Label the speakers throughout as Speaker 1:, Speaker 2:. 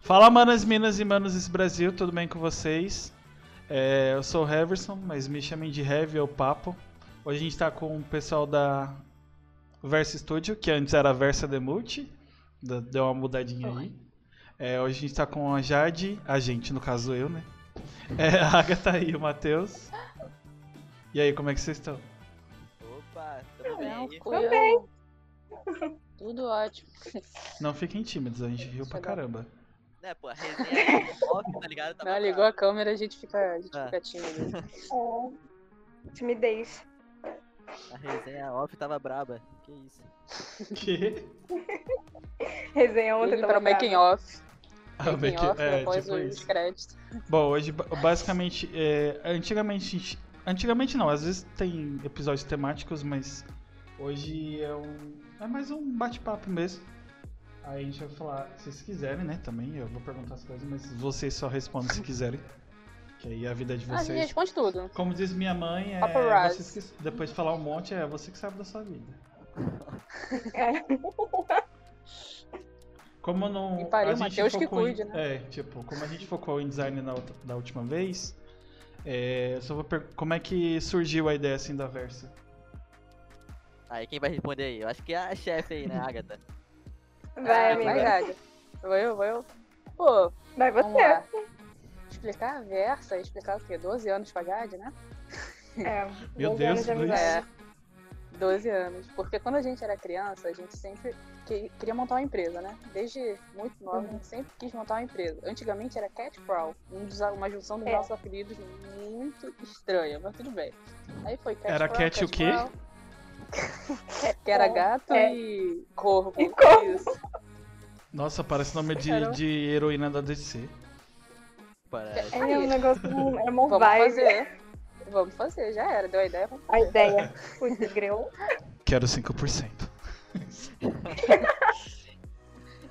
Speaker 1: Fala, manas, minas e manos desse Brasil, tudo bem com vocês? É, eu sou o Heverson, mas me chamem de Heavy é o papo. Hoje a gente tá com o pessoal da Versa Studio, que antes era Versa Demult, da- deu uma mudadinha aí. É, hoje a gente tá com a Jade, a gente, no caso eu, né? É, a Agatha e o Matheus. E aí, como é que vocês estão?
Speaker 2: Opa, tudo
Speaker 3: Não,
Speaker 2: bem?
Speaker 3: fui eu. Tudo ótimo.
Speaker 1: Não fiquem tímidos, a gente riu pra caramba.
Speaker 2: É, pô, a resenha é top, tá ligado? Tá
Speaker 3: Não, ligou a câmera, a gente fica, a gente
Speaker 2: Ah.
Speaker 3: fica tímido.
Speaker 4: É. Timidez.
Speaker 2: A resenha é off tava braba. Que isso.
Speaker 1: Que?
Speaker 4: Resenha ontem
Speaker 3: Ligue
Speaker 4: tava
Speaker 3: pra making
Speaker 4: brava.
Speaker 3: off,
Speaker 1: Ah,
Speaker 3: making
Speaker 1: bem que-
Speaker 3: off,
Speaker 1: é,
Speaker 3: depois
Speaker 1: tipo
Speaker 3: os
Speaker 1: isso.
Speaker 3: créditos.
Speaker 1: Bom, hoje ba- basicamente, é, antigamente, a gente- antigamente não, às vezes tem episódios temáticos, mas hoje é um, é mais um bate-papo mesmo. Aí a gente vai falar, se vocês quiserem, né, também, eu vou perguntar as coisas, mas vocês só respondem se quiserem, que aí é a vida de
Speaker 3: Ah, a gente
Speaker 1: vocês.
Speaker 3: responde tudo.
Speaker 1: Como diz minha mãe, é,
Speaker 3: Paparazzi.
Speaker 1: vocês que- depois de falar um monte, é você que sabe da sua vida.
Speaker 3: É.
Speaker 1: Como não.
Speaker 3: E pariu,
Speaker 1: a gente
Speaker 3: Mateus que
Speaker 1: focou em-
Speaker 3: cuide, né?
Speaker 1: É, tipo, como a gente focou em design na, outra- da última vez, é, eu só vou per... como é que surgiu a ideia assim da Versa?
Speaker 2: Aí quem vai responder aí? Eu acho que é a chefe aí, né, Agatha?
Speaker 4: Vai,
Speaker 3: Ah,
Speaker 4: amiga.
Speaker 3: verdade. Vou eu, vou eu. Pô,
Speaker 4: Vai
Speaker 3: vamos
Speaker 4: você.
Speaker 3: lá. Explicar a Versa, explicar o quê? 12 anos pra Gade, né?
Speaker 4: É,
Speaker 1: Meu
Speaker 4: dois
Speaker 1: Deus,
Speaker 4: anos de
Speaker 1: Luiz.
Speaker 4: amizade.
Speaker 3: É. 12 anos. Porque quando a gente era criança, a gente sempre que- queria montar uma empresa, né? Desde muito nova, a gente sempre quis montar uma empresa. Antigamente era Cat Crawl, um dos- uma junção dos
Speaker 4: É.
Speaker 3: nossos apelidos muito estranha, mas tudo bem. Aí foi Cat
Speaker 1: Era
Speaker 3: Crawl,
Speaker 1: Cat o quê?
Speaker 3: Crawl, que era gato
Speaker 4: É.
Speaker 3: e corvo.
Speaker 4: E corvo.
Speaker 3: Isso.
Speaker 1: Nossa, parece nome de,
Speaker 4: Era-
Speaker 1: de heroína da DC.
Speaker 2: Parece.
Speaker 4: É um negócio, é uma
Speaker 3: Vamos
Speaker 4: vibe.
Speaker 3: fazer. Vamos fazer, já era, deu a ideia. vamos-
Speaker 4: A ideia. Putz, greu.
Speaker 1: Quero 5%.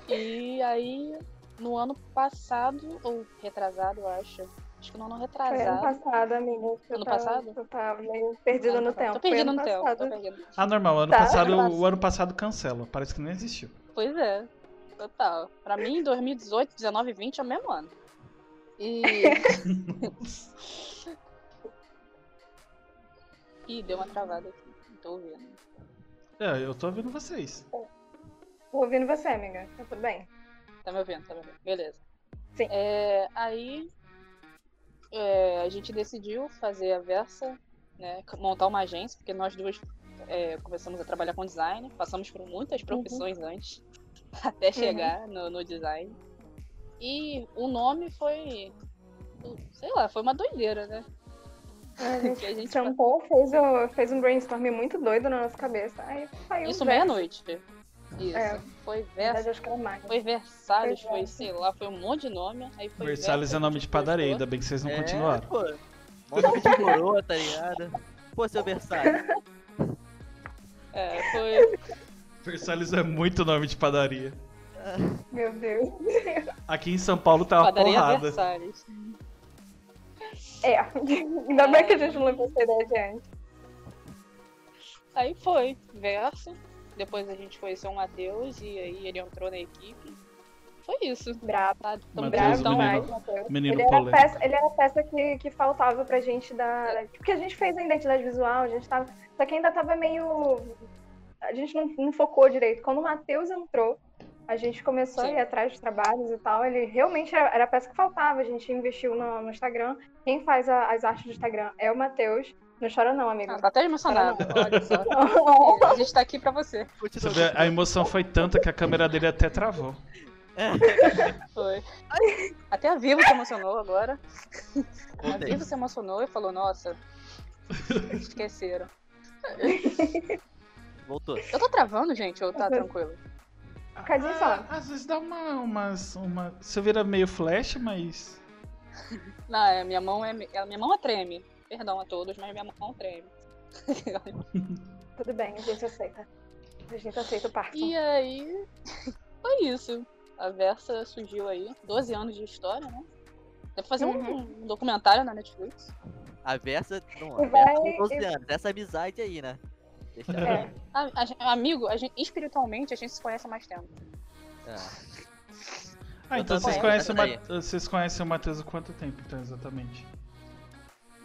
Speaker 3: E aí, no ano passado, ou retrasado, eu acho. Acho que no ano
Speaker 4: Foi ano
Speaker 3: retrasado.
Speaker 4: passado, amiga. que eu
Speaker 3: Ano
Speaker 4: tava-
Speaker 3: passado?
Speaker 4: Eu tava tá meio perdida
Speaker 3: Ano
Speaker 4: no
Speaker 3: passado.
Speaker 4: tempo.
Speaker 3: Tô perdida
Speaker 4: Foi
Speaker 3: no
Speaker 4: ano
Speaker 3: tempo.
Speaker 4: passado.
Speaker 3: Tô perdida.
Speaker 1: Ah, normal, ano
Speaker 4: Tá.
Speaker 1: passado,
Speaker 3: Ano passado.
Speaker 1: o ano passado cancela, parece que nem existiu.
Speaker 3: Pois é, total. Pra mim, 2018, 19 e 20 é o mesmo ano. E. Ih, deu uma travada aqui. Não tô ouvindo.
Speaker 1: É, eu tô ouvindo vocês.
Speaker 4: Tô ouvindo você, amiga. Tá tudo bem?
Speaker 3: Tá me ouvindo, tá me ouvindo. Beleza.
Speaker 4: Sim.
Speaker 3: É, aí é, a gente decidiu fazer a Versa, né? c- Montar uma agência, porque nós duas é, começamos a trabalhar com design, passamos por muitas
Speaker 4: Uhum.
Speaker 3: profissões antes, até chegar no, no design. E o nome foi. Sei lá, foi uma doideira, né?
Speaker 4: A gente
Speaker 3: Que a gente
Speaker 4: Shampoo fez, o- fez um brainstorm muito doido na nossa cabeça. Aí saiu.
Speaker 3: Isso
Speaker 4: um verso.
Speaker 3: meia-noite. Isso.
Speaker 4: É.
Speaker 3: Foi
Speaker 4: Na
Speaker 3: Versa.
Speaker 4: verdade, acho que era mais.
Speaker 3: Foi Versalhes,
Speaker 4: Foi
Speaker 3: foi,
Speaker 4: Versa.
Speaker 3: sei lá, foi um monte de nome. Aí foi
Speaker 1: Versalhes
Speaker 3: Versa, tipo,
Speaker 1: é
Speaker 3: a
Speaker 1: nome de
Speaker 3: gente
Speaker 1: padaria,
Speaker 3: gostou.
Speaker 1: ainda bem que vocês não
Speaker 2: É,
Speaker 1: continuaram.
Speaker 2: Pô, Nossa, que coroa, tá ligado? Pô, seu Versalhes.
Speaker 3: É, foi.
Speaker 1: Versalhes é muito nome de padaria.
Speaker 4: Meu Deus.
Speaker 1: Aqui em São Paulo tá uma
Speaker 3: Padaria
Speaker 1: porrada.
Speaker 3: Versalhes.
Speaker 4: É. Ainda bem que a gente não levou essa ideia adiante.
Speaker 3: Aí foi, verso. Depois a gente conheceu o Matheus e aí ele entrou na equipe. Foi isso.
Speaker 4: Brabo.
Speaker 3: Tá tão
Speaker 1: Matheus,
Speaker 3: bravo,
Speaker 1: o
Speaker 3: tão
Speaker 1: menino.
Speaker 3: mais.
Speaker 4: Matheus.
Speaker 1: Menino
Speaker 4: Ele era, a
Speaker 1: polêmico.
Speaker 4: peça, ele era a peça que, que faltava pra gente da. Porque a gente fez a identidade visual, a gente tava. Só que ainda tava meio. A gente não, não focou direito. Quando o Matheus entrou, a gente começou
Speaker 3: Sim.
Speaker 4: a ir atrás de trabalhos e tal. Ele realmente era, era a peça que faltava. A gente investiu no, no Instagram. Quem faz a- as artes do Instagram é o Matheus. Não chora não, amigo.
Speaker 3: Ah, tá até emocionado, olha só.
Speaker 4: Não.
Speaker 3: A gente tá aqui pra você.
Speaker 1: Você
Speaker 2: Continua.
Speaker 1: vê, a emoção foi tanta que a câmera dele até travou.
Speaker 3: Foi. Até a Vivo se emocionou agora. A
Speaker 2: Voltei.
Speaker 3: Vivo se emocionou e falou, nossa, esqueceram.
Speaker 2: Voltou.
Speaker 3: Eu tô travando, gente, ou tá tranquilo?
Speaker 4: Cadinho
Speaker 1: Ah,
Speaker 4: só.
Speaker 1: Às vezes dá uma, umas, uma. Você vira meio flash, mas.
Speaker 3: Não, é, minha mão é. é- Minha mão é treme. Perdão a todos, mas minha mão é treme.
Speaker 4: Tudo bem, a gente aceita. A gente aceita o parto.
Speaker 3: E aí, foi isso. A Versa surgiu aí, 12 anos de história, né? Dá pra fazer um-
Speaker 4: Uhum.
Speaker 3: um, documentário na Netflix.
Speaker 2: A Versa. Não, a
Speaker 4: E vai-
Speaker 2: Versa tem 12
Speaker 4: e-
Speaker 2: anos. Essa amizade aí, né? Deixa
Speaker 4: É.
Speaker 3: A- a gen- amigo, a gente, espiritualmente a gente se conhece há mais tempo.
Speaker 2: Ah,
Speaker 1: Ah, então
Speaker 2: Eu
Speaker 1: vocês
Speaker 3: também,
Speaker 1: conhecem, o
Speaker 2: eu
Speaker 1: Ma- vocês conhecem o Matheus há quanto tempo, então, exatamente?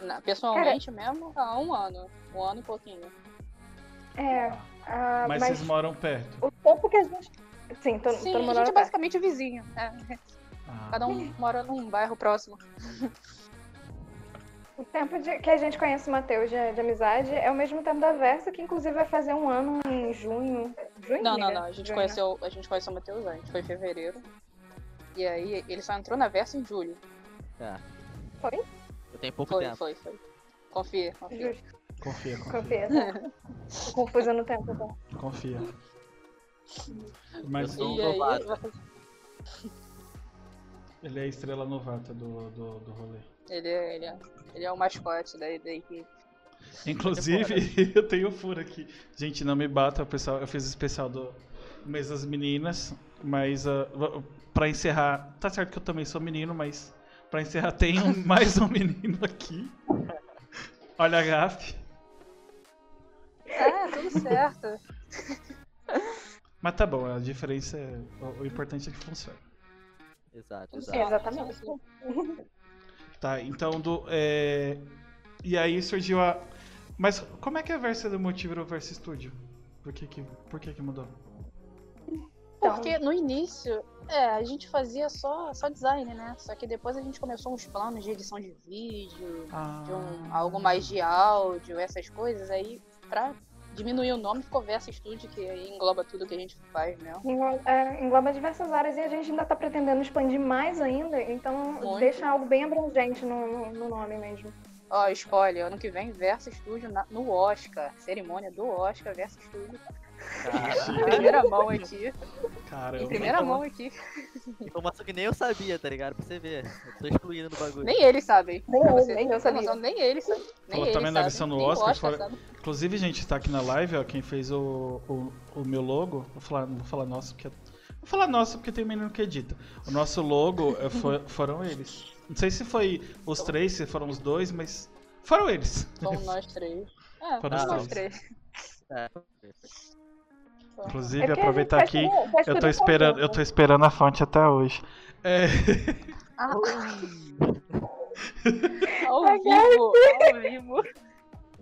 Speaker 3: Na- pessoalmente mesmo, há um ano. Um ano e pouquinho.
Speaker 4: É, ah,
Speaker 1: Mas,
Speaker 4: mas,
Speaker 1: vocês moram perto.
Speaker 4: o tempo que a gente. Sim, tô,
Speaker 3: Sim,
Speaker 4: tô
Speaker 3: a
Speaker 4: morando
Speaker 3: gente é
Speaker 4: perto.
Speaker 3: basicamente vizinho. né?
Speaker 1: Ah,
Speaker 3: Cada um
Speaker 4: Uhum.
Speaker 3: mora num bairro próximo.
Speaker 4: O tempo de- que a gente conhece o Matheus de, de amizade é o mesmo tempo da Versa, que inclusive vai fazer um ano em junho. Junho?
Speaker 3: Não, não,
Speaker 4: amiga?
Speaker 3: não. A gente
Speaker 4: Junho.
Speaker 3: conheceu, a gente conheceu o Matheus antes, foi em fevereiro. E aí ele só entrou na Versa em julho.
Speaker 4: Foi?
Speaker 2: Eu tenho pouco
Speaker 3: Foi,
Speaker 2: tempo.
Speaker 3: foi, foi. Confia, confia.
Speaker 4: Justo,
Speaker 1: confia, confia.
Speaker 4: confia. Tô confusa no tempo. Tá?
Speaker 1: Confia. Mas
Speaker 2: Eu sou
Speaker 3: E aí,
Speaker 2: novato.
Speaker 3: vai fazer-
Speaker 1: ele é a estrela novata do, do, do rolê.
Speaker 3: ele é, ele é, ele é o mascote da, da equipe.
Speaker 1: Inclusive, eu tenho um furo aqui. Gente, não me bata, pessoal. Eu fiz o especial do mês das meninas, mas ah, v- pra encerrar, tá certo que eu também sou menino, mas pra encerrar tem um- mais um menino aqui. Olha a gafe.
Speaker 4: É,
Speaker 3: Ah, tudo certo.
Speaker 1: Mas tá bom, a diferença é o- o importante é que funciona.
Speaker 2: Exato,
Speaker 3: Tudo
Speaker 2: exato.
Speaker 3: certo.
Speaker 4: Exatamente.
Speaker 1: Tá, então do. é, E aí surgiu a. Mas como é que a Versa do Motivo virou Versa Studio? Por que que, por que, que mudou?
Speaker 3: Porque no início, é, a gente fazia só, só design, né? Só que depois a gente começou uns planos de edição de vídeo,
Speaker 1: Ah,
Speaker 3: de um, algo mais de áudio, essas coisas. Aí, pra diminuir o nome, ficou Versa Studio, que aí engloba tudo que a gente faz, né?
Speaker 4: Englo- é, Engloba diversas áreas e a gente ainda tá pretendendo expandir mais ainda, então
Speaker 3: Muito.
Speaker 4: deixa algo bem abrangente no, no- no nome mesmo.
Speaker 3: Ó, spoiler, ano que vem Versa Studio na- no Oscar. Cerimônia do Oscar Versa Studio.
Speaker 2: Ah,
Speaker 3: Em primeira mão aqui.
Speaker 1: Caramba.
Speaker 3: Em primeira mão aqui.
Speaker 2: Informação que nem eu sabia, tá ligado? Pra você ver. Eu tô excluindo no bagulho.
Speaker 3: Nem eles sabem.
Speaker 4: Nem
Speaker 3: Pra
Speaker 4: eu,
Speaker 3: você
Speaker 4: nem
Speaker 3: ter
Speaker 4: eu sabia.
Speaker 3: noção, Nem eles sabem. Nem
Speaker 1: Pô,
Speaker 3: eles
Speaker 1: também na
Speaker 3: sabem,
Speaker 1: edição do
Speaker 3: nem
Speaker 1: Oscar,
Speaker 3: Oscar
Speaker 1: fora-
Speaker 3: sabe.
Speaker 1: Inclusive, gente, tá aqui na live, ó, quem fez o, o, o meu logo, vou falar, não vou falar nosso, porque. Vou falar nosso porque tem menino que edita. O nosso logo é, fo- foram eles. Não sei se foi os três, se foram os dois, mas. Foram eles.
Speaker 3: São nós três. É,
Speaker 1: Foram
Speaker 3: são
Speaker 2: os
Speaker 3: nós
Speaker 1: três.
Speaker 3: três.
Speaker 2: É.
Speaker 3: São-
Speaker 1: Inclusive,
Speaker 4: porque a gente
Speaker 1: aproveitar
Speaker 3: tá
Speaker 4: faz
Speaker 1: aqui.
Speaker 4: tudo-
Speaker 3: um
Speaker 4: faz
Speaker 1: Eu tô
Speaker 4: tudo
Speaker 1: esperando, eu
Speaker 4: conjunto.
Speaker 1: tô esperando a fonte até hoje. É,
Speaker 3: Ao
Speaker 4: Ai,
Speaker 3: vivo, ao vivo.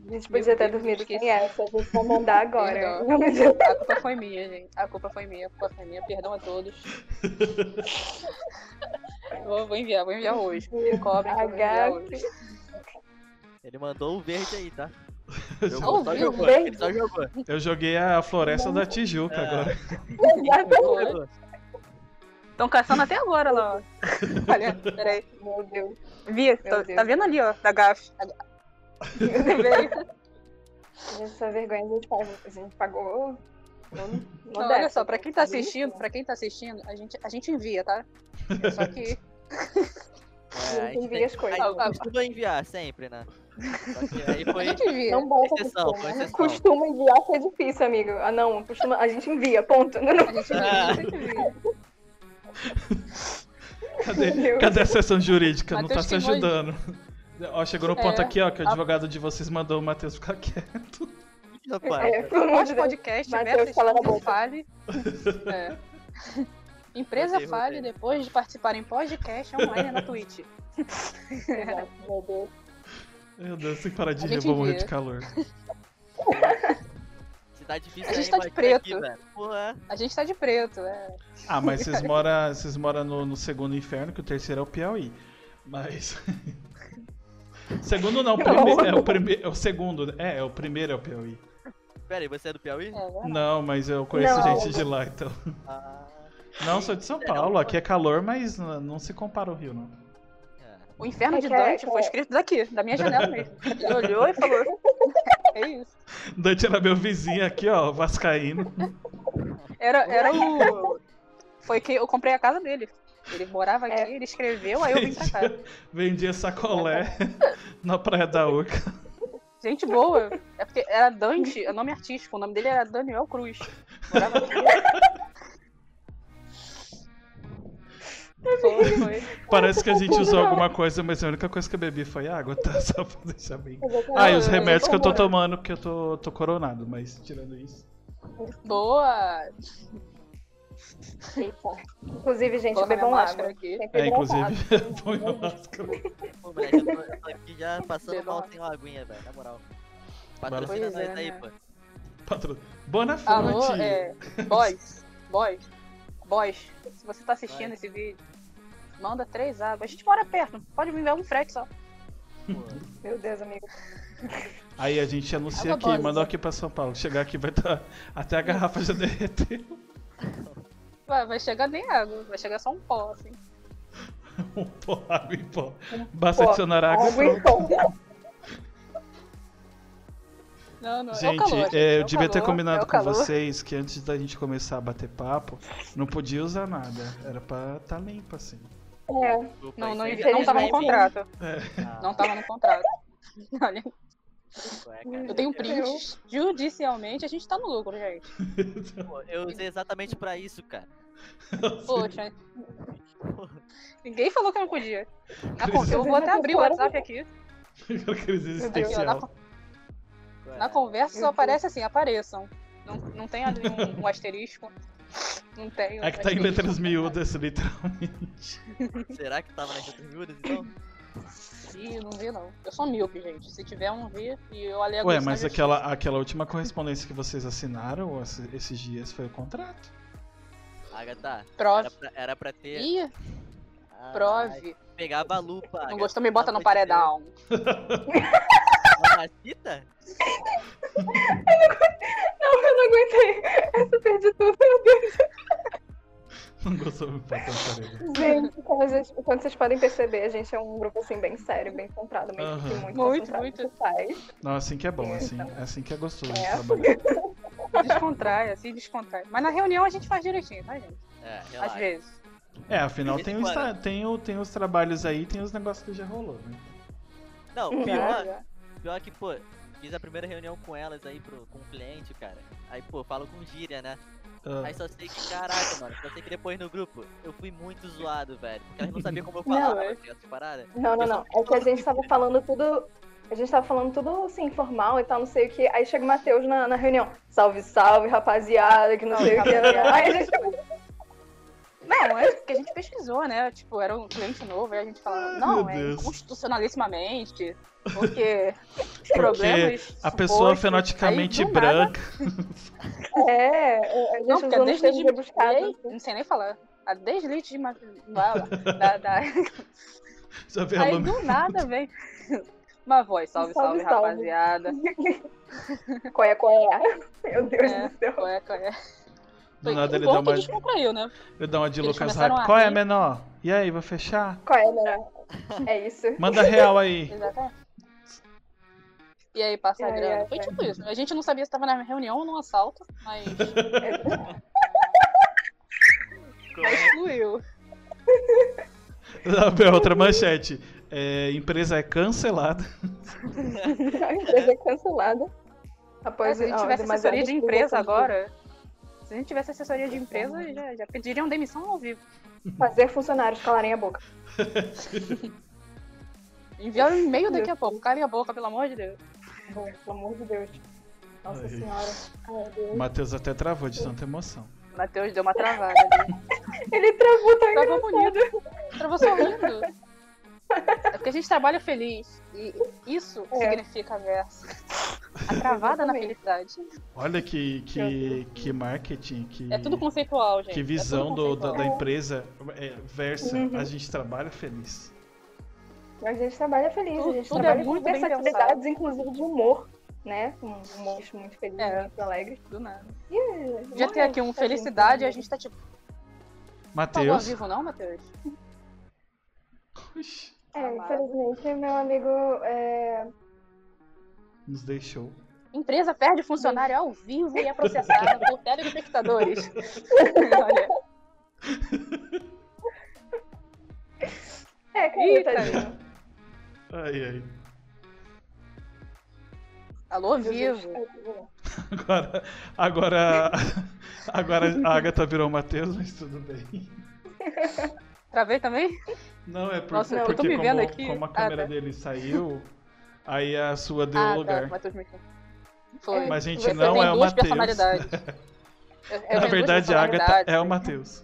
Speaker 4: A gente podia ter
Speaker 3: Meu Deus,
Speaker 4: dormido
Speaker 3: esqueci.
Speaker 4: sem essa, a gente vai mandar agora.
Speaker 3: Perdão.
Speaker 4: Não, mas eu-
Speaker 3: A culpa foi minha, gente. A culpa foi minha, a culpa foi minha. Perdão a todos. vou, vou enviar, vou enviar hoje. Me cobrem que eu vou enviar hoje.
Speaker 2: Ele mandou o verde aí, tá?
Speaker 3: Ao
Speaker 2: Jogou, só
Speaker 3: vivo,
Speaker 2: jogou.
Speaker 4: verde?
Speaker 2: Ele só jogou.
Speaker 1: eu joguei a Floresta da Tijuca
Speaker 2: Ah.
Speaker 1: agora.
Speaker 2: Jogou.
Speaker 3: Estão caçando até agora lá, ó. Olha, peraí.
Speaker 4: Meu Deus.
Speaker 3: Vi, tá,
Speaker 4: Deus.
Speaker 3: tá vendo ali, ó, da GAF.
Speaker 4: Gente, essa vergonha a gente pagou. A gente pagou. Não,
Speaker 3: Não, olha só, pra quem tá
Speaker 4: né?
Speaker 3: assistindo, pra quem tá assistindo, a gente, a gente envia, tá? Só que
Speaker 2: É, a gente
Speaker 4: envia
Speaker 2: tem-
Speaker 4: as coisas.
Speaker 2: a gente costuma enviar sempre, né? Só que aí
Speaker 3: a
Speaker 2: foi.
Speaker 3: gente envia.
Speaker 4: Não bota
Speaker 2: Exceção,
Speaker 4: costume.
Speaker 2: foi exceção.
Speaker 4: Costuma enviar que é difícil, amigo. Ah, não. Costuma... A gente envia, ponto. Não, não.
Speaker 3: A gente envia, a gente envia.
Speaker 1: Cadê,
Speaker 4: Meu
Speaker 1: cadê a sessão jurídica? Não tá
Speaker 3: Matheus
Speaker 1: se
Speaker 3: queimou ele.
Speaker 1: ajudando. Ó, chegou no ponto
Speaker 3: É,
Speaker 1: aqui, ó, que o advogado de vocês mandou o Matheus ficar quieto.
Speaker 2: Rapaz,
Speaker 4: É, pelo amor de
Speaker 3: Ah, Pode
Speaker 4: Deus.
Speaker 3: podcast,
Speaker 4: Mateus,
Speaker 3: Versus
Speaker 4: fala na
Speaker 3: Studio,
Speaker 4: boca.
Speaker 3: fale. É. Empresa
Speaker 2: Rodei,
Speaker 3: fale
Speaker 2: rodei.
Speaker 3: depois de participar em podcast online na Twitch. né?
Speaker 4: Exato, Meu Deus.
Speaker 1: Meu Deus, tem que parar de
Speaker 3: A
Speaker 1: rir, eu
Speaker 3: gente
Speaker 1: vou morrer
Speaker 3: vê.
Speaker 1: de calor.
Speaker 2: se tá difícil
Speaker 3: A gente
Speaker 2: aí,
Speaker 3: tá de
Speaker 2: imagina
Speaker 3: preto.
Speaker 2: aqui, velho. Pô, é.
Speaker 3: A gente tá de preto, é.
Speaker 1: Ah, mas vocês moram vocês mora no, no segundo inferno, que o terceiro é o Piauí. Mas. segundo não, o prime- é o primeiro. É o segundo, né? é, é o primeiro é o Piauí.
Speaker 2: Pera aí, você é do Piauí?
Speaker 3: é verdade.
Speaker 1: Não, mas eu conheço
Speaker 4: Não.
Speaker 1: gente de lá, então.
Speaker 2: Ah,
Speaker 1: Não, sou de São Paulo, aqui é calor, mas n- não se compara o Rio, não.
Speaker 2: é.
Speaker 3: O inferno de
Speaker 4: É que é-
Speaker 3: Dante foi escrito daqui, da minha janela mesmo. Ele olhou e falou. É isso.
Speaker 1: Dante era meu vizinho aqui, ó, vascaíno.
Speaker 3: Era, era o. Foi que eu comprei a casa dele. Ele morava
Speaker 4: É.
Speaker 3: aqui, ele escreveu, aí eu vim pra cá.
Speaker 1: Vendia sacolé na Praia da Urca.
Speaker 3: Gente boa. É porque era Dante, é nome artístico. O nome dele era Daniel Cruz. Morava aqui. Foi, foi.
Speaker 1: Parece que a gente usou alguma coisa, mas a única coisa que eu bebi foi água, tá? Só pra deixar bem.
Speaker 4: Exatamente.
Speaker 1: Ah, e os
Speaker 3: eu- eu
Speaker 1: remédios que eu tô
Speaker 4: concordo.
Speaker 1: tomando, porque eu tô, tô coronado, mas tirando isso.
Speaker 3: Boa! Eita,
Speaker 4: Inclusive, gente,
Speaker 3: coloca minha
Speaker 4: bebam
Speaker 3: máscara
Speaker 4: água.
Speaker 3: aqui.
Speaker 4: Tem que
Speaker 1: É,
Speaker 4: beber um água.
Speaker 1: inclusive, põe o máscara.
Speaker 2: Pô, moleque, eu tô, eu tô aqui já passando
Speaker 3: Sei
Speaker 2: mal
Speaker 3: lá.
Speaker 2: sem uma aguinha, velho, na moral.
Speaker 1: lá.
Speaker 2: Patrocina
Speaker 3: Pois
Speaker 2: nós
Speaker 3: é,
Speaker 2: aí,
Speaker 3: né?
Speaker 2: pô.
Speaker 1: Patro... Bonafonte!
Speaker 3: Alô, é, boys, boys, boys, se você tá assistindo
Speaker 2: Vai.
Speaker 3: esse vídeo, manda três águas. A gente mora perto, pode me ver um frete só.
Speaker 2: Pô,
Speaker 4: Meu Deus, amigo.
Speaker 1: Aí a gente anuncia
Speaker 3: Água
Speaker 1: aqui,
Speaker 3: dose.
Speaker 1: mandou aqui pra São Paulo. Chegar aqui vai estar. Até a garrafa já derreter.
Speaker 3: Vai, vai chegar nem água, vai chegar só um pó, assim.
Speaker 1: Um pó, água em pó.
Speaker 3: Um
Speaker 1: Basta
Speaker 4: pó,
Speaker 1: adicionar água é e
Speaker 4: Água e
Speaker 1: pronto.
Speaker 4: pão.
Speaker 3: Não, não, é o
Speaker 1: Gente,
Speaker 3: calor. gente,
Speaker 1: é,
Speaker 3: é
Speaker 1: eu
Speaker 3: o
Speaker 1: devia ter
Speaker 3: calor, é
Speaker 1: combinado
Speaker 3: o
Speaker 1: com
Speaker 3: calor.
Speaker 1: vocês que antes da gente começar a bater papo, não podia usar nada. Era pra tá limpo, assim.
Speaker 4: É,
Speaker 2: desculpa,
Speaker 3: Não, não,
Speaker 2: isso
Speaker 4: infelizmente.
Speaker 3: não tava no contrato.
Speaker 2: aí-
Speaker 3: Não tá tava no contrato. Olha,
Speaker 2: Ah, é, cara,
Speaker 3: eu tenho prints. Judicialmente, a gente tá no lucro, gente.
Speaker 2: Pô, eu usei exatamente pra isso, cara.
Speaker 3: Poxa. Ninguém falou que eu não podia. Na
Speaker 1: Cris-
Speaker 3: con- eu vou até abrir o WhatsApp aqui.
Speaker 1: Crise existencial.
Speaker 2: Qual é?
Speaker 3: Na conversa só aparece assim, apareçam. Não, não tem ali um, um asterisco. Não tem. um
Speaker 1: É que tá em
Speaker 3: asterisco.
Speaker 1: letras miúdas, literalmente.
Speaker 2: Será que tava nas outras miúdas, então?
Speaker 3: Ih, não vi não. Eu sou míope, gente. Se tiver um vi e eu alego
Speaker 1: Ué,
Speaker 3: isso né? na
Speaker 1: mas
Speaker 3: justiça.
Speaker 1: aquela, aquela última correspondência que vocês assinaram esse- esses dias foi o contrato.
Speaker 2: Agatha, era
Speaker 3: Prove.
Speaker 2: pra, era pra ter...
Speaker 3: Ih,
Speaker 2: Ah,
Speaker 3: prove.
Speaker 2: Pegava a lupa,
Speaker 3: Não
Speaker 2: Agatha.
Speaker 3: gostou, me bota
Speaker 2: Pelo
Speaker 3: no
Speaker 2: amor de
Speaker 3: paredão.
Speaker 2: Deus. Mamacita?
Speaker 4: Não, eu não aguentei. Essa eu perdi tudo.
Speaker 1: Não gostou muito da parede.
Speaker 4: Gente, como vocês, como vocês podem perceber, a gente é um grupo assim bem sério, bem centrado, bem
Speaker 1: Aham.
Speaker 4: tem muito,
Speaker 3: Muito,
Speaker 4: concentrado
Speaker 3: muito.
Speaker 4: no que faz.
Speaker 1: Não, assim que é bom, assim, assim que é gostoso de
Speaker 4: É.
Speaker 1: trabalhar.
Speaker 3: Descontrai, assim, descontrai. Mas na reunião a gente faz direitinho, tá, gente?
Speaker 2: É,
Speaker 3: Às
Speaker 2: relaxa.
Speaker 3: vezes.
Speaker 1: É, afinal
Speaker 2: De vez
Speaker 1: tem,
Speaker 2: em
Speaker 1: o
Speaker 2: quando.
Speaker 1: insta- tem, o, tem os trabalhos aí, tem os negócios que já rolou, né?
Speaker 2: Não, pior,
Speaker 4: Né?
Speaker 2: Pior que, pô, fiz a primeira reunião com elas aí, pro, com o cliente, cara. Aí, pô, falo com gíria, né?
Speaker 1: Ah,
Speaker 2: Aí só sei que, caraca, mano, só sei que depois no grupo eu fui muito zoado, velho. Porque elas não sabiam como eu
Speaker 4: Não,
Speaker 2: falava,
Speaker 3: é.
Speaker 2: tá ligado? Essas paradas.
Speaker 4: Não, não, não. É que a gente tava falando tudo. A gente tava falando tudo assim, informal e tal, não sei o que. Aí chega o Matheus na, na reunião. Salve, salve, rapaziada, que não sei o que. Aí a gente
Speaker 3: Não, é porque a gente pesquisou, né? Tipo, era um cliente novo, aí a gente falava,
Speaker 1: Ai,
Speaker 3: não,
Speaker 1: meu
Speaker 3: é
Speaker 1: Deus.
Speaker 3: constitucionalissimamente, porque problemas.
Speaker 1: a pessoa
Speaker 3: supostos.
Speaker 1: fenoticamente
Speaker 3: Aí, do nada,
Speaker 1: branca.
Speaker 4: É, a gente
Speaker 3: Não,
Speaker 4: não,
Speaker 3: porque
Speaker 4: usou
Speaker 3: a
Speaker 4: nos termos
Speaker 3: deslite de
Speaker 4: rebuscados. né?
Speaker 3: Ei, Não sei nem falar. A deslite de ma- lá, lá, da, da...
Speaker 1: É Já vê
Speaker 3: Aí
Speaker 1: aluno.
Speaker 3: do nada vem uma voz, salve, salve,
Speaker 4: Salve, salve.
Speaker 3: rapaziada.
Speaker 4: Qual é, qual é? Meu Deus
Speaker 3: É.
Speaker 4: do céu.
Speaker 3: Qual é, qual é?
Speaker 1: Do nada
Speaker 3: Que
Speaker 1: ele
Speaker 3: bom
Speaker 1: dá
Speaker 3: que
Speaker 1: uma,
Speaker 3: descontraiu, né?
Speaker 1: ele dá uma de
Speaker 3: eles
Speaker 1: Lucas
Speaker 3: começaram
Speaker 1: Rap.
Speaker 3: a
Speaker 1: Qual é,
Speaker 3: rir.
Speaker 1: menor? E aí, vai fechar?
Speaker 4: Qual é, né? É isso.
Speaker 1: Manda real aí.
Speaker 3: Exatamente. E aí, passa a
Speaker 4: Ai,
Speaker 3: grana.
Speaker 4: ai,
Speaker 3: Foi
Speaker 4: ai.
Speaker 3: tipo isso. A gente não sabia se tava na reunião ou num assalto, mas mas é fluiu.
Speaker 1: Lá vem Outra manchete. É, empresa é cancelada.
Speaker 4: A empresa é cancelada.
Speaker 3: Mas
Speaker 4: Após
Speaker 3: É, se a gente
Speaker 4: ó,
Speaker 3: tivesse
Speaker 4: demasiadas
Speaker 3: assessoria de empresa
Speaker 4: publicações de
Speaker 3: agora. Se a gente tivesse assessoria de empresa, já, já pediriam demissão ao vivo.
Speaker 4: Fazer funcionários calarem a boca.
Speaker 3: Enviaram um e-mail daqui a pouco. Calem a boca, pelo amor de Deus.
Speaker 4: Pelo amor de Deus. Nossa
Speaker 1: Ai.
Speaker 4: senhora. Ai, meu
Speaker 1: O
Speaker 4: Deus.
Speaker 1: Matheus até travou de tanta emoção.
Speaker 3: Matheus deu uma travada ali.
Speaker 4: Ele travou, tá
Speaker 3: Travou
Speaker 4: engraçado.
Speaker 3: bonito. Travou sorrindo. É porque a gente trabalha feliz. E isso
Speaker 4: É.
Speaker 3: significa verso. A travada na
Speaker 4: Exatamente.
Speaker 3: felicidade.
Speaker 1: Olha que, que, que marketing, que,
Speaker 3: É tudo conceitual, gente.
Speaker 1: Hum. que
Speaker 3: É tudo
Speaker 1: visão do- da,
Speaker 3: conceitual.
Speaker 1: da empresa é, versa.
Speaker 4: Uhum.
Speaker 1: A gente trabalha feliz.
Speaker 3: Tá
Speaker 4: A gente trabalha feliz,
Speaker 3: Tudo-
Speaker 4: a gente
Speaker 3: tudo
Speaker 4: trabalha
Speaker 3: é
Speaker 4: com
Speaker 3: muito bem
Speaker 4: versatilidades, inclusive de humor, né? Um humor muito feliz,
Speaker 3: É.
Speaker 4: muito alegre.
Speaker 3: Do nada.
Speaker 4: E, tá
Speaker 3: Já tem aqui um felicidade e a gente tá tipo, tá ao
Speaker 1: Matheus.
Speaker 3: vivo não, Matheus?
Speaker 1: Ux,
Speaker 4: É, infelizmente, meu amigo é,
Speaker 1: Nos deixou.
Speaker 3: Empresa perde funcionário ao vivo e é processada por telespectadores. Olha,
Speaker 4: É,
Speaker 3: Ih, tá
Speaker 4: cara, tadinho.
Speaker 1: Ai, ai.
Speaker 3: alô,
Speaker 4: Jesus.
Speaker 3: vivo.
Speaker 1: Agora, agora, agora a Agatha virou o Matheus, mas tudo bem.
Speaker 3: Travei também?
Speaker 1: Não, é por,
Speaker 3: Nossa,
Speaker 4: eu tô
Speaker 1: porque
Speaker 3: me
Speaker 1: como,
Speaker 3: vendo aqui.
Speaker 1: como a
Speaker 3: Ah,
Speaker 1: câmera
Speaker 3: tá.
Speaker 1: dele saiu, aí a sua deu
Speaker 3: ah,
Speaker 1: lugar.
Speaker 3: tá, Matheus me Foi.
Speaker 1: Mas a gente
Speaker 3: Você
Speaker 1: não
Speaker 3: tem
Speaker 1: é o
Speaker 3: duas
Speaker 1: Matheus.
Speaker 3: personalidades. Eu- eu
Speaker 1: Na
Speaker 3: tenho duas
Speaker 1: verdade, a Agatha
Speaker 3: personalidades.
Speaker 1: é o Matheus.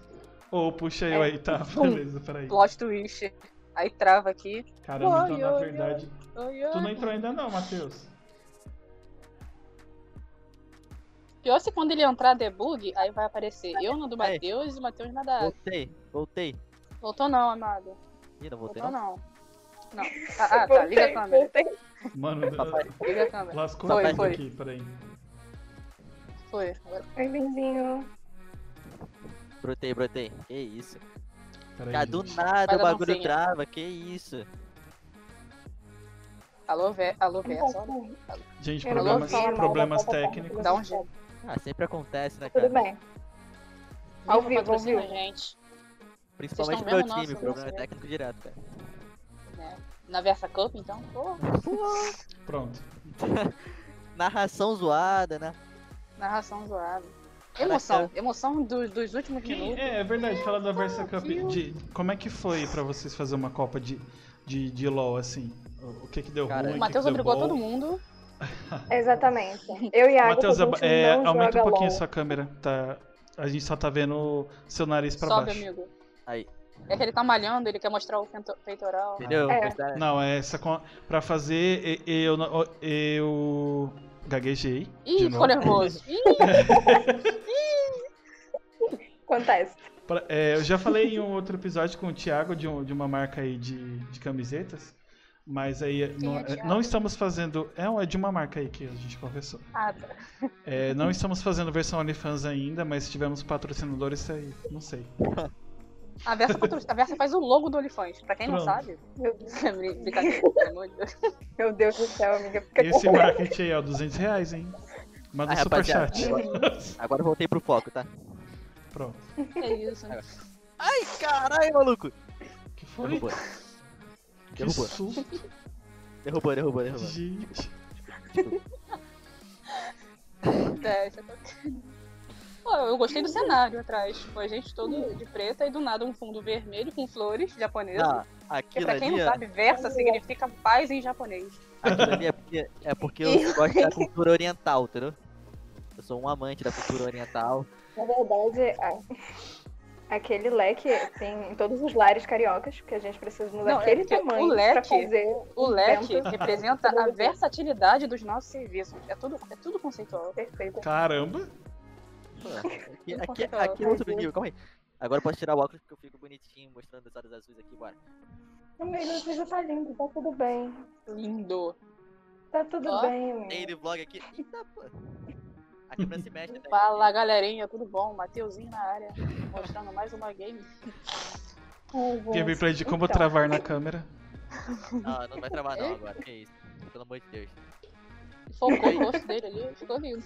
Speaker 1: Ou puxa eu
Speaker 3: É.
Speaker 1: aí, tá?
Speaker 3: Pum.
Speaker 1: Beleza, peraí.
Speaker 3: Plot twist. Aí trava aqui.
Speaker 1: Caramba, então
Speaker 3: Ai,
Speaker 1: na
Speaker 3: ai,
Speaker 1: verdade.
Speaker 3: Ai,
Speaker 1: Tu não
Speaker 3: ai.
Speaker 1: entrou ainda não, Matheus.
Speaker 3: Pior se quando ele entrar debug, aí vai aparecer eu no do
Speaker 1: É.
Speaker 2: Ai.
Speaker 3: Matheus e o Matheus na da Agatha.
Speaker 2: Voltei, voltei.
Speaker 3: Voltou não, amado.
Speaker 2: Ih, não voltei
Speaker 3: Voltou
Speaker 2: não.
Speaker 3: não. Não. Ah, ah, tá. Liga a câmera.
Speaker 4: voltei.
Speaker 1: Mano, eh,
Speaker 2: Papai.
Speaker 3: Liga a câmera.
Speaker 1: lascou
Speaker 3: Foi,
Speaker 1: tudo
Speaker 3: foi.
Speaker 1: aqui, peraí.
Speaker 3: Foi. Agora-
Speaker 4: Oi, benzinho.
Speaker 2: Brotei, brotei. Que isso.
Speaker 1: peraí
Speaker 2: Cara, do
Speaker 1: gente.
Speaker 2: nada
Speaker 3: Faz
Speaker 2: o
Speaker 3: a
Speaker 2: bagulho
Speaker 3: dancinha.
Speaker 2: trava, que isso.
Speaker 3: Alô, Vé. Alô, Vé. é Só
Speaker 1: Gente,
Speaker 4: Eu não
Speaker 1: problemas,
Speaker 4: sei, não,
Speaker 1: problemas
Speaker 4: não, não, não,
Speaker 1: técnicos.
Speaker 3: dá um jeito.
Speaker 2: Ah, sempre acontece, né, cara?
Speaker 4: Tudo bem. Ao
Speaker 3: Viva,
Speaker 4: vivo, ao
Speaker 3: patrocina
Speaker 4: vivo.
Speaker 3: a gente.
Speaker 2: Principalmente pro
Speaker 3: Vocês
Speaker 2: meu
Speaker 3: tão vendo
Speaker 2: time,
Speaker 3: nosso-
Speaker 2: problema
Speaker 3: nosso-
Speaker 2: técnico direto, né? cara.
Speaker 3: Na Versa Cup, então. Pô,
Speaker 1: Pronto.
Speaker 2: Narração zoada, né?
Speaker 3: narração zoada. Emoção. Emoção dos, dos últimos
Speaker 1: Quem-
Speaker 3: minutos.
Speaker 1: é, é verdade, fala da Versa Cup.
Speaker 3: Deus.
Speaker 1: De, como é que foi pra vocês fazer uma Copa de, de, de LOL, assim? O- O que que deu
Speaker 2: Cara,
Speaker 1: ruim?
Speaker 3: O
Speaker 1: que
Speaker 3: Matheus
Speaker 1: que deu
Speaker 3: obrigou
Speaker 1: bom?
Speaker 3: todo mundo.
Speaker 4: Exatamente. Eu e a Agatha,
Speaker 1: É. Matheus,
Speaker 4: a gente
Speaker 1: é,
Speaker 4: não
Speaker 1: aumenta um
Speaker 4: joga
Speaker 1: pouquinho a
Speaker 4: LOL.
Speaker 1: sua câmera. Tá, a gente só tá vendo seu nariz pra
Speaker 3: Sobe,
Speaker 1: baixo.
Speaker 3: amigo.
Speaker 2: Aí.
Speaker 3: É que ele tá malhando, ele quer mostrar o peito- peitoral.
Speaker 2: Entendeu? tá-
Speaker 4: É.
Speaker 2: Gostaram?
Speaker 1: Não, é essa. con- Pra fazer, e- eu. não- Eu. Gaguejei. de
Speaker 3: Ih,
Speaker 1: novo.
Speaker 3: ficou nervoso. Ih,
Speaker 4: Acontece.
Speaker 1: Pra- é, eu já falei em um outro episódio com o Thiago de, um- de uma marca aí de, de camisetas. Mas aí não,
Speaker 3: é Thiago?
Speaker 1: não estamos fazendo. É, um- é de uma marca aí que a gente conversou.
Speaker 3: ah, tá.
Speaker 1: É, não estamos fazendo versão OnlyFans ainda, mas tivemos patrocinadores aí. Não sei.
Speaker 3: a, Versa patrocina- a Versa faz o logo do Olifante, pra quem não
Speaker 1: Pronto.
Speaker 3: sabe.
Speaker 4: Meu Deus,
Speaker 3: Brin- Brincadeira, pelo amor de Deus.
Speaker 4: meu Deus do céu, amiga. Fica
Speaker 1: E esse
Speaker 4: com-
Speaker 1: marketing aí, ó, 200 reais, hein? Manda
Speaker 2: Ah,
Speaker 1: um
Speaker 2: rapaziada,
Speaker 1: superchat.
Speaker 2: Agora eu voltei pro foco, tá?
Speaker 1: Pronto.
Speaker 3: É isso.
Speaker 2: Ai, caralho, maluco!
Speaker 1: Que foi?
Speaker 2: Derrubou,
Speaker 1: Que
Speaker 2: derrubou,
Speaker 1: susto,
Speaker 2: derrubou, derrubou, derrubou.
Speaker 1: gente.
Speaker 2: Tipo,
Speaker 3: É, isso é coisa- Pô, eu gostei do cenário atrás. Foi a gente todo de preta e do nada um fundo vermelho com flores japonesas.
Speaker 2: Ah,
Speaker 3: Porque
Speaker 2: aquilo
Speaker 3: pra quem
Speaker 2: ali,
Speaker 3: não
Speaker 2: ó,
Speaker 3: sabe, Versa significa paz em japonês.
Speaker 2: aquilo ali é porque, é porque eu gosto da cultura oriental, entendeu? Eu sou um amante da cultura oriental.
Speaker 4: Na verdade, a- aquele leque tem em todos os lares cariocas, porque a gente precisa nos
Speaker 3: Não, é
Speaker 4: daquele
Speaker 3: porque o
Speaker 4: tamanho pra
Speaker 3: leque-
Speaker 4: fazer.
Speaker 3: O leque
Speaker 4: Vento.
Speaker 3: representa a versatilidade dos nossos serviços. É tudo, é tudo conceitual.
Speaker 4: Perfeito.
Speaker 1: Caramba.
Speaker 2: Pô, Aqui,
Speaker 3: Não
Speaker 2: aqui,
Speaker 3: conta não,
Speaker 2: aqui é outro
Speaker 4: vai ver.
Speaker 2: nível, calma aí. Agora eu posso tirar o óculos porque eu fico bonitinho, mostrando as horas azuis aqui, bora.
Speaker 4: Amiga, você já tá lindo, tá tudo bem.
Speaker 3: Lindo.
Speaker 4: Tá tudo
Speaker 3: Ó.
Speaker 4: bem,
Speaker 2: Tem
Speaker 4: amiga.
Speaker 2: ele vlog aqui. Eita, pô. A câmera se mexe né? até.
Speaker 3: Fala galerinha, tudo bom? Mateuzinho na área, mostrando mais uma game.
Speaker 1: Gameplay de como
Speaker 4: Então.
Speaker 1: travar na câmera.
Speaker 2: Ah, não vai travar não agora, que isso. Pelo amor de Deus.
Speaker 3: Focou o rosto dele ali, ficou lindo.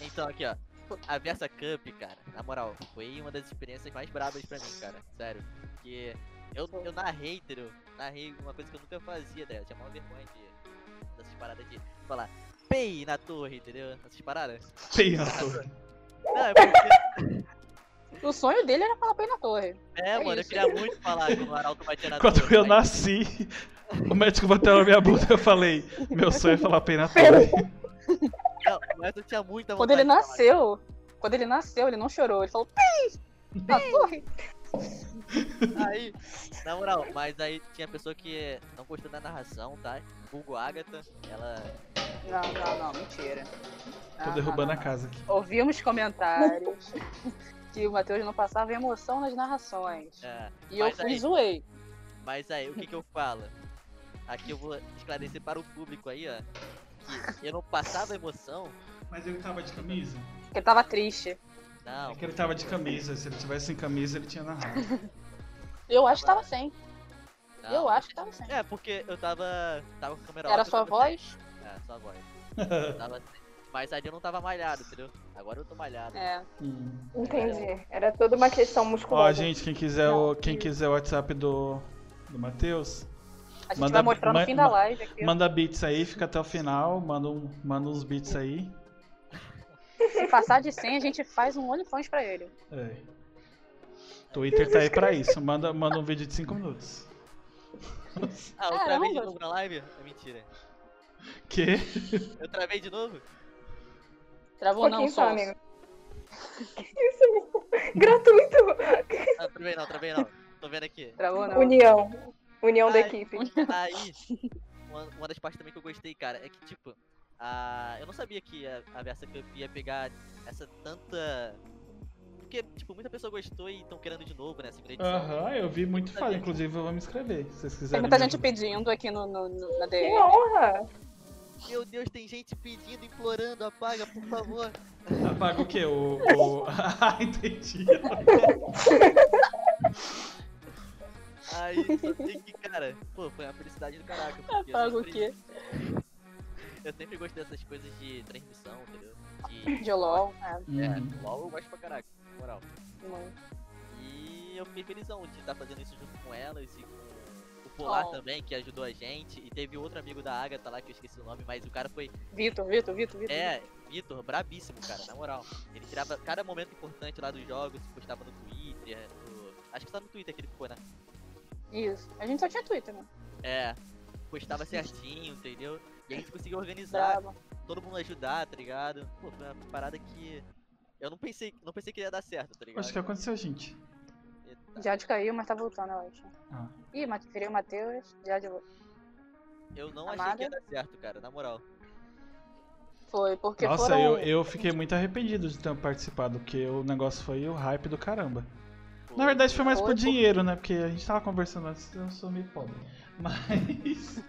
Speaker 2: Então, aqui, ó. A Versa Cup, cara, na moral, foi uma das experiências mais brabas pra mim, cara. Sério. Porque eu, eu narrei, entendeu? Narrei uma coisa que eu nunca fazia, tá? ligado? Eu tinha maior vergonha de, dessas paradas de falar pei na torre, entendeu? Essas paradas.
Speaker 1: Tem a torre.
Speaker 2: Não, é porque.
Speaker 3: O sonho dele era falar pra ir na torre.
Speaker 2: É, mano, eu
Speaker 3: isso.
Speaker 2: queria muito falar que o Arauto batia na
Speaker 1: Quando
Speaker 2: torre.
Speaker 1: eu
Speaker 2: mas-
Speaker 1: nasci, o médico bateu na minha bunda e eu falei: Meu sonho é falar pé na torre.
Speaker 2: Não, mas eu tinha muita
Speaker 3: Quando
Speaker 2: vontade
Speaker 3: ele
Speaker 2: de falar.
Speaker 3: nasceu, quando ele nasceu, ele não chorou, ele falou, pei! Na torre!
Speaker 2: Aí, na moral, mas aí tinha pessoa que não gostou da narração, tá? Hugo Agatha, ela.
Speaker 3: Não, não, não, mentira. Ah,
Speaker 1: Tô derrubando a casa aqui.
Speaker 3: Ouvimos comentários que o Matheus não passava emoção nas narrações.
Speaker 2: é,
Speaker 3: E eu
Speaker 2: Mas
Speaker 3: fui
Speaker 2: aí-
Speaker 3: e zoei.
Speaker 2: Mas aí, o que que eu falo? Aqui eu vou esclarecer para o público aí, ó. Que eu não passava emoção.
Speaker 1: Mas ele tava de camisa?
Speaker 3: Porque ele tava triste.
Speaker 2: Não,
Speaker 1: É que ele tava de camisa. Se ele tivesse sem camisa, ele tinha narrado.
Speaker 3: Eu acho que tava sem.
Speaker 2: não.
Speaker 3: Eu acho que tava sem.
Speaker 2: É, porque eu tava. Tava com a câmera
Speaker 3: Era
Speaker 2: off, eu
Speaker 3: sua
Speaker 2: tava sem.
Speaker 3: voz?
Speaker 2: É, sua voz. Eu tava sem. Mas ali eu não tava malhado, entendeu? Agora eu tô malhado.
Speaker 3: É.
Speaker 1: Hum.
Speaker 4: Entendi. É, Era toda uma questão
Speaker 1: Ó,
Speaker 4: muscular.
Speaker 1: gente, quem quiser, o, quem quiser o WhatsApp do, do Matheus,
Speaker 3: A gente
Speaker 1: Manda-
Speaker 3: vai mostrar no
Speaker 1: ma-
Speaker 3: fim da
Speaker 1: ma-
Speaker 3: live aqui.
Speaker 1: manda beats aí, fica até o final, manda, um, manda uns beats aí.
Speaker 3: Se passar de 100, a gente faz um OnlyFans pra ele.
Speaker 1: É. Twitter tá aí pra isso, manda, manda um vídeo de 5 minutos.
Speaker 2: Ah, eu travei de
Speaker 3: Caramba.
Speaker 2: novo na live? É mentira.
Speaker 1: Que?
Speaker 2: Eu travei de novo?
Speaker 4: Um
Speaker 3: Travou não,
Speaker 4: pouquinho só,
Speaker 3: Um só.
Speaker 4: amigo. Isso, gratuito.
Speaker 2: Ah, travei não, travei não. Tô vendo aqui.
Speaker 3: Travou, não.
Speaker 4: União. União da
Speaker 2: Ai.
Speaker 4: equipe.
Speaker 2: Aí, uma, uma das partes também que eu gostei, cara, é que, tipo, a, eu não sabia que a, a Versa Cup ia pegar essa tanta. Porque, tipo, muita pessoa gostou e estão querendo de novo, né? a Segunda edição.
Speaker 1: Aham, eu vi muito falar. Inclusive, eu vou me inscrever, se vocês
Speaker 3: Tem
Speaker 1: quiserem.
Speaker 3: muita
Speaker 1: me
Speaker 3: gente
Speaker 1: ajudar.
Speaker 3: pedindo aqui no, no- no- na
Speaker 4: Que
Speaker 3: DM.
Speaker 4: honra!
Speaker 2: Meu Deus, tem gente pedindo, implorando, apaga, por favor.
Speaker 1: Apaga o quê? O. o... ah, entendi.
Speaker 2: Aí, só sei que, cara, pô, foi uma felicidade do caraca. porque eu
Speaker 3: Apaga o
Speaker 2: sempre-
Speaker 3: quê?
Speaker 2: Eu sempre gostei dessas coisas de transmissão, entendeu? De,
Speaker 3: De LOL. Ah,
Speaker 1: Uhum.
Speaker 2: é, LOL eu gosto pra caraca, na moral.
Speaker 3: mano.
Speaker 2: E eu fiquei felizão de estar fazendo isso junto com elas e com o Polar
Speaker 3: Oh.
Speaker 2: também, que ajudou a gente. E teve outro amigo da Agatha lá, que eu esqueci o nome, mas o cara foi.
Speaker 3: Vitor, Vitor, Vitor, Vitor.
Speaker 2: É, Vitor, brabíssimo, cara, na moral. Ele tirava cada momento importante lá dos jogos, postava no Twitter. no- Acho que só no Twitter que ele ficou, né?
Speaker 3: Isso. A gente só tinha Twitter, né?
Speaker 2: É, postava certinho, entendeu? E a gente conseguiu organizar,
Speaker 3: Bravo.
Speaker 2: todo mundo ajudar, tá ligado? Pô, foi uma parada que. Eu não pensei, não pensei que ia dar certo, tá ligado?
Speaker 1: Acho que aconteceu, gente.
Speaker 2: Eita.
Speaker 3: Jade caiu, mas tá voltando, eu acho.
Speaker 1: Ah.
Speaker 3: Ih, Mate- virei o Matheus. Jade voltou.
Speaker 2: Eu não achei que
Speaker 3: Amada?
Speaker 2: ia dar certo, cara, na moral.
Speaker 3: Foi, porque
Speaker 1: Nossa,
Speaker 3: foram...
Speaker 1: eu, eu fiquei muito arrependido de ter participado, porque o negócio foi o hype do caramba. Na verdade foi mais por
Speaker 3: Foi, pô.
Speaker 1: dinheiro, né? Porque a gente tava conversando antes, eu sou meio pobre. Mas.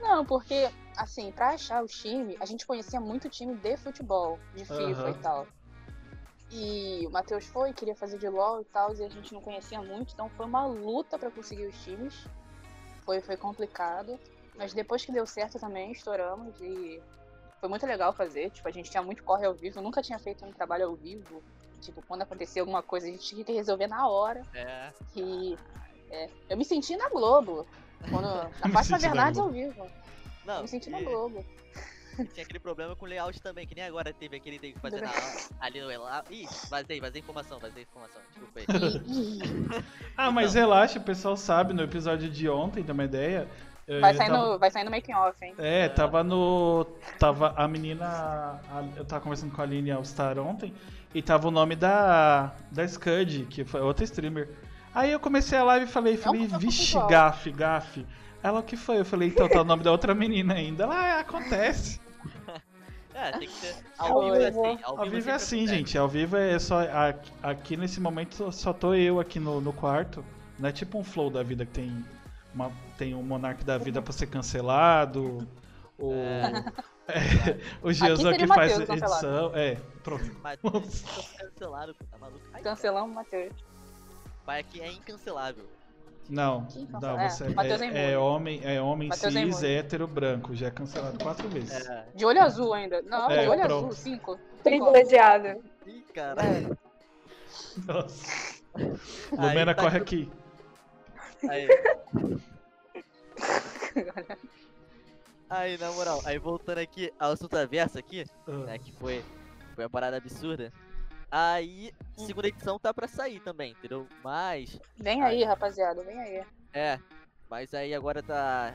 Speaker 3: Não, porque, assim, pra achar o time, a gente conhecia muito time de futebol, de FIFA
Speaker 1: Aham.
Speaker 3: e tal. E o Matheus foi, queria fazer de LOL e tal, e a gente não conhecia muito, então foi uma luta pra conseguir os times. Foi, foi complicado. Mas depois que deu certo também, estouramos e foi muito legal fazer. Tipo, a gente tinha muito corre ao vivo, eu nunca tinha feito um trabalho ao vivo. Tipo, quando acontecia alguma coisa, a gente tinha que resolver na hora.
Speaker 2: É,
Speaker 3: E é, eu me senti na Globo. Quando, na
Speaker 1: Me
Speaker 3: Fátima
Speaker 1: senti na
Speaker 3: Bernardes
Speaker 1: Globo.
Speaker 3: ao vivo.
Speaker 2: não.
Speaker 3: Eu me senti na
Speaker 2: e-
Speaker 3: Globo.
Speaker 2: E tinha aquele problema com o layout também, que nem agora teve aquele tem que fazer
Speaker 3: Tudo
Speaker 2: na ali no lá. Ih, vazei, vazei informação, vazei informação. Desculpa aí.
Speaker 3: E-
Speaker 1: Ah, mas
Speaker 2: Então.
Speaker 1: relaxa, o pessoal sabe, no episódio de ontem, dá uma ideia.
Speaker 3: e
Speaker 1: eu-
Speaker 3: vai
Speaker 1: eu
Speaker 3: sair
Speaker 1: tava-
Speaker 3: no, vai sair no making off, hein?
Speaker 1: É, tava no. Tava a menina. a- eu tava conversando com a Aline Alstar ontem. E tava o nome da. Da Scud, que foi outra streamer. Aí eu comecei a live e falei, falei,
Speaker 3: contato
Speaker 1: vixe,
Speaker 3: pessoal."
Speaker 1: gafe, gafe. Ela, o que foi? Eu falei, então tá o nome da outra menina ainda. Ela, "Ah, acontece.
Speaker 2: É, tem que ser. Ao vivo é assim. Ao,
Speaker 1: Ao vivo é
Speaker 2: sempre
Speaker 1: assim,
Speaker 2: acontece.
Speaker 1: gente. Ao vivo é só. Aqui, aqui nesse momento só- só tô eu aqui no, no quarto. Não é tipo um flow da vida que tem. Uma, tem um monarca da vida pra ser cancelado. O,
Speaker 2: É,
Speaker 1: o Jean
Speaker 3: seria
Speaker 1: que
Speaker 3: o
Speaker 1: faz
Speaker 3: Matheus
Speaker 1: edição. É, pronto.
Speaker 2: Mas tô cancelado, pô, tá maluco? Ai,
Speaker 3: Cancelamos o Matheus.
Speaker 2: Pai aqui é incancelável.
Speaker 1: Não,
Speaker 3: Quem
Speaker 1: não,
Speaker 3: cancela?
Speaker 1: você
Speaker 3: É, Matheus é imune.
Speaker 1: é, é homem, é homem
Speaker 3: Matheus é
Speaker 1: cis,
Speaker 3: imune.
Speaker 1: hétero, branco. Já é cancelado quatro vezes.
Speaker 2: É.
Speaker 3: De olho azul ainda. Não,
Speaker 1: É,
Speaker 3: de olho
Speaker 1: pronto.
Speaker 3: azul, cinco.
Speaker 4: Privilegiado.
Speaker 2: Ih, caralho.
Speaker 1: Nossa.
Speaker 2: Aí
Speaker 1: Lumena
Speaker 2: tá
Speaker 1: corre aqui.
Speaker 2: Aí. Aí, na moral, aí voltando aqui ao assunto avessa aqui, né, que foi, foi uma parada absurda. Aí, segunda edição tá pra sair também, entendeu? Mas,
Speaker 3: Vem aí, rapaziada, vem aí.
Speaker 2: é, mas aí agora tá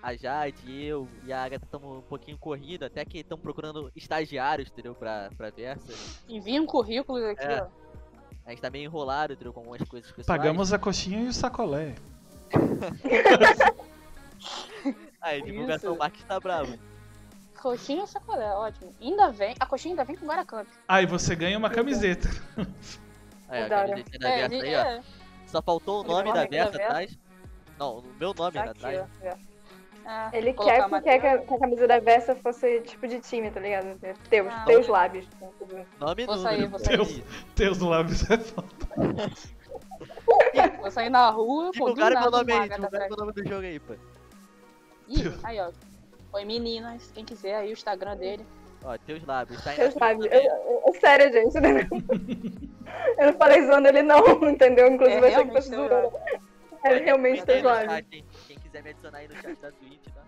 Speaker 2: a Jade, eu e a Agatha estamos um pouquinho corrido, até que estamos procurando estagiários, entendeu, pra, pra Versa.
Speaker 3: Envia um currículo aqui,
Speaker 2: É.
Speaker 3: ó.
Speaker 2: A gente tá meio enrolado, entendeu, com algumas coisas pessoais.
Speaker 1: Pagamos a coxinha e o sacolé.
Speaker 2: Aí, divulgação, o
Speaker 3: Isso.
Speaker 2: Marques tá bravo.
Speaker 3: Coxinha ou sacolé, ótimo. Ainda vem, a coxinha ainda vem com Guaracamp.
Speaker 1: Aí você ganha uma camiseta.
Speaker 2: Aí, a
Speaker 4: Adoro.
Speaker 2: camisetinha da
Speaker 3: é,
Speaker 2: Versa aí, ó.
Speaker 3: é,
Speaker 2: Só faltou o
Speaker 3: Ele
Speaker 2: nome
Speaker 3: morre
Speaker 2: da
Speaker 3: aqui na
Speaker 2: Versa
Speaker 3: Versa.
Speaker 2: atrás. Não, o meu nome
Speaker 3: tá
Speaker 2: era
Speaker 3: aqui,
Speaker 2: atrás.
Speaker 3: ó. é. Ah,
Speaker 4: Ele quer que,
Speaker 3: colocar
Speaker 4: quer que
Speaker 3: Matheus.
Speaker 4: a- que a camisa da Versa fosse tipo de time, tá ligado? Teus,
Speaker 3: Ah.
Speaker 4: teus lábios.
Speaker 2: Nome e
Speaker 3: Vou
Speaker 2: número.
Speaker 3: sair, vou
Speaker 1: Deus.
Speaker 2: Ih,
Speaker 1: Teus lábios é foda.
Speaker 3: Vou sair na rua, pô, do
Speaker 2: Divulgaram meu
Speaker 3: nada,
Speaker 2: nome
Speaker 3: uma
Speaker 2: aí,
Speaker 3: gata
Speaker 2: divulgaram
Speaker 3: atrás.
Speaker 2: meu nome do jogo aí, pô.
Speaker 3: Ih, aí, ó. Oi, meninas. Quem quiser aí o Instagram dele.
Speaker 2: Ó, teus lábios, tá aí na
Speaker 4: Teus
Speaker 2: tela
Speaker 4: lábios.
Speaker 2: também.
Speaker 4: Eu- eu- sério, gente. Eu não falei zoando ele, não, entendeu? Inclusive,
Speaker 3: É
Speaker 4: eu achei que fosse
Speaker 3: realmente teus
Speaker 4: zoando. É
Speaker 2: Ó,
Speaker 4: realmente
Speaker 2: comenta aí
Speaker 4: teus
Speaker 2: no
Speaker 4: lábios.
Speaker 2: chat, hein. Quem quiser me adicionar aí no chat da Twitch, tá?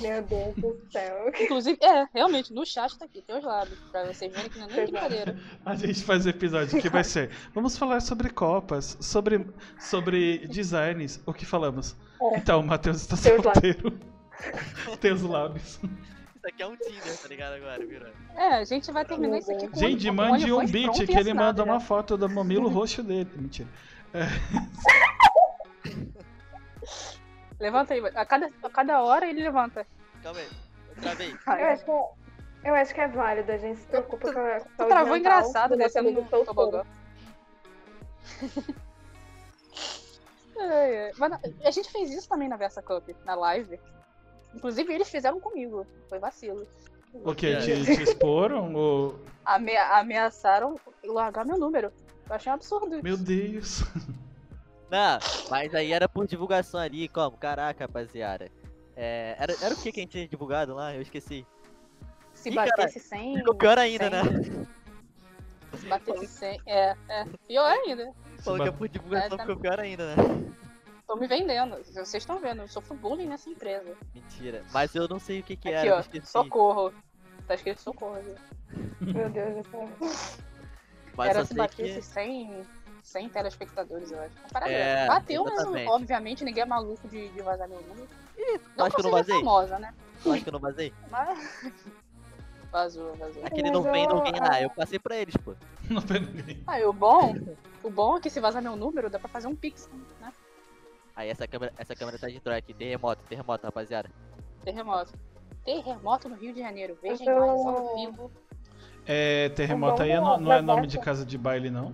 Speaker 4: Meu Deus do céu.
Speaker 3: Inclusive, é, realmente, no chat tá aqui, tem os lábios. Pra vocês verem que não é nem brincadeira.
Speaker 1: A gente faz episódio que vai ser. Vamos falar sobre copas, sobre, sobre designs,
Speaker 3: É.
Speaker 1: o que falamos. Então, o Matheus está
Speaker 4: Teus
Speaker 1: solteiro. Teus lábios.
Speaker 2: Isso aqui é um Tinder, tá ligado? Agora, virou.
Speaker 3: É, a gente vai terminar isso aqui com
Speaker 1: Gente,
Speaker 3: com
Speaker 1: mande um
Speaker 3: OnlyFans
Speaker 1: beat
Speaker 3: pronto
Speaker 1: que
Speaker 3: e
Speaker 1: ele
Speaker 3: assinado né?
Speaker 1: manda
Speaker 3: já.
Speaker 1: uma foto do mamilo roxo dele. Mentira.
Speaker 3: Levanta aí, a cada, a cada hora ele levanta.
Speaker 2: Calma aí. Eu travei.
Speaker 4: Eu acho que é, eu acho que é válido, a gente se preocupa com a saúde
Speaker 3: Tu travou
Speaker 4: mental
Speaker 3: engraçado né?
Speaker 4: do nosso
Speaker 3: descendo
Speaker 4: amigo
Speaker 3: no
Speaker 4: solteiro.
Speaker 3: tobogã. Ai, ai. Mas na- a gente fez isso também na Versa Cup, na live. Inclusive eles fizeram comigo, foi vacilo.
Speaker 1: O que?
Speaker 2: É.
Speaker 1: Te, te exporam? Ou...
Speaker 3: Ame- ameaçaram largar meu número. Eu achei um absurdo isso.
Speaker 1: Meu Deus.
Speaker 2: Não, mas aí era por divulgação ali, como? Caraca, rapaziada. É, era, era o que que a gente tinha divulgado lá? Eu esqueci.
Speaker 3: Se
Speaker 2: Ih,
Speaker 3: batesse 100,
Speaker 2: Ficou pior ainda, né?
Speaker 3: se batesse 100, é, é, pior ainda.
Speaker 2: Falou que é por divulgação,
Speaker 3: É, tá-
Speaker 2: ficou pior ainda, né?
Speaker 3: Tô me vendendo, vocês estão vendo, eu sofro bullying nessa empresa.
Speaker 2: Mentira. Mas eu não sei o que que
Speaker 3: Aqui,
Speaker 2: era, eu
Speaker 3: ó,
Speaker 2: esqueci.
Speaker 3: socorro. Tá escrito socorro aqui.
Speaker 4: Meu Deus do céu.
Speaker 2: Mas
Speaker 3: Era
Speaker 2: só
Speaker 3: se
Speaker 2: sei
Speaker 3: batesse
Speaker 2: que...
Speaker 3: 100, 100 telespectadores, eu acho. Parabéns.
Speaker 2: É,
Speaker 3: Bateu, mas
Speaker 2: exatamente.
Speaker 3: obviamente ninguém é maluco de, de vazar meu número. Não
Speaker 2: acho que eu não
Speaker 3: seja
Speaker 2: vazei?
Speaker 3: famosa, né?
Speaker 2: Eu Acho que eu não vazei.
Speaker 3: Mas. Vazou, vazou.
Speaker 2: Aquele
Speaker 4: Mas
Speaker 2: não vem, não
Speaker 4: eu-
Speaker 2: vem lá. Eu passei pra eles, pô.
Speaker 1: Não tem ninguém.
Speaker 3: Ah, e o bom. O bom é que se vazar meu número, dá pra fazer um pix, né?
Speaker 2: Aí essa câmera, essa câmera tá de Troia aqui. Terremoto, terremoto, rapaziada.
Speaker 3: Terremoto. Terremoto no Rio de Janeiro. Vejam
Speaker 4: Eu-
Speaker 3: imagens ao vivo.
Speaker 1: É, terremoto
Speaker 4: Então,
Speaker 1: aí é no-
Speaker 4: vamos
Speaker 1: não é
Speaker 4: lá,
Speaker 1: nome
Speaker 4: volta.
Speaker 1: de casa de baile, não?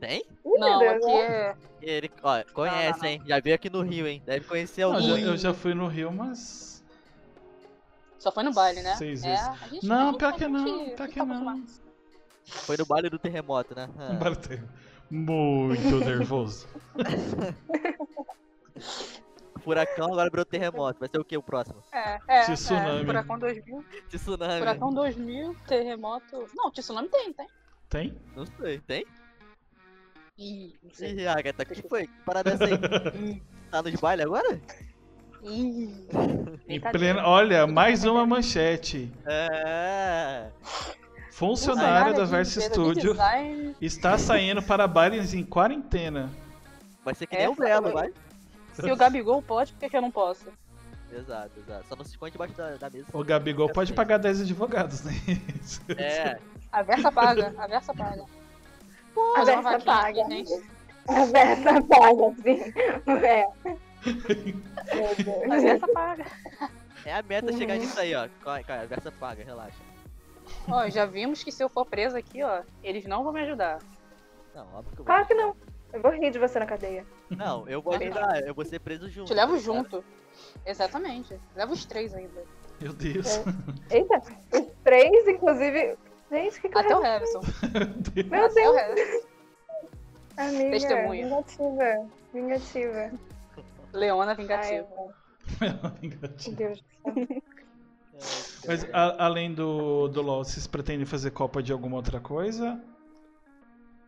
Speaker 2: Tem?
Speaker 4: Ih,
Speaker 3: Não,
Speaker 4: meu Deus,
Speaker 3: aqui
Speaker 4: né?
Speaker 3: é.
Speaker 2: Ele, ó, conhece,
Speaker 3: não, não.
Speaker 2: hein? Já veio aqui no Rio, hein? Deve conhecer
Speaker 1: Não,
Speaker 2: algum.
Speaker 1: já-
Speaker 2: hein?
Speaker 1: eu já fui no Rio, mas.
Speaker 3: Só foi no baile, né?
Speaker 1: Seis
Speaker 3: é,
Speaker 1: vezes.
Speaker 3: a gente-
Speaker 1: Não,
Speaker 3: a gente-
Speaker 1: pior
Speaker 3: a
Speaker 1: que não,
Speaker 3: gente
Speaker 1: pior que
Speaker 3: tá
Speaker 1: não.
Speaker 3: acostumado.
Speaker 2: Foi no baile do terremoto,
Speaker 1: Um
Speaker 2: né? Ah.
Speaker 1: Bateu. Muito nervoso.
Speaker 2: Furacão agora virou terremoto. Vai ser o que o próximo?
Speaker 3: É, é,
Speaker 1: Tsunami.
Speaker 3: é. Furacão 2000.
Speaker 2: Tsunami.
Speaker 3: Furacão 2000, terremoto. Não, tsunami tem, tá? tem.
Speaker 1: Tem?
Speaker 2: Não sei, tem?
Speaker 3: Ih, não sei.
Speaker 2: Ih, Agatha, o que foi? Que parada é essa aí? Tá nos bailes agora?
Speaker 3: Ih.
Speaker 1: Em
Speaker 3: Brincadeira.
Speaker 1: plena- Olha, mais uma manchete.
Speaker 2: É.
Speaker 1: Funcionário da
Speaker 3: de
Speaker 1: Versa
Speaker 3: limpeza de
Speaker 1: Studio
Speaker 3: design.
Speaker 1: está saindo para bailes em quarentena.
Speaker 2: Vai ser que nem
Speaker 3: É,
Speaker 2: o Belo, vai?
Speaker 3: exatamente. Se o Gabigol pode, por que que eu não posso?
Speaker 2: Exato, exato. Só não se esconde debaixo da, da mesa.
Speaker 1: O Gabigol pode
Speaker 2: Assim.
Speaker 1: pagar 10 advogados, né?
Speaker 2: É.
Speaker 3: A Versa paga, a Versa paga.
Speaker 4: A
Speaker 3: Fazer uma
Speaker 4: Versa
Speaker 3: vaquinha
Speaker 4: paga.
Speaker 3: aqui, gente.
Speaker 4: A Versa paga, sim. É. Meu
Speaker 3: A
Speaker 4: Deus.
Speaker 3: Versa paga.
Speaker 2: É a meta
Speaker 4: Uhum.
Speaker 2: chegar nisso aí, ó. Corre, Cara, versa paga, relaxa.
Speaker 3: Ó, já vimos que se eu for presa aqui, ó, eles não vão me ajudar.
Speaker 2: Não, óbvio que eu vou.
Speaker 4: Claro que não. Eu vou rir de você na cadeia.
Speaker 2: Não, eu vou
Speaker 3: Claro que
Speaker 2: ajudar, eu vou ser preso junto.
Speaker 3: Te levo
Speaker 2: tá ligado?
Speaker 3: junto. Exatamente. Levo os três ainda.
Speaker 1: Meu Deus.
Speaker 4: Eita, os três, inclusive. Gente, o que que eu
Speaker 3: Até o Harrison.
Speaker 4: Meu
Speaker 3: Até o
Speaker 4: Deus,
Speaker 3: Harrison.
Speaker 4: amiga.
Speaker 3: Testemunha.
Speaker 4: Vingativa. Vingativa.
Speaker 3: Leona
Speaker 4: Ai,
Speaker 3: Vingativa.
Speaker 4: meu Deus.
Speaker 2: É,
Speaker 1: Mas
Speaker 2: cara.
Speaker 1: a- além do, do LoL, vocês pretendem fazer Copa de alguma outra coisa?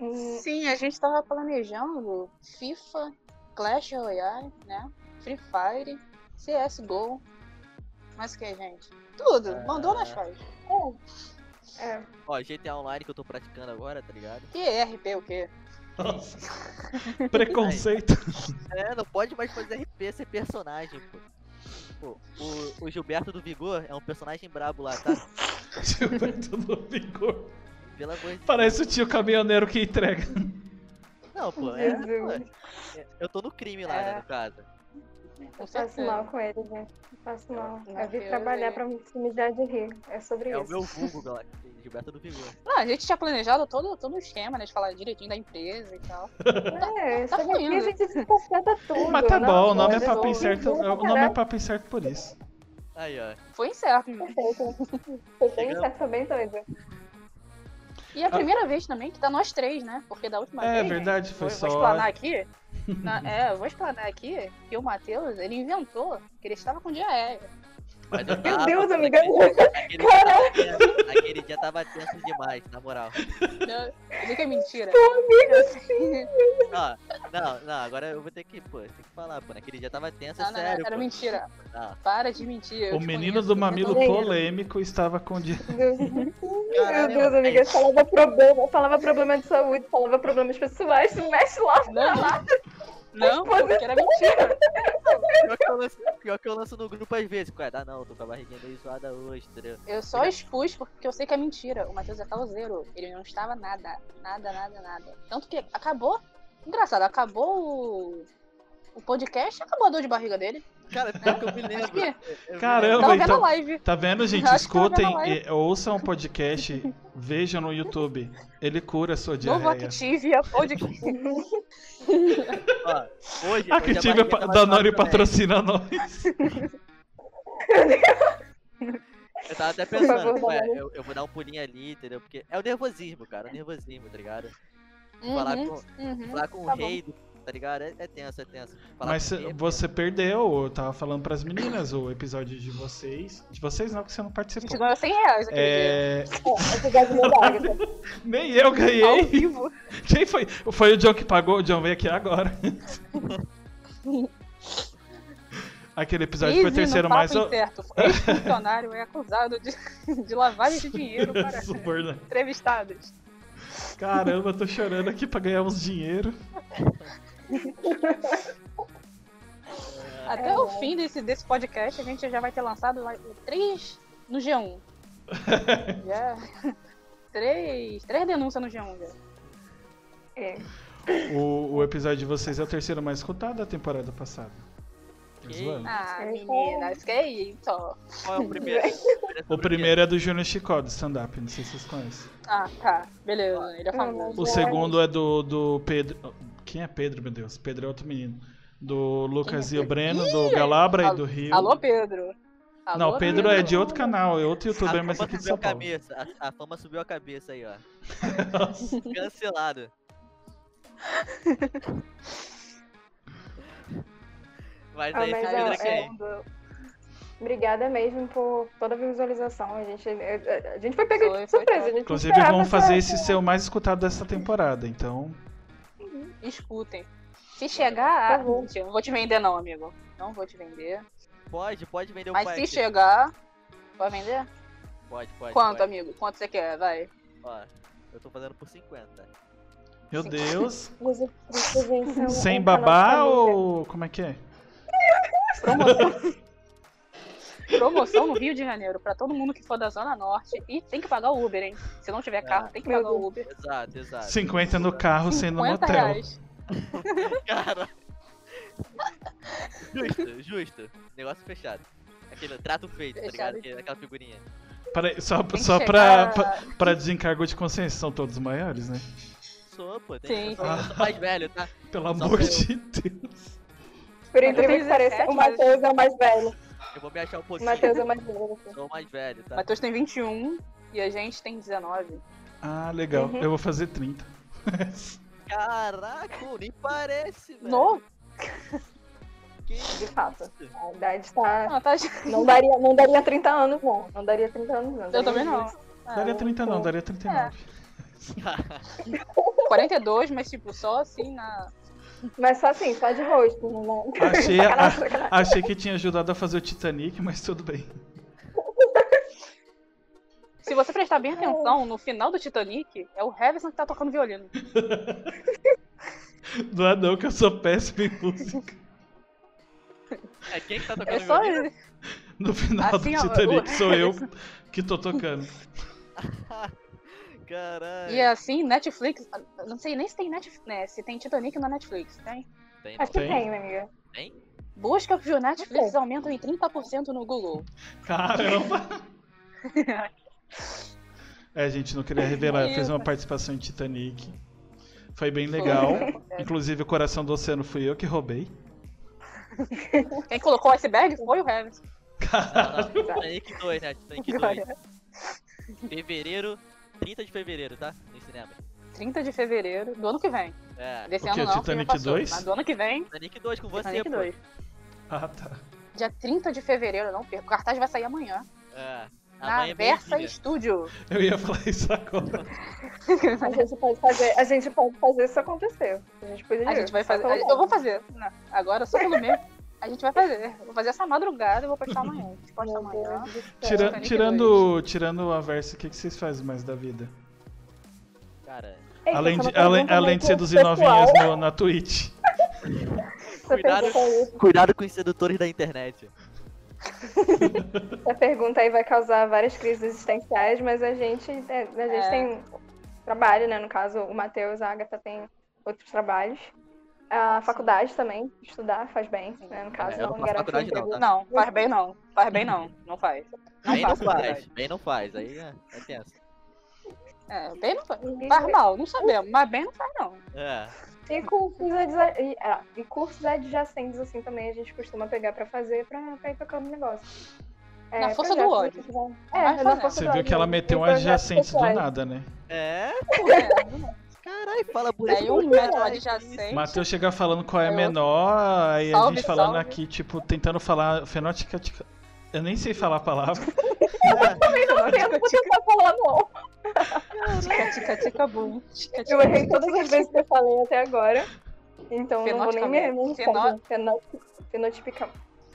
Speaker 4: Hum,
Speaker 3: Sim, a gente tava planejando FIFA, Clash Royale, né? Free Fire, CSGO. Mas o que, gente? Tudo. Mandou nas faz.
Speaker 4: É.
Speaker 2: Ó, GTA Online que eu tô praticando agora, tá ligado?
Speaker 3: Que RP o quê?
Speaker 1: Nossa. Preconceito.
Speaker 2: É, não pode mais fazer RP ser personagem, pô. Pô, o, o Gilberto do Vigor é um personagem brabo lá, tá?
Speaker 1: Gilberto do Vigor.
Speaker 2: Pelo amor de
Speaker 1: Parece o tio caminhoneiro que entrega.
Speaker 2: Não, pô, é,
Speaker 4: Jesus.
Speaker 2: pô, é- Eu tô no crime lá, né,
Speaker 3: É.
Speaker 2: no caso.
Speaker 3: Com
Speaker 4: Eu faço
Speaker 3: certeza.
Speaker 4: mal com ele, gente. Eu faço mal.
Speaker 3: Não,
Speaker 4: Eu vim
Speaker 3: eu
Speaker 4: trabalhar
Speaker 3: odeio.
Speaker 4: pra me mijar de rir. É sobre
Speaker 2: É o
Speaker 4: isso.
Speaker 2: meu vulgo, lá, Gilberto do Vigor.
Speaker 3: Não, a gente tinha planejado todo, todo o esquema, né? De falar direitinho da empresa e tal.
Speaker 4: É,
Speaker 3: Tá
Speaker 4: sobre aqui a
Speaker 3: fluindo.
Speaker 4: gente se conserta tudo.
Speaker 1: Mas tá
Speaker 4: Não,
Speaker 1: bom, o nome é
Speaker 4: eu
Speaker 1: papo
Speaker 4: sou-
Speaker 1: incerto.
Speaker 4: eu sou
Speaker 1: O nome é papo incerto por isso.
Speaker 2: Aí, ó.
Speaker 3: Foi incerto.
Speaker 4: Perfeito. Foi bem
Speaker 2: Chegamos.
Speaker 4: certo, foi bem doido.
Speaker 3: E é a primeira vez também que tá nós três, né? Porque da última
Speaker 1: Ah. É
Speaker 3: vez.
Speaker 1: verdade,
Speaker 3: gente,
Speaker 1: foi
Speaker 3: vou,
Speaker 1: só.
Speaker 3: vou explanar aqui. na- é, eu vou explanar aqui que o Matheus, ele inventou que ele estava com diarreia.
Speaker 2: Mas eu
Speaker 4: Meu
Speaker 2: tava,
Speaker 4: Deus,
Speaker 2: pô,
Speaker 3: é
Speaker 4: amiga.
Speaker 2: Aquele, dia tava tenso, aquele dia tava tenso demais, na moral.
Speaker 3: Não, Diga que é mentira.
Speaker 2: Não, não, não, agora eu vou ter que, pô, tem que falar, pô. Naquele dia tava tenso, é
Speaker 3: Não, não, não,
Speaker 2: sério.
Speaker 3: era
Speaker 2: pô.
Speaker 3: mentira.
Speaker 2: Ah.
Speaker 3: Para de mentir. eu
Speaker 1: O
Speaker 3: te
Speaker 1: menino
Speaker 3: conheço,
Speaker 1: do
Speaker 3: eu
Speaker 1: mamilo
Speaker 3: tô-
Speaker 4: Ei.
Speaker 1: polêmico estava com. di-
Speaker 4: Meu Deus, meu
Speaker 2: Caralho,
Speaker 4: Deus
Speaker 2: mano,
Speaker 4: amiga. Falava problema, falava problema de saúde, falava problemas pessoais. Se mexe lá.
Speaker 3: Não, não, porque era mentira.
Speaker 2: Pior que eu lanço, pior que eu lanço no grupo às vezes. Cara, dá não, tô com a barriguinha meio zoada hoje, entendeu?
Speaker 3: Eu só expus porque eu sei que é mentira. O Matheus é causeiro. Ele não estava nada. Nada, nada, nada. Tanto que acabou. Engraçado, acabou o, o podcast, acabou a dor de barriga dele.
Speaker 2: Cara, é pior que eu me lembro.
Speaker 3: que-
Speaker 2: eu- eu
Speaker 1: Caramba,
Speaker 2: me
Speaker 3: Tava
Speaker 2: lembro.
Speaker 3: vendo
Speaker 1: então-
Speaker 3: a live.
Speaker 1: Tá vendo, gente?
Speaker 3: Acho que
Speaker 1: Escutem,
Speaker 3: tava na
Speaker 1: e- ouçam o podcast, vejam no YouTube. Ele cura a sua
Speaker 3: Novo
Speaker 1: diarreia.
Speaker 3: Activia Podcast.
Speaker 2: Ó, hoje,
Speaker 1: Ah,
Speaker 2: hoje
Speaker 1: que
Speaker 2: a
Speaker 1: tive
Speaker 2: barriguinha tá
Speaker 1: a pa-
Speaker 2: tava
Speaker 1: Danone
Speaker 2: zoada também.
Speaker 1: patrocina nós.
Speaker 2: Eu tava até
Speaker 4: Por favor,
Speaker 2: pensando, ué,
Speaker 4: Danone.
Speaker 2: eu, eu vou dar um pulinho ali, entendeu? Porque é o nervosismo, cara. O nervosismo, tá ligado? Falar
Speaker 3: Uhum,
Speaker 2: com-
Speaker 3: uhum.
Speaker 2: Falar com
Speaker 4: Tá
Speaker 2: o
Speaker 4: bom.
Speaker 2: rei, do- tá ligado? É, é tenso, é tenso. Falar
Speaker 1: Mas
Speaker 2: com o rei é
Speaker 1: você perdeu, eu tava falando pras meninas o episódio de vocês. De vocês não, que você não
Speaker 3: A gente
Speaker 1: participou.
Speaker 3: ganhou 100 reais aquele dia.
Speaker 1: É,
Speaker 4: Esse gás me dá.
Speaker 1: nem eu
Speaker 3: Ao
Speaker 1: ganhei.
Speaker 3: vivo.
Speaker 1: Quem foi? Foi o John que pagou, o John veio aqui agora. Aquele episódio foi o
Speaker 3: Easy no
Speaker 1: terceiro
Speaker 3: papo
Speaker 1: mais.
Speaker 3: incerto. Ex-funcionário é acusado de, de lavagem de dinheiro para
Speaker 1: Suborna.
Speaker 3: entrevistados.
Speaker 1: né? Caramba, eu tô chorando aqui pra ganhar uns dinheiro.
Speaker 3: Até o fim desse, desse podcast, a gente já vai ter lançado lá o três no G1. já. Três, três denúncias no G1, já.
Speaker 4: É.
Speaker 1: O, o episódio de vocês é o terceiro mais escutado da temporada passada. Tô
Speaker 2: Que
Speaker 1: zoando.
Speaker 3: Ah,
Speaker 4: Então-
Speaker 3: menina, isso que é isso. ó.
Speaker 2: Qual é o primeiro?
Speaker 1: O primeiro é do Júnior Chicó, do stand-up, não sei se vocês conhecem.
Speaker 3: Ah, tá. Beleza, ele é famoso.
Speaker 1: O
Speaker 4: Ué.
Speaker 1: segundo é do, do Pedro. Quem é Pedro, meu Deus? Pedro é outro menino. Do Lucas e o Breno, do Galabra e do Rio.
Speaker 3: é Alô, Pedro. Alô,
Speaker 1: Não, Pedro é de outro canal, é outro
Speaker 2: A
Speaker 1: youtuber,
Speaker 2: fama
Speaker 1: mas aqui de
Speaker 2: subiu
Speaker 1: São
Speaker 2: a
Speaker 1: Paulo.
Speaker 2: cabeça. A, a fama subiu a cabeça aí, ó. Cancelado. Mas
Speaker 4: Ah,
Speaker 2: aí,
Speaker 4: mas
Speaker 2: Pedro
Speaker 4: ó,
Speaker 2: é quem?
Speaker 4: é, Obrigada mesmo por toda a visualização. A gente, é, a, a gente foi pego
Speaker 3: Foi,
Speaker 4: de
Speaker 3: foi
Speaker 4: surpresa.
Speaker 3: top.
Speaker 4: a gente
Speaker 1: Inclusive,
Speaker 4: não esperava
Speaker 1: vão fazer
Speaker 4: essa-
Speaker 1: esse seu mais escutado dessa temporada, então.
Speaker 3: Escutem. Se chegar. Ah,
Speaker 4: Por favor.
Speaker 3: mentira, não vou te vender, não, amigo. Não vou te vender.
Speaker 2: Pode, pode vender o
Speaker 3: Mas
Speaker 2: pai
Speaker 3: se
Speaker 2: aqui.
Speaker 3: chegar. Vai vender?
Speaker 2: Pode, pode.
Speaker 3: Quanto,
Speaker 2: pode.
Speaker 3: amigo? Quanto você quer? Vai.
Speaker 2: Ó, eu tô fazendo por 50.
Speaker 1: Meu
Speaker 3: Sim.
Speaker 1: Deus.
Speaker 4: Inclusive, gente, é um- é
Speaker 1: Sem
Speaker 4: um canal
Speaker 1: babá
Speaker 4: de família.
Speaker 1: ou. Como é que é?
Speaker 3: Promoção. Promoção no Rio de Janeiro pra todo mundo que for da Zona Norte. E tem que pagar o Uber, hein? Se não tiver carro,
Speaker 2: Ah,
Speaker 3: tem que
Speaker 4: meu
Speaker 3: pagar o
Speaker 4: Deus.
Speaker 3: Uber.
Speaker 2: Exato, exato.
Speaker 1: 50 no carro, 100 no
Speaker 3: 50
Speaker 1: motel.
Speaker 3: reais.
Speaker 2: Cara. Justo, justo. Negócio fechado. Aquele trato feito, tá ligado?
Speaker 3: Fechado.
Speaker 2: Aquele- Aquela figurinha.
Speaker 1: Peraí, só
Speaker 3: Tem que
Speaker 1: só pra,
Speaker 3: chegar-
Speaker 1: pra, pra desencargo de consciência, são todos maiores, né?
Speaker 2: Sou, pô. Tem
Speaker 3: Sim.
Speaker 2: eu sou- eu sou mais velho, tá?
Speaker 1: Pelo
Speaker 2: Só
Speaker 1: amor
Speaker 2: eu.
Speaker 1: de Deus.
Speaker 4: Por
Speaker 3: Eu
Speaker 4: incrível
Speaker 3: tenho
Speaker 4: que pareça,
Speaker 3: 17,
Speaker 4: o Matheus é o mais velho.
Speaker 2: Eu vou me achar um
Speaker 4: O
Speaker 2: pouquinho.
Speaker 4: Matheus é o mais velho. assim.
Speaker 2: Sou mais velho, tá?
Speaker 3: Matheus tem 21 e a gente tem 19.
Speaker 1: Ah, legal.
Speaker 4: Uhum.
Speaker 1: Eu vou fazer 30.
Speaker 2: Caraca, nem parece, velho.
Speaker 3: Novo?
Speaker 4: De
Speaker 2: Que isso?
Speaker 4: fato. A idade tá.
Speaker 3: Ah, tá.
Speaker 4: Não daria, não daria 30 anos, não. Não daria 30 anos, não.
Speaker 3: Eu
Speaker 4: Daria
Speaker 3: também não.
Speaker 4: 20.
Speaker 1: Daria
Speaker 3: é
Speaker 1: 30 não, daria 39.
Speaker 3: 42, mas tipo, só assim na.
Speaker 4: Mas só assim, só de rosto. Não, não.
Speaker 1: Achei, a-
Speaker 4: Sacanagem, sacanagem.
Speaker 1: achei que tinha ajudado a fazer o Titanic, mas tudo bem.
Speaker 3: Se você prestar bem atenção, no final do Titanic, é o Harrison que tá tocando violino.
Speaker 1: Não é não que eu sou péssimo em música.
Speaker 2: É quem que tá tocando
Speaker 3: É só
Speaker 2: violino?
Speaker 3: ele.
Speaker 1: No final
Speaker 3: Assim, ó,
Speaker 1: do Titanic sou eu que tô tocando.
Speaker 2: Caralho.
Speaker 3: E assim, Netflix. Não sei nem se tem Netflix. Né, se tem Titanic na Netflix, tem?
Speaker 2: Tem,
Speaker 4: Acho que
Speaker 1: Tem.
Speaker 4: tem, né, amiga?
Speaker 3: Buscas do Netflix aumentam em 30% no Google.
Speaker 1: Caramba! É, gente, não queria revelar. Eu fiz uma participação em Titanic. Foi bem legal. Inclusive, o coração do oceano fui eu que roubei.
Speaker 3: Quem colocou o iceberg foi o Harrison. é
Speaker 2: Não, não, Titanic 2, né? Titanic 2. Fevereiro, 30 de fevereiro, tá? No cinema.
Speaker 3: 30 de fevereiro do ano que vem.
Speaker 2: É.
Speaker 3: Desse
Speaker 1: O quê?
Speaker 3: ano não,
Speaker 1: Titanic
Speaker 3: porque já passou,
Speaker 1: 2?
Speaker 3: Mas do ano que vem,
Speaker 2: Titanic 2 com você,
Speaker 3: Titanic 2.
Speaker 1: Ah, tá.
Speaker 3: Dia 30 de fevereiro, não perca. O cartaz vai sair amanhã.
Speaker 2: pô. É.
Speaker 3: na
Speaker 2: Amanhã é
Speaker 3: Versa
Speaker 2: meio-dia.
Speaker 3: Studio.
Speaker 1: Eu ia falar isso agora.
Speaker 4: A gente pode fazer, a gente pode fazer isso acontecer. A gente podia.
Speaker 3: A gente vai
Speaker 4: só
Speaker 3: fazer.
Speaker 4: pelo-
Speaker 3: Eu vou fazer. Não, agora, só pelo meu. A gente vai fazer. Vou fazer essa madrugada e vou postar amanhã. A gente posta
Speaker 4: Meu
Speaker 3: amanhã.
Speaker 4: Deus do céu.
Speaker 1: Tira,
Speaker 3: Titanic
Speaker 1: tirando, tirando a versa, o que, que vocês fazem mais da vida?
Speaker 2: Cara,
Speaker 4: Ei,
Speaker 1: além
Speaker 4: essa é
Speaker 1: de,
Speaker 4: uma
Speaker 1: além,
Speaker 4: pergunta
Speaker 1: além
Speaker 4: muito
Speaker 1: de seduzir
Speaker 4: pessoal.
Speaker 1: novinhas no- na Twitch.
Speaker 4: Essa
Speaker 2: Cuidado.
Speaker 4: pergunta, aí,
Speaker 2: Cuidado com os sedutores da internet.
Speaker 4: essa pergunta aí vai causar várias crises existenciais, mas a gente, é, a gente
Speaker 3: É.
Speaker 4: tem trabalho, né? No caso, o Matheus, a Agatha tem outros trabalhos. A faculdade também, estudar faz bem, né? No caso,
Speaker 2: É, eu
Speaker 4: não,
Speaker 2: não faço
Speaker 4: garante
Speaker 2: faculdade, não,
Speaker 4: emprego.
Speaker 2: tá?
Speaker 3: Não, faz bem não. Faz bem não. Não faz. Não
Speaker 2: Bem não
Speaker 3: faço,
Speaker 2: faz,
Speaker 3: verdade.
Speaker 2: bem não faz. Aí é, é tenso.
Speaker 3: É, bem não faz. Faz mal, não sabemos, mas bem não faz não.
Speaker 2: É.
Speaker 4: E cursos, adja- e- ah, e cursos adjacentes, assim, também a gente costuma pegar pra fazer pra, pra ir tocando o negócio. É,
Speaker 3: Na força do
Speaker 4: projetos,
Speaker 3: ódio.
Speaker 4: se quiser.
Speaker 3: Vai
Speaker 4: É, na
Speaker 3: fazendo.
Speaker 4: força
Speaker 1: Você viu
Speaker 4: do ódio.
Speaker 1: que ela meteu um
Speaker 4: E projetos
Speaker 1: adjacente do
Speaker 4: pessoais.
Speaker 1: nada, né?
Speaker 2: É?
Speaker 3: É,
Speaker 2: Caralho, fala por
Speaker 3: Daí um método
Speaker 2: caralho.
Speaker 3: adjacente.
Speaker 1: Matheus chega falando qual é a
Speaker 3: É outro.
Speaker 1: menor, aí a
Speaker 3: Salve,
Speaker 1: gente falando
Speaker 3: salve.
Speaker 1: aqui, tipo, tentando falar fenótica. Eu nem sei falar a palavra.
Speaker 4: Também não sei, eu não vou tentar falar, não.
Speaker 3: Tica, tica, tica, bum. Tica,
Speaker 4: Eu
Speaker 3: tica,
Speaker 4: errei todas as vezes que eu falei até agora. Então não vou nem me
Speaker 3: Fenotipicamente.
Speaker 4: me- feno- Fenotipica.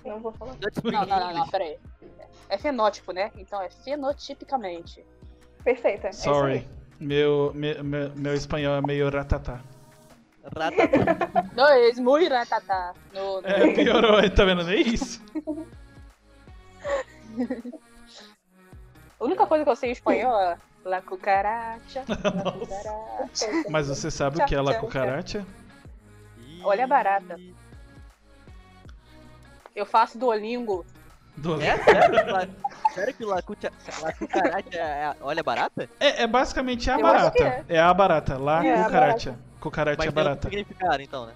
Speaker 4: Não vou falar.
Speaker 3: Não, não, não, não, peraí. É fenótipo, né? Então é fenotipicamente.
Speaker 4: Perfeita. é isso aí.
Speaker 1: Sorry. Meu, me- meu, meu espanhol é meio ratatá.
Speaker 2: Ratatouille.
Speaker 3: Dois, muito ratatá. né? Tá, No, no...
Speaker 1: É, piorou, tá vendo? É isso.
Speaker 3: A única coisa que eu sei em espanhol é la cucaracha, la
Speaker 1: Nossa.
Speaker 3: cucaracha.
Speaker 1: Mas você sabe o que é la cucaracha?
Speaker 3: Olha a barata. Eu faço Duolingo.
Speaker 1: Do-
Speaker 2: É? Sério? La- Sério que lacucha... lacucaracha é... a- Olha a barata?
Speaker 1: É, é basicamente a
Speaker 4: Eu acho que
Speaker 1: barata. É. a barata, lá
Speaker 4: É, a
Speaker 1: cucaracha. Cucaracha
Speaker 2: Mas
Speaker 1: é
Speaker 2: tem outro
Speaker 1: barata.
Speaker 2: significado, então, né?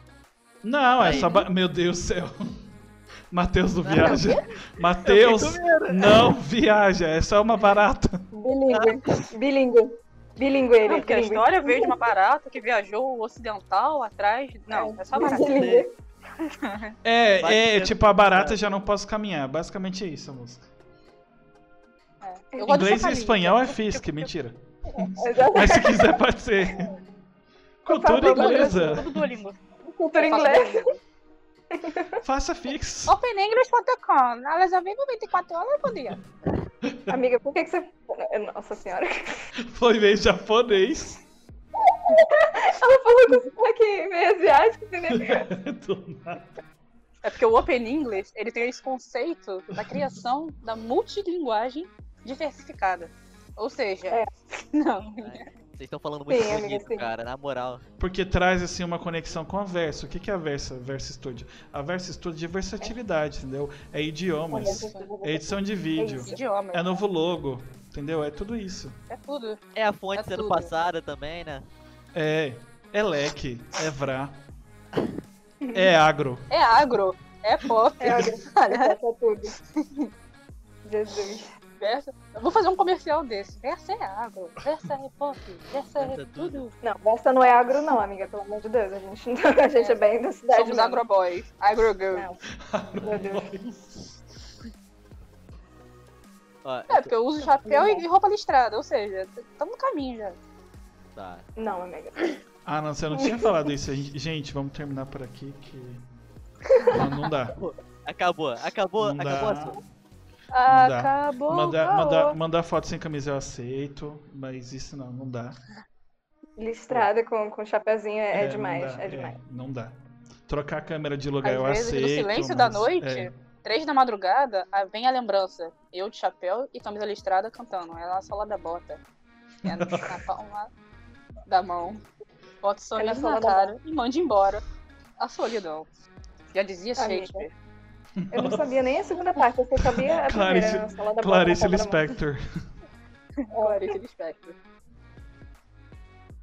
Speaker 1: Não, é
Speaker 2: Aí.
Speaker 1: só. ba- Meu Deus do céu. Matheus não
Speaker 2: Ah,
Speaker 1: viaja. Matheus,
Speaker 2: Eu fiquei
Speaker 1: não viaja. É só uma barata.
Speaker 4: Bilingue. Bilingue. Bilingue ele.
Speaker 3: Não, porque é a
Speaker 4: bilingue.
Speaker 3: história veio de uma barata que viajou ocidental atrás. Não, é só barata.
Speaker 4: Bilingue.
Speaker 2: Vai
Speaker 1: É, é,
Speaker 2: ser-
Speaker 1: tipo, a barata já não posso caminhar. Basicamente é isso a música.
Speaker 3: É. Eu gosto de
Speaker 1: Inglês e
Speaker 3: chacalinho.
Speaker 1: espanhol é fisk, mentira.
Speaker 4: Exato.
Speaker 1: Mas se quiser, pode ser.
Speaker 3: é
Speaker 1: Cultura
Speaker 4: favor,
Speaker 1: inglesa.
Speaker 3: Tudo Duolingo.
Speaker 4: Cultura
Speaker 3: Eu faço
Speaker 4: inglesa.
Speaker 3: Duolingo.
Speaker 1: Faça fix.
Speaker 3: OpenEnglish.com. Elas avivem 24 horas por dia.
Speaker 4: Amiga, por que que você... Nossa senhora.
Speaker 1: Foi meio japonês.
Speaker 4: Ela falou com sotaque meio asiático, é entendeu?
Speaker 1: Do nada.
Speaker 3: É porque o Open English, ele tem esse conceito da criação da multilinguagem diversificada. Ou seja,
Speaker 4: É.
Speaker 3: não.
Speaker 2: Vocês estão falando muito
Speaker 4: Sim, amiga,
Speaker 2: bonito,
Speaker 4: sim.
Speaker 2: cara, na moral.
Speaker 1: Porque traz assim uma conexão com a Versa. O que que é a Versa? Versa Studio. A Versa Studio é versatilidade, entendeu? É idiomas, é edição de vídeo,
Speaker 3: Idioma,
Speaker 1: é novo logo, entendeu? É tudo isso.
Speaker 3: é tudo.
Speaker 2: É a fonte
Speaker 3: É
Speaker 2: sendo
Speaker 3: tudo.
Speaker 2: passada também, né?
Speaker 1: É, é leque, é vrá, é agro.
Speaker 3: É agro, é pop.
Speaker 4: É, olha, é tudo. Jesus.
Speaker 3: Versa- Eu vou fazer um comercial desse. Versa é agro, versa é pop,
Speaker 2: Versa
Speaker 3: versa
Speaker 2: é
Speaker 3: é
Speaker 2: tudo.
Speaker 3: tudo.
Speaker 4: Não, Versa não é agro não, amiga, pelo amor de Deus. A gente, não- a gente é bem da cidade
Speaker 3: Somos
Speaker 4: mesmo.
Speaker 3: agroboys, agrogirls.
Speaker 4: Meu Deus.
Speaker 2: Ó,
Speaker 3: É, porque eu uso chapéu e e roupa listrada, ou seja, estamos no caminho já.
Speaker 2: tá.
Speaker 4: Não, amiga.
Speaker 1: Ah, não, você não tinha falado isso. A gente- Gente, vamos terminar por aqui que não, não dá.
Speaker 2: Acabou, acabou,
Speaker 1: Não
Speaker 2: acabou o
Speaker 1: dá.
Speaker 2: assunto.
Speaker 3: Ah,
Speaker 1: dá.
Speaker 3: Acabou
Speaker 4: é,
Speaker 1: Mandar,
Speaker 3: o
Speaker 1: mandar,
Speaker 3: caô.
Speaker 1: mandar foto sem camisa eu aceito, mas isso não, não dá.
Speaker 4: Listrada com, com chapeuzinho é, é demais,
Speaker 1: não dá,
Speaker 4: é demais.
Speaker 1: não dá. Trocar a câmera de lugar
Speaker 3: Às
Speaker 1: eu
Speaker 3: vezes, no
Speaker 1: aceito.
Speaker 3: silêncio da
Speaker 1: mas-
Speaker 3: noite, tá
Speaker 1: é.
Speaker 3: Três da madrugada, aí vem a lembrança. Eu de chapéu e camisa listrada cantando. Ela só lá da bota. É na, na palma da mão. Bota o
Speaker 4: É na
Speaker 3: sorriso
Speaker 4: palma
Speaker 3: na
Speaker 4: da
Speaker 3: cara e mande embora. A solidão. Já dizia
Speaker 4: Amiga.
Speaker 3: Shakespeare.
Speaker 4: Eu não sabia nem a segunda parte, eu só sabia a
Speaker 1: Clarice-
Speaker 4: primeira. Só lá da
Speaker 3: tá
Speaker 1: Clarice
Speaker 4: boca, na palma
Speaker 1: Lispector.
Speaker 3: Clarice Lispector.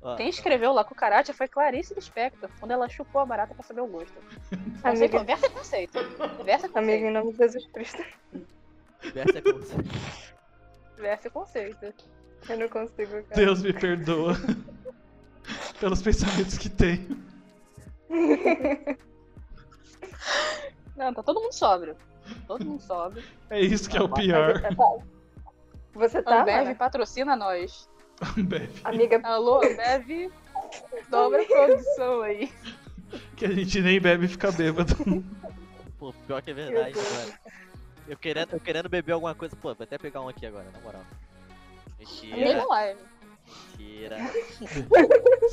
Speaker 2: Ó,
Speaker 3: Quem escreveu lá com Karate foi Clarice Lispector, quando ela chupou a barata pra saber o gosto.
Speaker 4: da mão.
Speaker 3: Conceito,
Speaker 4: Amiga,
Speaker 3: versa é conceito. Versa é
Speaker 4: amiga,
Speaker 3: conceito.
Speaker 4: em nome de Jesus Cristo,
Speaker 2: Versa é conceito.
Speaker 3: Versa é conceito.
Speaker 4: eu não consigo, cara.
Speaker 1: Deus me perdoa pelos pensamentos que tenho.
Speaker 3: Não, tá todo mundo sóbrio. Todo mundo sóbrio.
Speaker 1: É isso que é o
Speaker 3: Tá
Speaker 1: pior.
Speaker 4: Você tá,
Speaker 3: Ambev
Speaker 4: Ana?
Speaker 3: patrocina nós.
Speaker 1: Ambev.
Speaker 4: amiga,
Speaker 3: Alô, Ambev, dobra a produção aí.
Speaker 1: Que a gente nem bebe e fica bêbado.
Speaker 2: Pô, pior que é
Speaker 4: Meu
Speaker 2: verdade,
Speaker 4: Deus.
Speaker 2: mano. Eu querendo, eu querendo beber alguma coisa. Pô, vou até pegar um aqui agora, na moral.
Speaker 3: Meio
Speaker 2: Mentira,
Speaker 3: da live.
Speaker 2: mentira.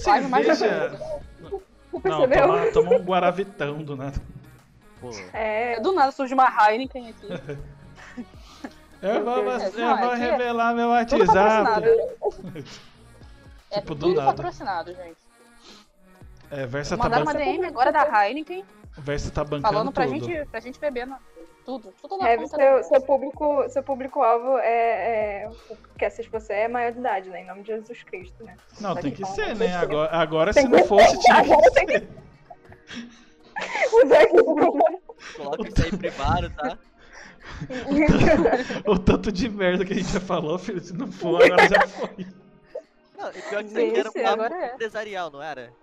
Speaker 3: Quase mais
Speaker 1: Cerveja.
Speaker 4: você
Speaker 1: Não,
Speaker 4: percebeu?
Speaker 1: toma, toma um guaravitão do nada.
Speaker 2: Pô,
Speaker 4: É,
Speaker 3: Do nada surge uma Heineken aqui.
Speaker 1: Eu
Speaker 4: Meu
Speaker 1: vou,
Speaker 4: Deus.
Speaker 1: eu
Speaker 3: Não, é
Speaker 1: vou
Speaker 3: que-
Speaker 1: revelar meu
Speaker 3: Tudo patrocinado.
Speaker 1: WhatsApp.
Speaker 3: É
Speaker 1: Tipo, do
Speaker 3: tudo
Speaker 1: nada.
Speaker 3: patrocinado, gente.
Speaker 1: É, Versa tá,
Speaker 3: Mandaram
Speaker 1: ban...
Speaker 3: uma DM agora da Heineken
Speaker 1: Versa tá bancando
Speaker 3: falando pra
Speaker 1: tudo.
Speaker 3: gente, pra gente beber na- tudo. Tudo na
Speaker 4: Rev,
Speaker 3: conta
Speaker 4: é, seu,
Speaker 3: dela.
Speaker 4: seu público, seu público-alvo é, é. Quer assistir você é maior de idade, né? Em nome de Jesus Cristo, né?
Speaker 1: Não,
Speaker 4: Só
Speaker 1: tem
Speaker 4: que
Speaker 1: que
Speaker 4: falam-
Speaker 1: ser, né? Agora, agora
Speaker 4: Tem
Speaker 1: se não
Speaker 4: que-
Speaker 1: fosse, tinha que
Speaker 4: Agora tem que. Usar isso pro-
Speaker 2: coloca isso aí privado, tá?
Speaker 1: O tanto de merda que a gente já falou, filho, se não for, agora já foi.
Speaker 2: Não, e pior que isso aí era um
Speaker 3: Gente,
Speaker 2: papo
Speaker 3: agora é.
Speaker 2: empresarial, não era?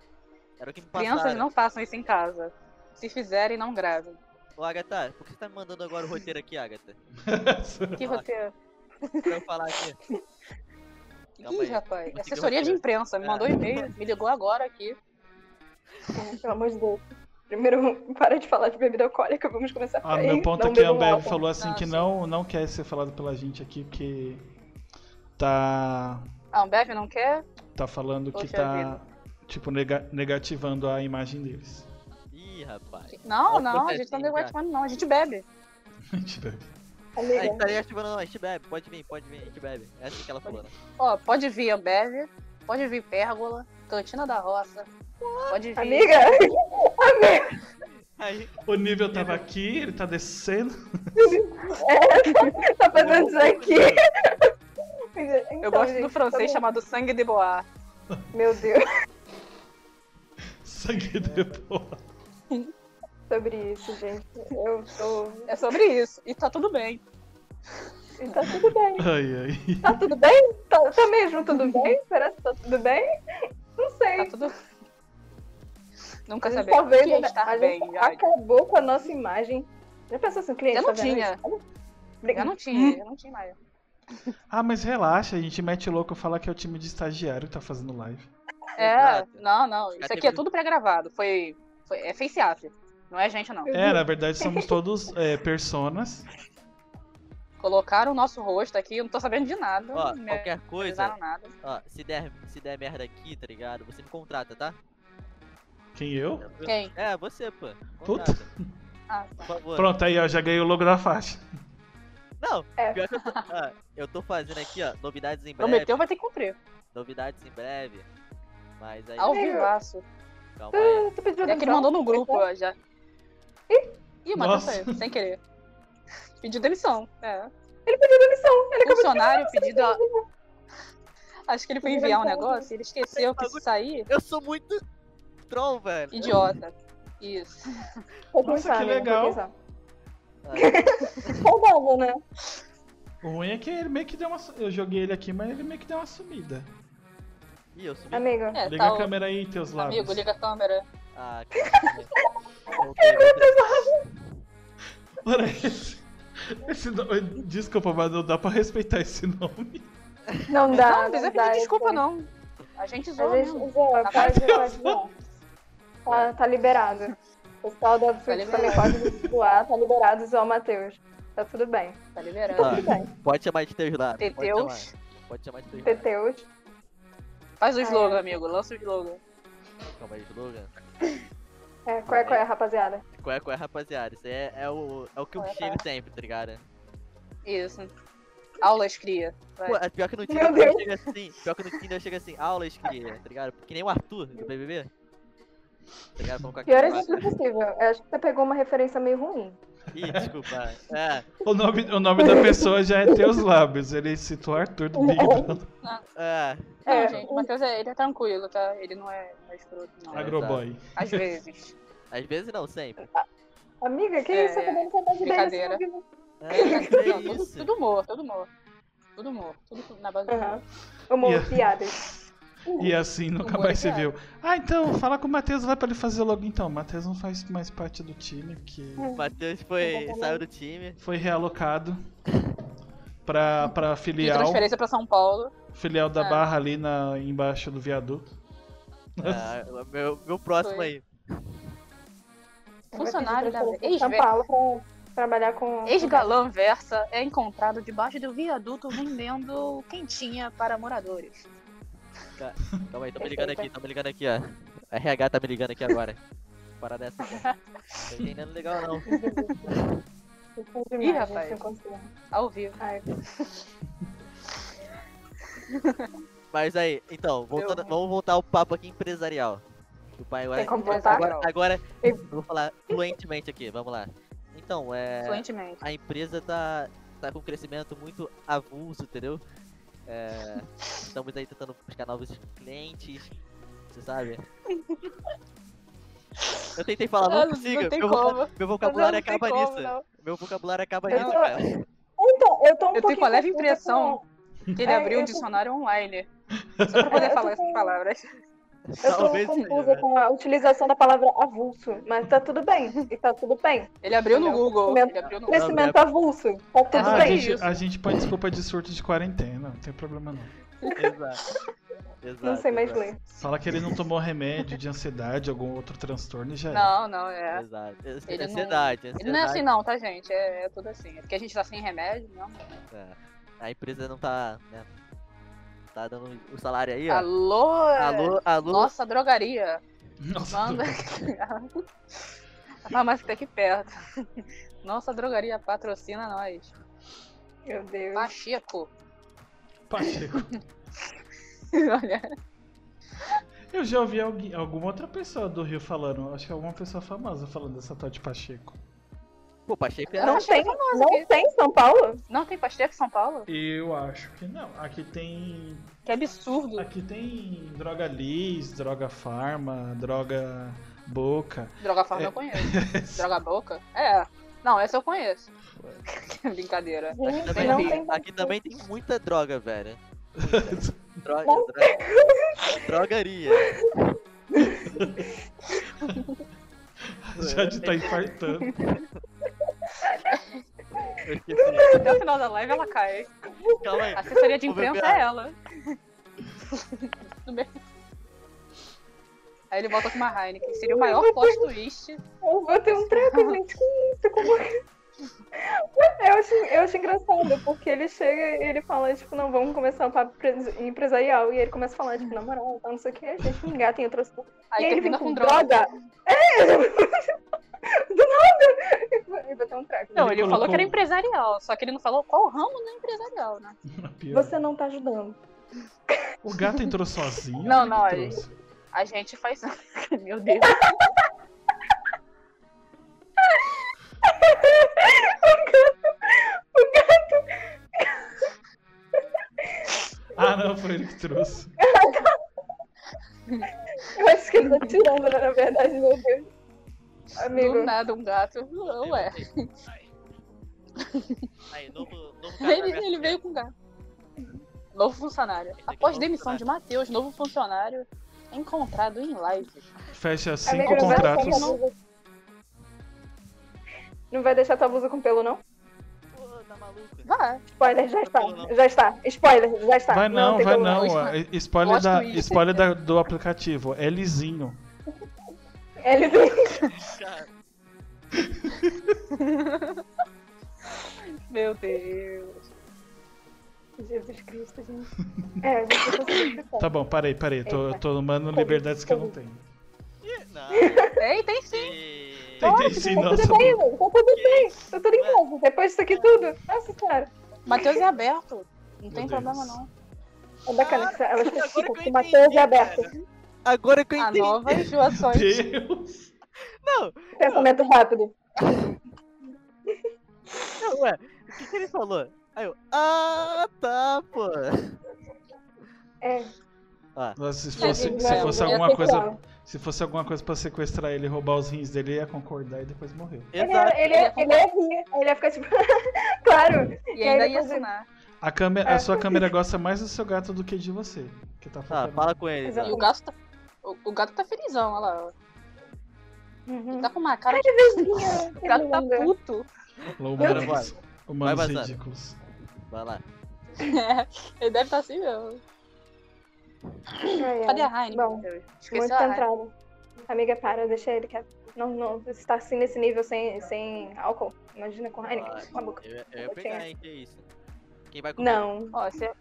Speaker 2: Era o que me passaram.
Speaker 3: Crianças não façam isso em casa. Se fizerem, não gravem.
Speaker 2: Ô, Agatha, por que você tá me mandando agora o roteiro aqui, Agatha?
Speaker 3: Que roteiro.
Speaker 2: Pra eu falar aqui. Calma
Speaker 3: Ih,
Speaker 2: aí.
Speaker 3: rapaz.
Speaker 2: Consegui
Speaker 3: Assessoria de
Speaker 2: roteiro.
Speaker 3: imprensa. Me
Speaker 2: É.
Speaker 3: mandou e-mail, me ligou agora aqui.
Speaker 4: Pelo amor de Deus. Primeiro, para de falar de bebida alcoólica, vamos começar
Speaker 1: Ah,
Speaker 4: por aí.
Speaker 1: meu ponto
Speaker 4: Não
Speaker 1: é que a
Speaker 4: bebam
Speaker 1: Ambev
Speaker 4: álcool.
Speaker 1: falou assim
Speaker 3: Não,
Speaker 1: que
Speaker 3: sim.
Speaker 1: não, não quer ser falado pela gente aqui, porque tá,
Speaker 3: A Ambev Ah, um não quer?
Speaker 1: tá falando que
Speaker 3: Poxa
Speaker 1: tá, tipo, nega- negativando a imagem deles.
Speaker 2: Ih, rapaz.
Speaker 3: Não,
Speaker 2: Ó,
Speaker 3: não, a gente não
Speaker 2: cafezinho,
Speaker 3: tem
Speaker 2: cara.
Speaker 3: White Man, não. A gente bebe.
Speaker 1: Gente, velho.
Speaker 2: A
Speaker 4: Amiga,
Speaker 2: gente tá negativando, não, a gente bebe, pode vir, pode vir, a gente bebe. É assim que ela falou, né?
Speaker 3: Ó, pode vir Ambev, pode vir Pérgola, Cantina da Roça. Pode vir.
Speaker 4: amiga,
Speaker 2: Aí,
Speaker 1: o nível tava aqui, ele tá descendo.
Speaker 4: tá fazendo isso aqui.
Speaker 3: Eu
Speaker 4: então,
Speaker 3: gosto do
Speaker 4: tá
Speaker 3: francês chamado Sangue de Bois.
Speaker 4: Meu Deus,
Speaker 1: Sangue depois.
Speaker 4: sobre isso, gente. Eu tô.
Speaker 3: É sobre isso. E tá tudo bem.
Speaker 4: E Tá tudo bem.
Speaker 1: Ai, ai.
Speaker 4: Tá tudo bem? Tá, tá mesmo tudo bem? Será que tá tudo bem? Não sei.
Speaker 3: Tá tudo. Nunca
Speaker 4: A gente É
Speaker 3: sabemos.
Speaker 4: tá
Speaker 3: o que
Speaker 4: vendo,
Speaker 3: é
Speaker 4: né?
Speaker 3: estar
Speaker 4: a
Speaker 3: bem.
Speaker 4: gente
Speaker 3: Já,
Speaker 4: acabou com a nossa imagem. Já pensou assim, o cliente
Speaker 3: Eu não
Speaker 4: tá vendo
Speaker 3: tinha.
Speaker 4: isso?
Speaker 3: já não
Speaker 4: Hum.
Speaker 3: tinha, já não tinha mais.
Speaker 1: Ah, mas relaxa, a gente mete louco e fala que é o time de estagiário que tá fazendo live.
Speaker 3: É,
Speaker 2: Exato.
Speaker 3: não, não.
Speaker 2: Já
Speaker 3: Isso aqui
Speaker 2: teve-
Speaker 3: é tudo pré-gravado. Foi, foi. É face app. Não é gente, não.
Speaker 1: É, na verdade somos todos é, personas.
Speaker 3: Colocaram o nosso rosto aqui, eu não tô sabendo de nada.
Speaker 2: Ó,
Speaker 3: não me
Speaker 2: qualquer
Speaker 3: avisaram
Speaker 2: coisa,
Speaker 3: nada.
Speaker 2: ó, se der, se der merda aqui, tá ligado? Você me contrata, tá?
Speaker 1: Quem eu?
Speaker 3: Quem?
Speaker 2: É, você, pô.
Speaker 1: Puta.
Speaker 2: Contrata,
Speaker 3: Ah,
Speaker 2: por
Speaker 3: tá.
Speaker 2: favor.
Speaker 1: Pronto, aí ó, já ganhei o logo da faixa.
Speaker 2: Não,
Speaker 4: É.
Speaker 2: pior que eu tô, ó, eu tô fazendo aqui, ó, novidades em breve.
Speaker 3: Prometeu, vai ter que cumprir.
Speaker 2: Novidades em breve. Mas aí,
Speaker 3: Ao vivaço.
Speaker 2: calma aí.
Speaker 4: Tu pediu
Speaker 3: É que ele mandou no grupo ó, já. Ih, mandou
Speaker 1: Nossa.
Speaker 3: pra ele, sem querer. Pediu demissão. É.
Speaker 4: demissão. Ele acabou
Speaker 3: Funcionário pedido. a- Acho que ele foi
Speaker 4: Pediu
Speaker 3: enviar um
Speaker 4: demissão.
Speaker 3: negócio e ele esqueceu que se sair.
Speaker 2: Eu sou muito troll, velho.
Speaker 3: Idiota. Isso.
Speaker 4: de Vou
Speaker 1: Nossa,
Speaker 4: pensar,
Speaker 1: que
Speaker 4: amiga, vou
Speaker 1: legal.
Speaker 4: pensar.
Speaker 2: Ah,
Speaker 4: Saudável, né?
Speaker 1: O ruim é que ele meio que deu uma. su- Eu joguei ele aqui, mas ele meio que deu uma sumida.
Speaker 2: Ih, eu subi.
Speaker 4: Amiga,
Speaker 3: É,
Speaker 1: liga
Speaker 3: tá
Speaker 1: a
Speaker 3: o-
Speaker 1: câmera aí, teus lábios.
Speaker 3: Amigo, liga a câmera.
Speaker 2: Ah, cara. Voltei, voltei.
Speaker 1: Olha esse. esse nome- Desculpa, mas não dá pra respeitar esse nome.
Speaker 4: não dá.
Speaker 3: não, não precisa pedir
Speaker 4: dá,
Speaker 3: desculpa,
Speaker 4: isso
Speaker 3: não. A gente
Speaker 4: Às
Speaker 3: zoa
Speaker 4: vezes,
Speaker 3: mesmo.
Speaker 4: Zé,
Speaker 3: Tá
Speaker 4: pode, pode, não. Tá, tá liberado. O pessoal
Speaker 3: Tá
Speaker 4: da Twitch também pode zoar, tá liberado zoar o Matheus. Tá tudo bem.
Speaker 3: Tá liberando.
Speaker 2: Ah,
Speaker 4: Tudo bem.
Speaker 2: pode chamar de teus lá.
Speaker 3: Teteus.
Speaker 2: Pode chamar, pode chamar de teus lá.
Speaker 4: Teteus.
Speaker 3: Faz o
Speaker 4: Ah,
Speaker 3: slogan,
Speaker 4: é.
Speaker 3: amigo. Lança o slogan.
Speaker 2: Calma aí, slogan.
Speaker 4: É, qual é, qual é, rapaziada?
Speaker 2: Qual é, qual é, rapaziada? Isso aí é, é o, é o que eu
Speaker 3: Qual é,
Speaker 2: chego sempre, tá ligado?
Speaker 3: Isso. Aulas cria. Vai.
Speaker 2: Pô, é pior que no
Speaker 4: Meu
Speaker 2: Tinder eu
Speaker 4: Deus.
Speaker 2: chego assim. Pior que no Tinder eu chego assim. Aulas, queria, tá ligado? Que nem o Arthur do BBB. Tá ligado? Vamos com a
Speaker 4: Pior
Speaker 2: cara.
Speaker 4: exemplo possível. Eu acho que você pegou uma referência meio ruim.
Speaker 2: Ih, desculpa. É,
Speaker 1: O nome, o nome da pessoa já é teus lábios. Ele citou Arthur do Big Brother.
Speaker 2: é.
Speaker 3: Não,
Speaker 4: É.
Speaker 3: gente, o Matheus é, ele é tranquilo, tá? Ele não é, não é escroto, não.
Speaker 2: É.
Speaker 1: Agroboy.
Speaker 3: Às vezes.
Speaker 2: Às vezes não, sempre.
Speaker 4: um- Amiga, que
Speaker 3: É,
Speaker 4: isso? Eu não saber de
Speaker 3: brincadeira.
Speaker 4: bem nesse
Speaker 2: É, que
Speaker 3: Não, tudo,
Speaker 2: isso.
Speaker 3: tudo humor, tudo humor. Tudo humor. Tudo, tudo na base do humor.
Speaker 4: Aham. Amor,
Speaker 1: Yeah.
Speaker 4: piadas.
Speaker 1: E assim nunca
Speaker 3: Humor
Speaker 1: mais se
Speaker 3: é
Speaker 1: viu. Ah, então, fala com o Matheus lá pra ele fazer logo então. O Matheus não faz mais parte do time, porque
Speaker 2: Matheus foi, saiu do time.
Speaker 1: foi realocado pra, pra
Speaker 3: De
Speaker 1: filial.
Speaker 3: transferência pra São Paulo.
Speaker 1: Filial da
Speaker 3: Ah.
Speaker 1: Barra ali na, embaixo do viaduto.
Speaker 2: Ah, o meu, meu próximo
Speaker 3: Foi.
Speaker 2: aí.
Speaker 3: Funcionário da
Speaker 4: Vai pedir
Speaker 3: ex-
Speaker 4: transferência pra São Paulo pra trabalhar com.
Speaker 3: Ex-galã Versa é encontrado debaixo do viaduto vendendo quentinha para moradores.
Speaker 2: Calma aí, tô me ligando aqui, tô me ligando aqui, ó. RH tá me ligando aqui agora. Parada é essa. cara. Tô entendendo legal, não.
Speaker 3: Ih,
Speaker 4: assim,
Speaker 3: rapaz. Ao vivo.
Speaker 2: Mas aí, então, voltando- vamos voltar ao papo aqui empresarial. Do pai agora.
Speaker 4: Tem como voltar?
Speaker 2: Agora, agora
Speaker 4: Tem-
Speaker 2: eu vou falar fluentemente aqui, vamos lá. Então, é.
Speaker 3: Fluentemente.
Speaker 2: a empresa tá, tá com um crescimento muito avulso, entendeu? É, estamos aí tentando buscar novos clientes, você sabe? Eu tentei falar, não,
Speaker 3: Ah,
Speaker 2: consigo.
Speaker 3: não tem
Speaker 2: meu, voca-
Speaker 3: como.
Speaker 2: meu vocabulário
Speaker 4: Não, não tem
Speaker 2: acaba
Speaker 4: como,
Speaker 2: nisso.
Speaker 4: não.
Speaker 2: Meu vocabulário acaba
Speaker 4: Eu
Speaker 2: nisso,
Speaker 4: tô-
Speaker 2: cara.
Speaker 4: Então, eu tô um
Speaker 3: Eu tenho
Speaker 4: pouquinho
Speaker 3: uma leve
Speaker 4: confusa
Speaker 3: impressão
Speaker 4: com-
Speaker 3: que ele
Speaker 4: É,
Speaker 3: abriu um
Speaker 4: eu-
Speaker 3: dicionário online. Só pra poder
Speaker 4: eu tô
Speaker 3: falar
Speaker 4: com-
Speaker 3: essas palavras.
Speaker 4: Eu tô
Speaker 2: Talvez seja,
Speaker 4: confusa
Speaker 2: né?
Speaker 4: com a utilização da palavra avulso, mas tá tudo bem. E tá tudo bem.
Speaker 3: Ele abriu no
Speaker 4: Não,
Speaker 3: Google.
Speaker 4: crescimento-
Speaker 3: Ele abriu no Google.
Speaker 4: Crescimento avulso, tá
Speaker 3: Então,
Speaker 4: tudo
Speaker 1: Ah, a,
Speaker 4: bem.
Speaker 1: gente, a gente põe desculpa de surto de quarentena, não tem problema não.
Speaker 2: né? Exato. Exato.
Speaker 4: Não sei mais
Speaker 2: exato.
Speaker 4: ler.
Speaker 1: Fala que ele não tomou remédio de ansiedade, algum outro transtorno e já era.
Speaker 3: Não, não, é.
Speaker 2: Exato.
Speaker 3: Ele não-
Speaker 2: ansiedade,
Speaker 3: Ele não é assim
Speaker 2: ansiedade.
Speaker 3: não, tá, gente? É, é tudo assim. É porque a gente tá sem remédio, não.
Speaker 2: é.
Speaker 3: assim.
Speaker 2: A empresa não tá. Né, tá dando o salário aí, ó.
Speaker 3: Alô,
Speaker 2: Alô, alô.
Speaker 3: nossa drogaria.
Speaker 1: é.
Speaker 3: é
Speaker 1: Nossa,
Speaker 3: Manda.
Speaker 1: droga.
Speaker 3: a farmácia que tá aqui perto. Nossa drogaria patrocina nós.
Speaker 4: Meu Deus.
Speaker 3: Pacheco.
Speaker 1: Pacheco.
Speaker 3: Olha.
Speaker 1: Eu já ouvi alguém- alguma outra pessoa do Rio falando, acho que é alguma pessoa famosa falando dessa tal de Pacheco.
Speaker 2: Pô, Pacheco é.
Speaker 3: Eu
Speaker 4: Não
Speaker 3: achei
Speaker 4: tem,
Speaker 3: famoso
Speaker 4: não
Speaker 3: aqui.
Speaker 4: tem em São Paulo?
Speaker 3: Não tem Pacheco em São Paulo?
Speaker 1: Eu acho que não. Aqui tem.
Speaker 3: Que absurdo.
Speaker 1: Aqui tem droga Liz, droga farma, droga boca.
Speaker 3: Droga Farm
Speaker 1: É.
Speaker 3: eu conheço. Droga Boca? É. Não, essa eu conheço. Brincadeira.
Speaker 4: Gente,
Speaker 2: Também
Speaker 4: não
Speaker 2: tem-
Speaker 4: tem.
Speaker 2: aqui também tem muita droga, velho. Droga, droga. Drogaria.
Speaker 1: Já de tá infartando.
Speaker 2: Eu esqueci.
Speaker 3: Até o final da live ela cai.
Speaker 2: Calma aí.
Speaker 3: A assessoria de
Speaker 2: Vou beber
Speaker 3: imprensa é ela. Tudo bem. Aí ele volta com uma Heineken. Seria o maior plot twist.
Speaker 4: Eu tenho um treco, gente. Que isso? Como é? Eu acho, eu acho engraçado, porque ele chega e ele fala, tipo, não, vamos começar um papo empre- empresarial. E ele começa a falar, tipo, na moral, tá, não sei o que, a gente engata em outras coisas.
Speaker 3: Aí
Speaker 4: e aí ele vem
Speaker 3: termina
Speaker 4: com
Speaker 3: com
Speaker 4: droga.
Speaker 3: droga.
Speaker 4: É! Do nada! Eu botei um treco.
Speaker 3: Não,
Speaker 1: Ele
Speaker 3: ele falou
Speaker 1: colocou-
Speaker 3: que era empresarial, só que ele não falou qual ramo não é empresarial, né?
Speaker 1: Pior.
Speaker 4: Você não tá ajudando.
Speaker 1: O gato entrou sozinho.
Speaker 3: Não,
Speaker 1: Quem
Speaker 3: não,
Speaker 1: que
Speaker 3: aí-
Speaker 1: trouxe?
Speaker 3: A gente faz. Meu Deus.
Speaker 1: Ah, não, foi ele que trouxe.
Speaker 4: Eu acho que ele tá tirando, né, na verdade, meu Deus.
Speaker 3: Do
Speaker 4: Amigo,
Speaker 3: nada, um gato.
Speaker 4: é.
Speaker 3: Ué.
Speaker 2: Aí, novo, novo cara.
Speaker 3: Ele, ele veio com gato. Novo funcionário. Após demissão de Matheus, novo funcionário é encontrado em live.
Speaker 1: Fecha
Speaker 4: amigo,
Speaker 1: cinco
Speaker 4: não vai deixar
Speaker 1: contratos.
Speaker 4: tua blusa... Não vai deixar tua blusa com pelo, não?
Speaker 2: Pô, tá maluco.
Speaker 3: Vai.
Speaker 4: Spoiler, já está. Já está. Spoiler, já está.
Speaker 1: Vai não,
Speaker 4: tá. tem
Speaker 1: vai
Speaker 4: pelo
Speaker 1: não.
Speaker 3: não.
Speaker 1: ó, é, Spoiler,
Speaker 3: Plot
Speaker 1: da,
Speaker 3: twist.
Speaker 1: spoiler da- do aplicativo. É lisinho.
Speaker 4: Ele vem.
Speaker 2: Cara,
Speaker 3: Meu Deus.
Speaker 4: Jesus Cristo, gente. É, a gente conseguiu ficar.
Speaker 1: Tá bom, parei, parei. Tô, eu tô tomando
Speaker 4: Covid,
Speaker 1: liberdades que eu não tenho.
Speaker 2: não.
Speaker 3: Tem, tem sim.
Speaker 2: e-
Speaker 1: Tem, tem sim,
Speaker 4: tá
Speaker 1: nossa.
Speaker 4: tudo bem, mano. Tá tudo bem. Tá tudo em casa. Depois disso
Speaker 2: Ah.
Speaker 4: aqui tudo. Nossa, cara.
Speaker 3: Matheus é aberto. Não tem
Speaker 1: Deus.
Speaker 3: problema, não.
Speaker 4: É bacana. que Ela especifica
Speaker 2: Ah, eu
Speaker 4: que o Matheus
Speaker 2: entendi,
Speaker 4: é aberto.
Speaker 2: Agora é
Speaker 4: Ah,
Speaker 2: que eu
Speaker 3: A
Speaker 2: entendi.
Speaker 3: nova enjoações.
Speaker 1: Deus.
Speaker 2: Não,
Speaker 4: Pensamento rápido.
Speaker 2: não, ué. O que, que ele falou? Aí eu. Ah, tá, pô.
Speaker 4: É.
Speaker 1: Nossa,
Speaker 3: É
Speaker 1: se fosse,
Speaker 4: gente,
Speaker 1: se
Speaker 4: vai,
Speaker 1: fosse
Speaker 4: eu ia tipo,
Speaker 1: alguma
Speaker 4: ter
Speaker 1: coisa.
Speaker 4: que
Speaker 1: Se fosse alguma coisa pra sequestrar ele, roubar os rins dele, ele ia concordar e depois morreu.
Speaker 4: Ele,
Speaker 2: Exato.
Speaker 4: ele, ele, ele ia rir. Ele ia ficar tipo. claro.
Speaker 3: E ainda
Speaker 4: aí
Speaker 3: ia
Speaker 4: depois-
Speaker 3: assinar.
Speaker 1: A, câmera, a
Speaker 4: É.
Speaker 1: sua câmera gosta mais do seu gato do que de você. Que tá
Speaker 2: Ah,
Speaker 1: faltando.
Speaker 2: fala com ele.
Speaker 4: Exato.
Speaker 3: E o
Speaker 2: Exato.
Speaker 3: gato tá. O, o gato tá felizão, olha lá. Ele
Speaker 4: Uhum.
Speaker 3: tá com uma cara de.
Speaker 4: Que beijinho.
Speaker 3: O gato tá puto.
Speaker 1: Humanos,
Speaker 2: Bora, bora.
Speaker 1: humanos
Speaker 2: Vai vazando.
Speaker 1: ridículos.
Speaker 2: Vai lá.
Speaker 3: É, ele deve estar assim mesmo. Cadê a Heineken?
Speaker 4: Bom,
Speaker 3: Matheus?
Speaker 4: É, Muito
Speaker 3: Esqueceu a Heineken.
Speaker 4: centrado. Amiga, para, deixa ele quieto. Não, não, você tá assim nesse nível sem, sem álcool. Imagina tá com Heineken.
Speaker 2: Ah,
Speaker 4: Cala a boca.
Speaker 2: Eu, ia- eu ia pegar, hein? Que isso? Quem vai comer?
Speaker 4: Não,
Speaker 3: Ó, se se bater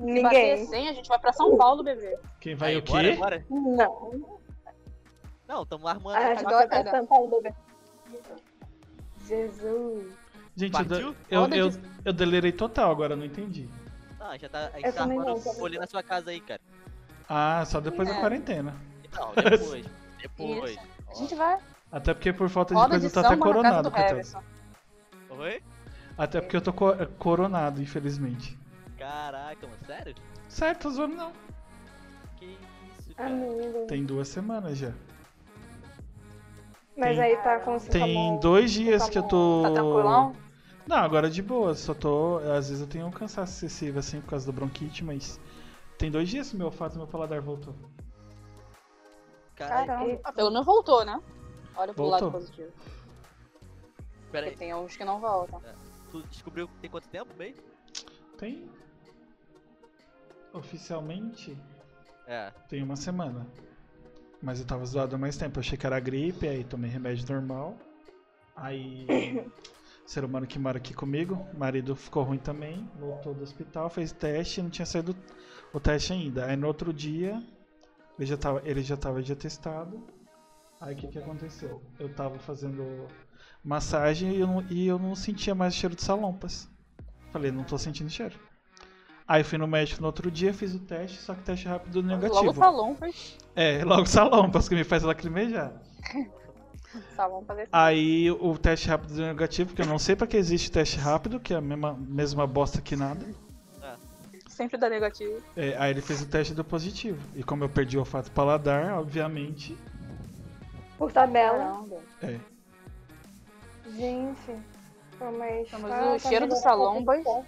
Speaker 4: ninguém.
Speaker 3: 100, a gente vai pra São Paulo beber.
Speaker 1: Quem vai
Speaker 2: Aí,
Speaker 1: o
Speaker 2: bora,
Speaker 1: quê?
Speaker 2: bora.
Speaker 4: Não.
Speaker 2: Não, tamo armando. tá
Speaker 4: Ah,
Speaker 2: a
Speaker 4: adoro
Speaker 2: cabeça.
Speaker 4: a tampa do Uber. Jesus.
Speaker 1: Gente, eu,
Speaker 2: Partiu?
Speaker 1: de- eu,
Speaker 3: Roda
Speaker 1: eu,
Speaker 3: de-
Speaker 1: eu delirei total agora, não entendi.
Speaker 2: Não, já tá. A gente
Speaker 4: Eu
Speaker 2: tá
Speaker 4: também não,
Speaker 2: armando
Speaker 4: também
Speaker 2: folha na sua casa aí, cara.
Speaker 1: Ah, só depois da
Speaker 3: É.
Speaker 1: quarentena.
Speaker 2: Não, depois. depois.
Speaker 3: A gente vai.
Speaker 1: Até porque por falta de
Speaker 3: Roda
Speaker 1: coisa
Speaker 3: de
Speaker 1: eu tô até
Speaker 3: samba na casa
Speaker 1: coronado,
Speaker 3: do
Speaker 1: coitado.
Speaker 3: Harrison.
Speaker 2: Oi?
Speaker 1: Até porque eu tô co- eh, coronado, infelizmente.
Speaker 2: Caraca, mano, sério?
Speaker 1: Sério, tô zoando não.
Speaker 2: Que isso, cara.
Speaker 4: Amigo.
Speaker 1: Tem duas semanas já.
Speaker 4: Mas
Speaker 1: tem-
Speaker 4: aí tá com tá
Speaker 1: Tem
Speaker 4: bom.
Speaker 1: dois dias que eu tô.
Speaker 3: Tá tranquilão?
Speaker 1: Não, agora de boa, só tô. Às vezes eu tenho um cansaço excessivo, assim, por causa do bronquite, mas. Tem dois dias que meu olfato e meu paladar voltou.
Speaker 2: Cara,
Speaker 4: Caramba.
Speaker 3: Ah, pelo menos voltou, né? Olha pro
Speaker 1: Voltou.
Speaker 3: lado positivo.
Speaker 2: pera
Speaker 3: Porque
Speaker 2: aí,
Speaker 3: tem alguns que não voltam.
Speaker 2: tu descobriu que tem quanto tempo mesmo?
Speaker 1: Tem. Oficialmente,
Speaker 2: É.
Speaker 1: tem uma semana. Mas eu tava zoado há mais tempo. Eu achei que era gripe, aí tomei remédio normal. Aí. ser humano que mora aqui comigo, marido ficou ruim também, voltou do hospital, fez teste, não tinha saído o teste ainda. Aí no outro dia, ele já tava, ele já tava de atestado. Aí o que, que aconteceu? Eu tava fazendo massagem e eu, não, e eu não sentia mais cheiro de salompas. Falei, não tô sentindo cheiro. Aí fui no médico no outro dia, fiz o teste, só que teste rápido negativo.
Speaker 3: Logo salão,
Speaker 1: É, logo salompas que me faz lacrimejar.
Speaker 3: salão fazer
Speaker 1: Ah. Aí o teste rápido deu negativo, que eu não sei pra que existe teste rápido, que é a mesma, mesma bosta que nada.
Speaker 3: sempre dá negativo.
Speaker 1: É, aí ele fez o teste do positivo. E como eu perdi o olfato e paladar, obviamente.
Speaker 4: Por tabela.
Speaker 3: Caramba.
Speaker 1: É.
Speaker 4: Gente. Pô, mas.
Speaker 3: Não, mas
Speaker 4: tá-
Speaker 3: o
Speaker 4: tá
Speaker 3: cheiro do
Speaker 4: melhorando
Speaker 3: salão,
Speaker 4: pouco.
Speaker 3: boy.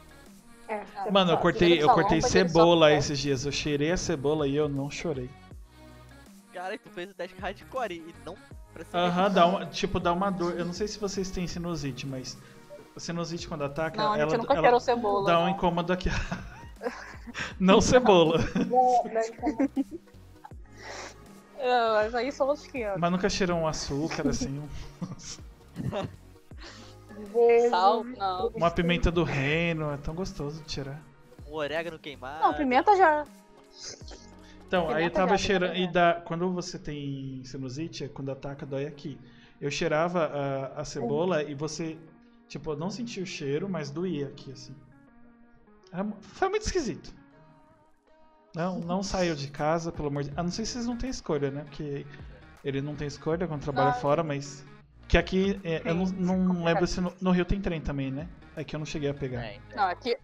Speaker 4: É, você
Speaker 1: Mano, eu
Speaker 4: fala.
Speaker 1: cortei, eu
Speaker 3: salão,
Speaker 1: cortei
Speaker 3: mas ele só
Speaker 1: cebola
Speaker 3: quer.
Speaker 1: esses dias. Eu cheirei a cebola e eu não chorei.
Speaker 2: Cara, tu fez o teste hardcore e não precisa.
Speaker 1: Aham, dá uma, tipo, dá uma dor. Eu não sei se vocês têm sinusite, mas. a Sinusite quando ataca,
Speaker 3: Não, a gente
Speaker 1: ela,
Speaker 3: nunca
Speaker 1: ela
Speaker 3: queirou cebola.
Speaker 1: dá um
Speaker 3: não.
Speaker 1: incômodo aqui. não cebola.
Speaker 4: Bom, né?
Speaker 3: É, mas aí são outros 500.
Speaker 1: Mas nunca cheirou um açúcar, assim, um-
Speaker 4: Jesus.
Speaker 3: Sal, não.
Speaker 1: uma pimenta do reino. É tão gostoso de tirar.
Speaker 2: Um orégano queimado.
Speaker 3: Não, pimenta já.
Speaker 1: Então, aí eu
Speaker 3: Pimenta
Speaker 1: tava
Speaker 3: já,
Speaker 1: cheirando. E
Speaker 3: pimenta
Speaker 1: dá, quando você tem sinusite, é quando ataca, dói aqui. Eu cheirava a, a cebola e você, tipo, eu não sentia o cheiro, mas doía aqui, assim. Era mu- foi muito esquisito. Não, não saiu de casa, pelo amor de A não sei se vocês não têm escolha, né? Porque ele não tem escolha quando trabalha
Speaker 3: Não.
Speaker 1: fora, mas. Que aqui, é, eu não,
Speaker 3: Sim,
Speaker 1: não
Speaker 3: complicado.
Speaker 1: lembro se no, no Rio tem trem também, né? É que eu não cheguei a pegar.
Speaker 2: É, então.
Speaker 3: Não, aqui.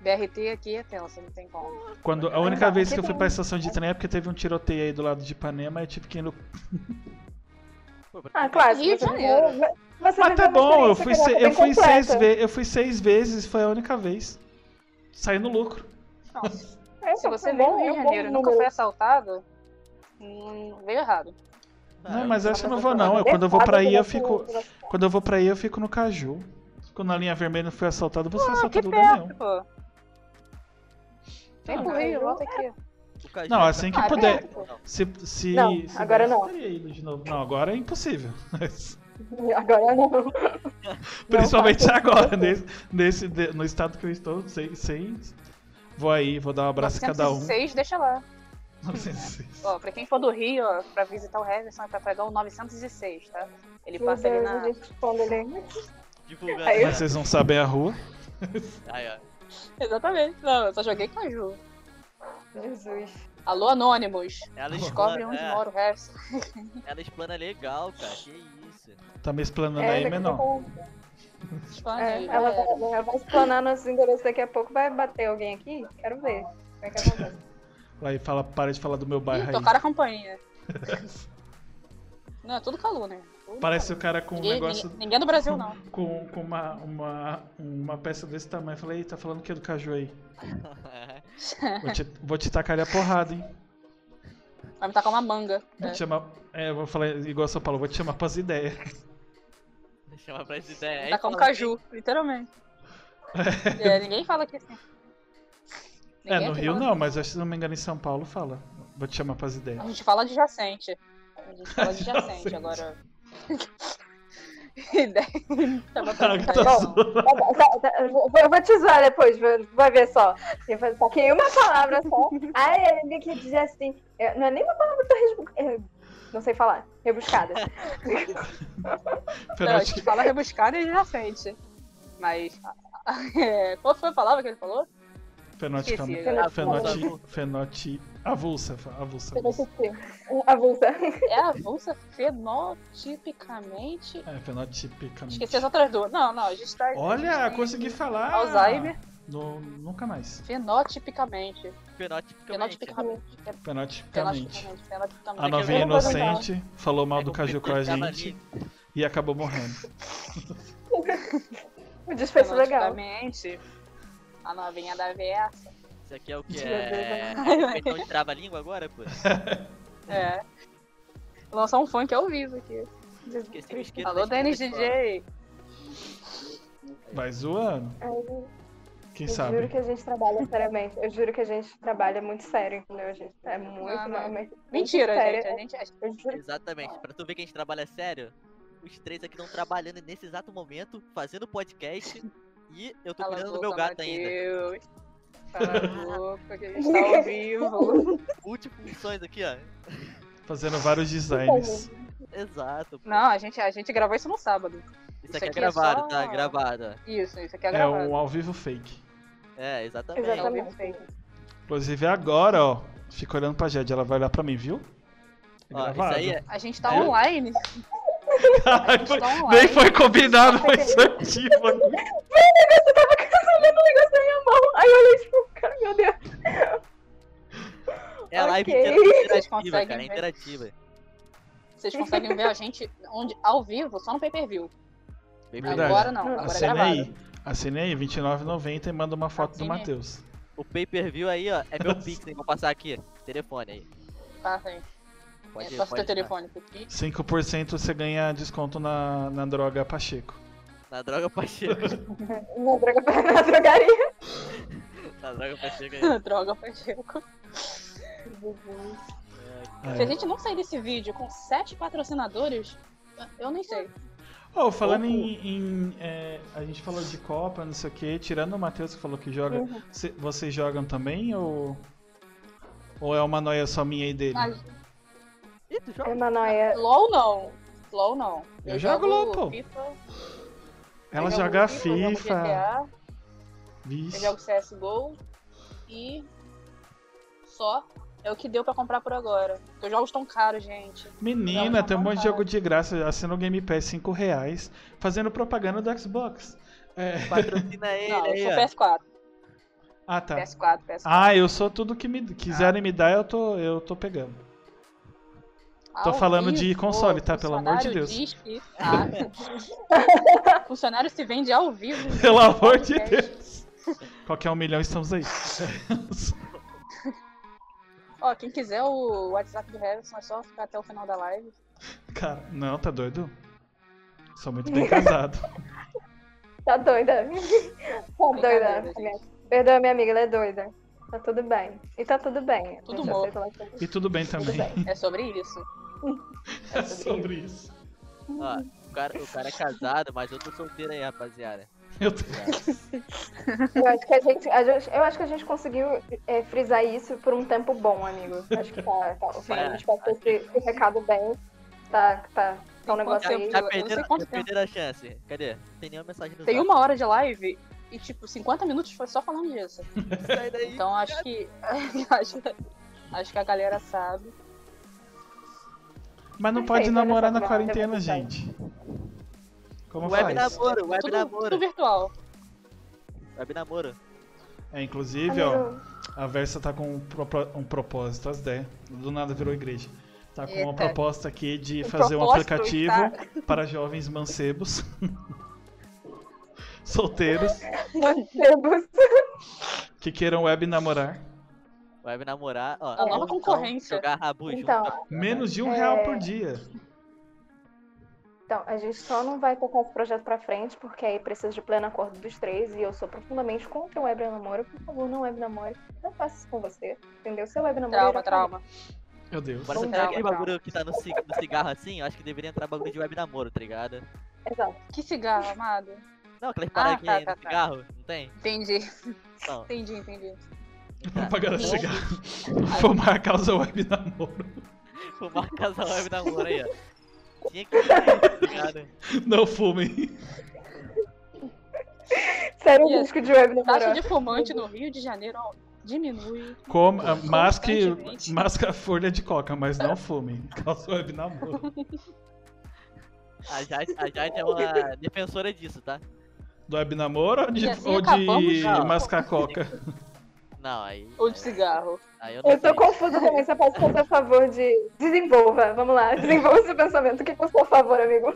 Speaker 3: BRT aqui é tenso, não tem
Speaker 4: Então,
Speaker 3: como.
Speaker 1: Quando a única
Speaker 4: Não,
Speaker 1: vez
Speaker 4: aqui
Speaker 1: que eu fui
Speaker 4: tá, tem.
Speaker 1: pra estação de trem é porque teve um tiroteio aí do lado de Ipanema e eu tive que ir no.
Speaker 2: É, Pô, pra-
Speaker 4: Ah, claro.
Speaker 3: Rio
Speaker 4: você
Speaker 3: de
Speaker 4: viveu- é Você
Speaker 1: Mas tá
Speaker 4: viveu uma
Speaker 1: bom, eu fui,
Speaker 4: experiência que
Speaker 1: se-
Speaker 4: era
Speaker 1: eu, fui
Speaker 4: completa.
Speaker 1: seis ve- eu fui seis vezes, foi a única vez. Saí no lucro.
Speaker 4: É,
Speaker 3: Se você
Speaker 4: foi
Speaker 3: veio
Speaker 4: bom,
Speaker 3: no Rio de
Speaker 4: é um bom
Speaker 3: Janeiro e nunca
Speaker 4: número.
Speaker 3: foi assaltado, hum, veio errado.
Speaker 2: Ah,
Speaker 1: não,
Speaker 2: eu-
Speaker 1: mas acho que eu não vou, não. Eu-
Speaker 4: Adequado
Speaker 1: quando eu vou pra aí, eu
Speaker 4: pra
Speaker 1: fico.
Speaker 4: sua-
Speaker 1: Quando eu vou pra aí, eu fico no Caju. Fico na linha vermelha, não fui assaltado, não
Speaker 4: Ah,
Speaker 1: fui
Speaker 3: Aqui
Speaker 1: assaltado em lugar nenhum.
Speaker 3: perto, pô. Vem pro
Speaker 4: Ah.
Speaker 3: Rio, volta aqui.
Speaker 2: o caju-
Speaker 1: Não, assim que
Speaker 3: Ah,
Speaker 1: puder.
Speaker 3: perto, pô.
Speaker 1: Se, se,
Speaker 4: Não,
Speaker 1: se
Speaker 4: agora
Speaker 1: desse, eu
Speaker 4: não.
Speaker 1: teria ido de novo. Não, agora é impossível.
Speaker 4: Agora não.
Speaker 1: Principalmente agora, nesse, nesse, de- no estado que eu estou, sem. sem... Vou aí, vou dar um abraço a cada um.
Speaker 3: 906, deixa lá.
Speaker 1: 906.
Speaker 3: Ó, pra quem for do Rio, ó, pra visitar o Harrison, é pra pegar o 916, tá? Ele
Speaker 4: Meu
Speaker 3: passa ali
Speaker 4: Deus,
Speaker 3: na.
Speaker 4: a gente responde ali.
Speaker 2: Divulgando.
Speaker 4: Aí eu-
Speaker 2: né?
Speaker 1: Mas vocês não sabem a rua.
Speaker 2: Aí, ó.
Speaker 3: Exatamente. Não, eu só joguei Caju.
Speaker 4: Jesus.
Speaker 3: Alô,
Speaker 1: É.
Speaker 3: Anônimos.
Speaker 2: Ela
Speaker 3: Descobre
Speaker 2: explana,
Speaker 3: onde
Speaker 2: é,
Speaker 3: mora o Harrison.
Speaker 2: Ela explana legal, cara. Que isso.
Speaker 1: Tá me explanando
Speaker 4: É,
Speaker 1: aí,
Speaker 4: daqui a
Speaker 1: menor.
Speaker 4: pouco-
Speaker 3: Esconde
Speaker 4: é,
Speaker 3: aí,
Speaker 4: ela,
Speaker 3: galera.
Speaker 4: vai, ela vai explanar nossos endereços daqui a pouco. Vai bater alguém aqui? Quero ver. Como é que acontece?
Speaker 1: Aí fala, para de falar do meu bairro
Speaker 3: Ih,
Speaker 1: aí.
Speaker 3: tocaram a campainha. não, é tudo calúnia. Tudo
Speaker 1: Parece o cara com um
Speaker 3: calúnia. Ninguém,
Speaker 1: negócio.
Speaker 3: ninguém, ninguém é do Brasil, não.
Speaker 1: Com, com uma, uma, uma peça desse tamanho. Eu Falei, "Ih, tá falando o que do caju aí? Vou te, vou te tacar a porrada, hein?
Speaker 3: Vai me tacar uma manga.
Speaker 1: Vou
Speaker 3: É.
Speaker 1: te chamar. É, eu vou falar igual São Paulo, vou te chamar pras ideias.
Speaker 2: Chama pra
Speaker 4: Tá
Speaker 2: essa ideia. Aí
Speaker 3: Tacar um
Speaker 2: fala
Speaker 3: caju, literalmente. É, ninguém fala aqui assim.
Speaker 1: É,
Speaker 3: Ninguém
Speaker 1: no
Speaker 3: aqui
Speaker 1: Rio
Speaker 3: fala.
Speaker 1: não, mas acho que se não me engano em São Paulo fala. Vou te chamar pras ideias.
Speaker 3: A gente fala adjacente. A gente fala adjacente, agora. Ideia. Tá botando
Speaker 1: Tá
Speaker 3: ideia, não.
Speaker 1: zoando.
Speaker 4: Tá, tá, tá, eu vou- eu vou te zoar depois, vai- vai ver só. Eu vou- Taquei uma palavra só. Aí ele que diz assim. é, Não é nem uma palavra que eu respondi. Não sei falar. Rebuscada.
Speaker 3: Não, a gente
Speaker 1: Penalti.
Speaker 3: fala rebuscada e já sente. Mas. é, qual foi a palavra que ele falou?
Speaker 1: Penalti.
Speaker 3: Esqueci,
Speaker 1: cam-
Speaker 4: agora.
Speaker 1: Fenoti. Fenoti. Avulsa. fa- Avulsa. avulsa.
Speaker 4: Um- Avulsa.
Speaker 3: É avulsa fenotipicamente.
Speaker 1: É, fenotipicamente.
Speaker 3: Esqueci as outras duas. Não, não, a gente tá.
Speaker 1: Olha, consegui falar.
Speaker 3: Alzheimer.
Speaker 1: No- nunca mais.
Speaker 3: Fenotipicamente.
Speaker 2: Fenotipicamente.
Speaker 3: Fenotipicamente. É,
Speaker 1: Fenotipicamente.
Speaker 3: fenotipicamente. Fenotipicamente.
Speaker 1: A novinha
Speaker 4: eu não vou lembrar.
Speaker 1: inocente falou mal
Speaker 2: É
Speaker 1: do Caju com a
Speaker 2: Tava
Speaker 1: gente
Speaker 2: tá ali.
Speaker 1: e acabou morrendo.
Speaker 4: O Um desfecho legal.
Speaker 3: Fenotipicamente. A novinha da versa.
Speaker 2: Isso aqui é o que
Speaker 4: Meu Deus,
Speaker 2: é. Então de trava-língua agora, pô.
Speaker 3: É. Lançar um funk ao vivo aqui.
Speaker 2: Esqueci o isqueiro.
Speaker 3: Alô,
Speaker 2: da
Speaker 3: Denis
Speaker 2: esquerda,
Speaker 3: DJ.
Speaker 1: Vai zoando? Quem
Speaker 4: Eu juro
Speaker 1: sabe?
Speaker 4: que a gente trabalha seriamente. Eu juro que a gente trabalha muito sério, entendeu, gente? É muito,
Speaker 3: Ah, não.
Speaker 4: realmente muito
Speaker 3: Mentira,
Speaker 4: sério.
Speaker 3: gente. A gente. a-
Speaker 4: Eu juro
Speaker 2: Exatamente. Pra tu ver que a gente trabalha sério, os três aqui estão trabalhando nesse exato momento, fazendo podcast. E eu tô cuidando do meu
Speaker 3: Cala a
Speaker 2: gato
Speaker 3: boca,
Speaker 2: ainda.
Speaker 3: Matheus. Cala a boca, que a gente tá ao vivo.
Speaker 2: Multifunções aqui, ó.
Speaker 1: Fazendo vários designs.
Speaker 2: Exato. pô.
Speaker 3: Não, a gente, a gente gravou isso no sábado.
Speaker 2: Isso aqui é
Speaker 3: aqui é
Speaker 2: gravado,
Speaker 3: só-
Speaker 2: tá? Gravado. ó.
Speaker 3: Isso, isso aqui é
Speaker 1: É
Speaker 3: gravado.
Speaker 1: um ao vivo fake.
Speaker 2: É, exatamente.
Speaker 4: Exatamente. gente.
Speaker 1: Inclusive agora, ó. Fica olhando pra Jed, ela vai olhar pra mim, viu? É
Speaker 2: Ó, isso
Speaker 1: gravado.
Speaker 2: aí é.
Speaker 3: A gente tá
Speaker 2: É.
Speaker 3: online.
Speaker 1: Caralho, foi-
Speaker 3: Tá online.
Speaker 1: nem foi combinado, foi intuitivo.
Speaker 4: Eu tava cancelando o negócio da minha mão. Aí eu olhei tipo, cara, meu Deus.
Speaker 2: É live
Speaker 4: Ok.
Speaker 3: Vocês
Speaker 2: interativa,
Speaker 3: conseguem
Speaker 2: cara.
Speaker 3: ver.
Speaker 2: É interativa.
Speaker 3: Vocês conseguem ver a gente onde, ao vivo, só no pay-per-view.
Speaker 2: Bem
Speaker 1: Verdade.
Speaker 3: Agora não, agora é
Speaker 1: Assina
Speaker 3: gravado.
Speaker 1: aí. Assina aí, 29,90 e manda uma foto do
Speaker 3: Assine.
Speaker 1: Matheus.
Speaker 2: O pay per view aí, ó, é meu pix, hein? Vou passar aqui. Telefone aí.
Speaker 3: Tá, É vem.
Speaker 2: Pode,
Speaker 3: Passa o
Speaker 2: pode
Speaker 3: teu telefone. Porque...
Speaker 1: 5% você ganha desconto na, na droga Pacheco.
Speaker 2: Na droga Pacheco.
Speaker 4: Na, droga, na drogaria.
Speaker 2: Na droga Pacheco aí.
Speaker 3: Droga, Pacheco.
Speaker 1: Ah,
Speaker 3: Se a
Speaker 1: é.
Speaker 3: gente não sair desse vídeo com sete patrocinadores, eu nem sei.
Speaker 1: Oh, falando em. em, é, a gente falou de Copa, não sei o que, tirando o Matheus que falou que joga.
Speaker 3: Uhum.
Speaker 1: cê- vocês jogam também ou. Ou é uma noia só minha e dele?
Speaker 3: Ah,
Speaker 2: Ih, tu
Speaker 4: É
Speaker 2: joga?
Speaker 4: uma noia.
Speaker 3: LOL não. LOL não.
Speaker 1: Eu jogo LOL, pô.
Speaker 3: FIFA,
Speaker 1: Ela
Speaker 3: eu jogo
Speaker 1: joga
Speaker 3: eu jogo
Speaker 1: FIFA.
Speaker 3: GTA, eu
Speaker 1: Vixe.
Speaker 3: jogo CSGO e só é o que deu pra comprar por agora. Porque os jogos estão caros, gente. Não,
Speaker 1: Menina,
Speaker 3: não
Speaker 1: tem um monte de
Speaker 3: compara.
Speaker 1: jogo de graça. Assina o Game Pass 5 reais, fazendo propaganda do Xbox. É.
Speaker 2: Patrocina ele
Speaker 3: Não, eu
Speaker 2: aí,
Speaker 3: sou
Speaker 2: ó.
Speaker 3: PS4,
Speaker 1: Ah, é. tá.
Speaker 3: PS4, PS4.
Speaker 1: Ah, eu sou tudo que me quiserem me dar, eu tô, eu tô pegando. Ah, tô
Speaker 3: Ao
Speaker 1: falando de
Speaker 3: vivo,
Speaker 1: console, tá? Pelo amor de
Speaker 3: funcionário
Speaker 1: Deus.
Speaker 3: diz que- Ah. funcionário se vende ao vivo. gente.
Speaker 1: Pelo amor de
Speaker 3: Podcast.
Speaker 1: Deus. Qualquer um milhão estamos aí.
Speaker 3: Ó, quem quiser o WhatsApp do Harrison é só ficar até o final da live.
Speaker 1: Cara, não, tá doido? Sou muito bem casado.
Speaker 4: Tá doida. Tá
Speaker 3: Brincadeira,
Speaker 4: doida.
Speaker 3: gente.
Speaker 4: Perdoa minha amiga, ela é doida. Tá tudo bem. E tá tudo bem. A
Speaker 3: Tudo
Speaker 4: gente
Speaker 3: bom.
Speaker 4: aceita ela como- é
Speaker 1: E tudo bem
Speaker 4: Tudo
Speaker 1: também.
Speaker 4: bem.
Speaker 3: É sobre isso.
Speaker 1: É sobre isso.
Speaker 2: ó. O cara, o cara é casado, mas eu tô solteiro aí, rapaziada.
Speaker 1: Meu Deus.
Speaker 4: Eu acho que a gente, a gente- eu acho que a gente conseguiu é, frisar isso por um tempo bom, amigo. Acho que tá. tá
Speaker 2: Sim.
Speaker 4: a
Speaker 3: é.
Speaker 4: gente passou esse, esse recado bem. Tá, tá. Tá um negócio
Speaker 2: Já,
Speaker 4: aí.
Speaker 3: eu
Speaker 2: já
Speaker 3: não sei
Speaker 2: perderam,
Speaker 3: quanto
Speaker 2: já
Speaker 3: tempo.
Speaker 2: perderam tá a chance. Cadê? Não Tem nenhuma mensagem no
Speaker 3: Tem
Speaker 2: zap.
Speaker 3: uma hora de live e, tipo, 50 minutos foi só falando disso.
Speaker 2: Sai daí.
Speaker 3: Então acho que. acho, acho que a galera sabe.
Speaker 1: Mas não
Speaker 4: Perfeito,
Speaker 1: pode
Speaker 4: olha
Speaker 1: namorar
Speaker 4: só
Speaker 1: na
Speaker 4: que
Speaker 1: quarentena,
Speaker 4: maravilha.
Speaker 1: gente. Como faz?
Speaker 2: Web namoro, web
Speaker 3: Tudo, tudo
Speaker 2: namoro.
Speaker 3: virtual.
Speaker 2: Web namoro.
Speaker 1: É, inclusive, ó,
Speaker 4: Amigo,
Speaker 1: a Versa tá com um, propo- um propósito, as 10. Do nada virou igreja. Tá com uma
Speaker 3: Eita.
Speaker 1: proposta aqui de
Speaker 3: Um
Speaker 1: fazer um
Speaker 3: propósito, tá?
Speaker 1: aplicativo para jovens mancebos. solteiros
Speaker 4: mancebos.
Speaker 1: que queiram web namorar.
Speaker 2: Web namorar, ó.
Speaker 3: A É nova
Speaker 2: Ou então
Speaker 3: concorrência.
Speaker 2: Jogar rabo
Speaker 4: Então,
Speaker 2: junto.
Speaker 1: Menos de um
Speaker 4: É.
Speaker 1: real por dia.
Speaker 4: Então, a gente só não vai tocar esse projeto pra frente, porque aí precisa de pleno acordo dos três, e eu sou profundamente contra o web namoro. Por favor, não web namoro. Não faça isso com você, entendeu? Seu web namoro... é
Speaker 3: Trauma, trauma.
Speaker 1: Meu Deus.
Speaker 3: um
Speaker 2: Agora, se
Speaker 4: Não
Speaker 2: tem
Speaker 4: dá,
Speaker 2: aquele
Speaker 4: não dá.
Speaker 2: bagulho que tá no, ci- no cigarro assim, eu acho que deveria entrar bagulho de web namoro, tá ligado?
Speaker 4: Exato.
Speaker 3: Que cigarro, amado.
Speaker 2: Não, aquelas paradas que
Speaker 3: tá,
Speaker 2: é
Speaker 3: tá,
Speaker 2: no
Speaker 3: tá.
Speaker 2: cigarro, não tem? Então, tá.
Speaker 3: Entendi,
Speaker 2: Não.
Speaker 3: entendi, entendi.
Speaker 1: Propaganda de
Speaker 3: Bom.
Speaker 1: cigarro. Fumar causa web namoro.
Speaker 2: Fumar casa web na rua, aí, ó. Tinha que tá cara.
Speaker 1: Não fumem.
Speaker 4: Sério,
Speaker 3: E
Speaker 4: o
Speaker 3: a
Speaker 4: risco de web
Speaker 3: Taxa
Speaker 4: namorar.
Speaker 3: de fumante no Rio de Janeiro ó, diminui.
Speaker 1: Como, ah, masque,
Speaker 3: Constantemente.
Speaker 1: masca a folha de coca, mas não fumem. Calça web na mão.
Speaker 2: A Jade, a Jade é uma defensora disso, tá?
Speaker 1: Do web namoro ou de,
Speaker 3: E assim
Speaker 1: ou de
Speaker 3: acabamos de-
Speaker 1: mascar coca?
Speaker 2: Não, aí.
Speaker 3: Ou de cigarro.
Speaker 2: Aí eu não
Speaker 4: Eu
Speaker 2: sei.
Speaker 4: tô confusa também, você pode ser a favor de. Desenvolva, vamos lá, desenvolva esse pensamento. O que que você é a favor, amigo?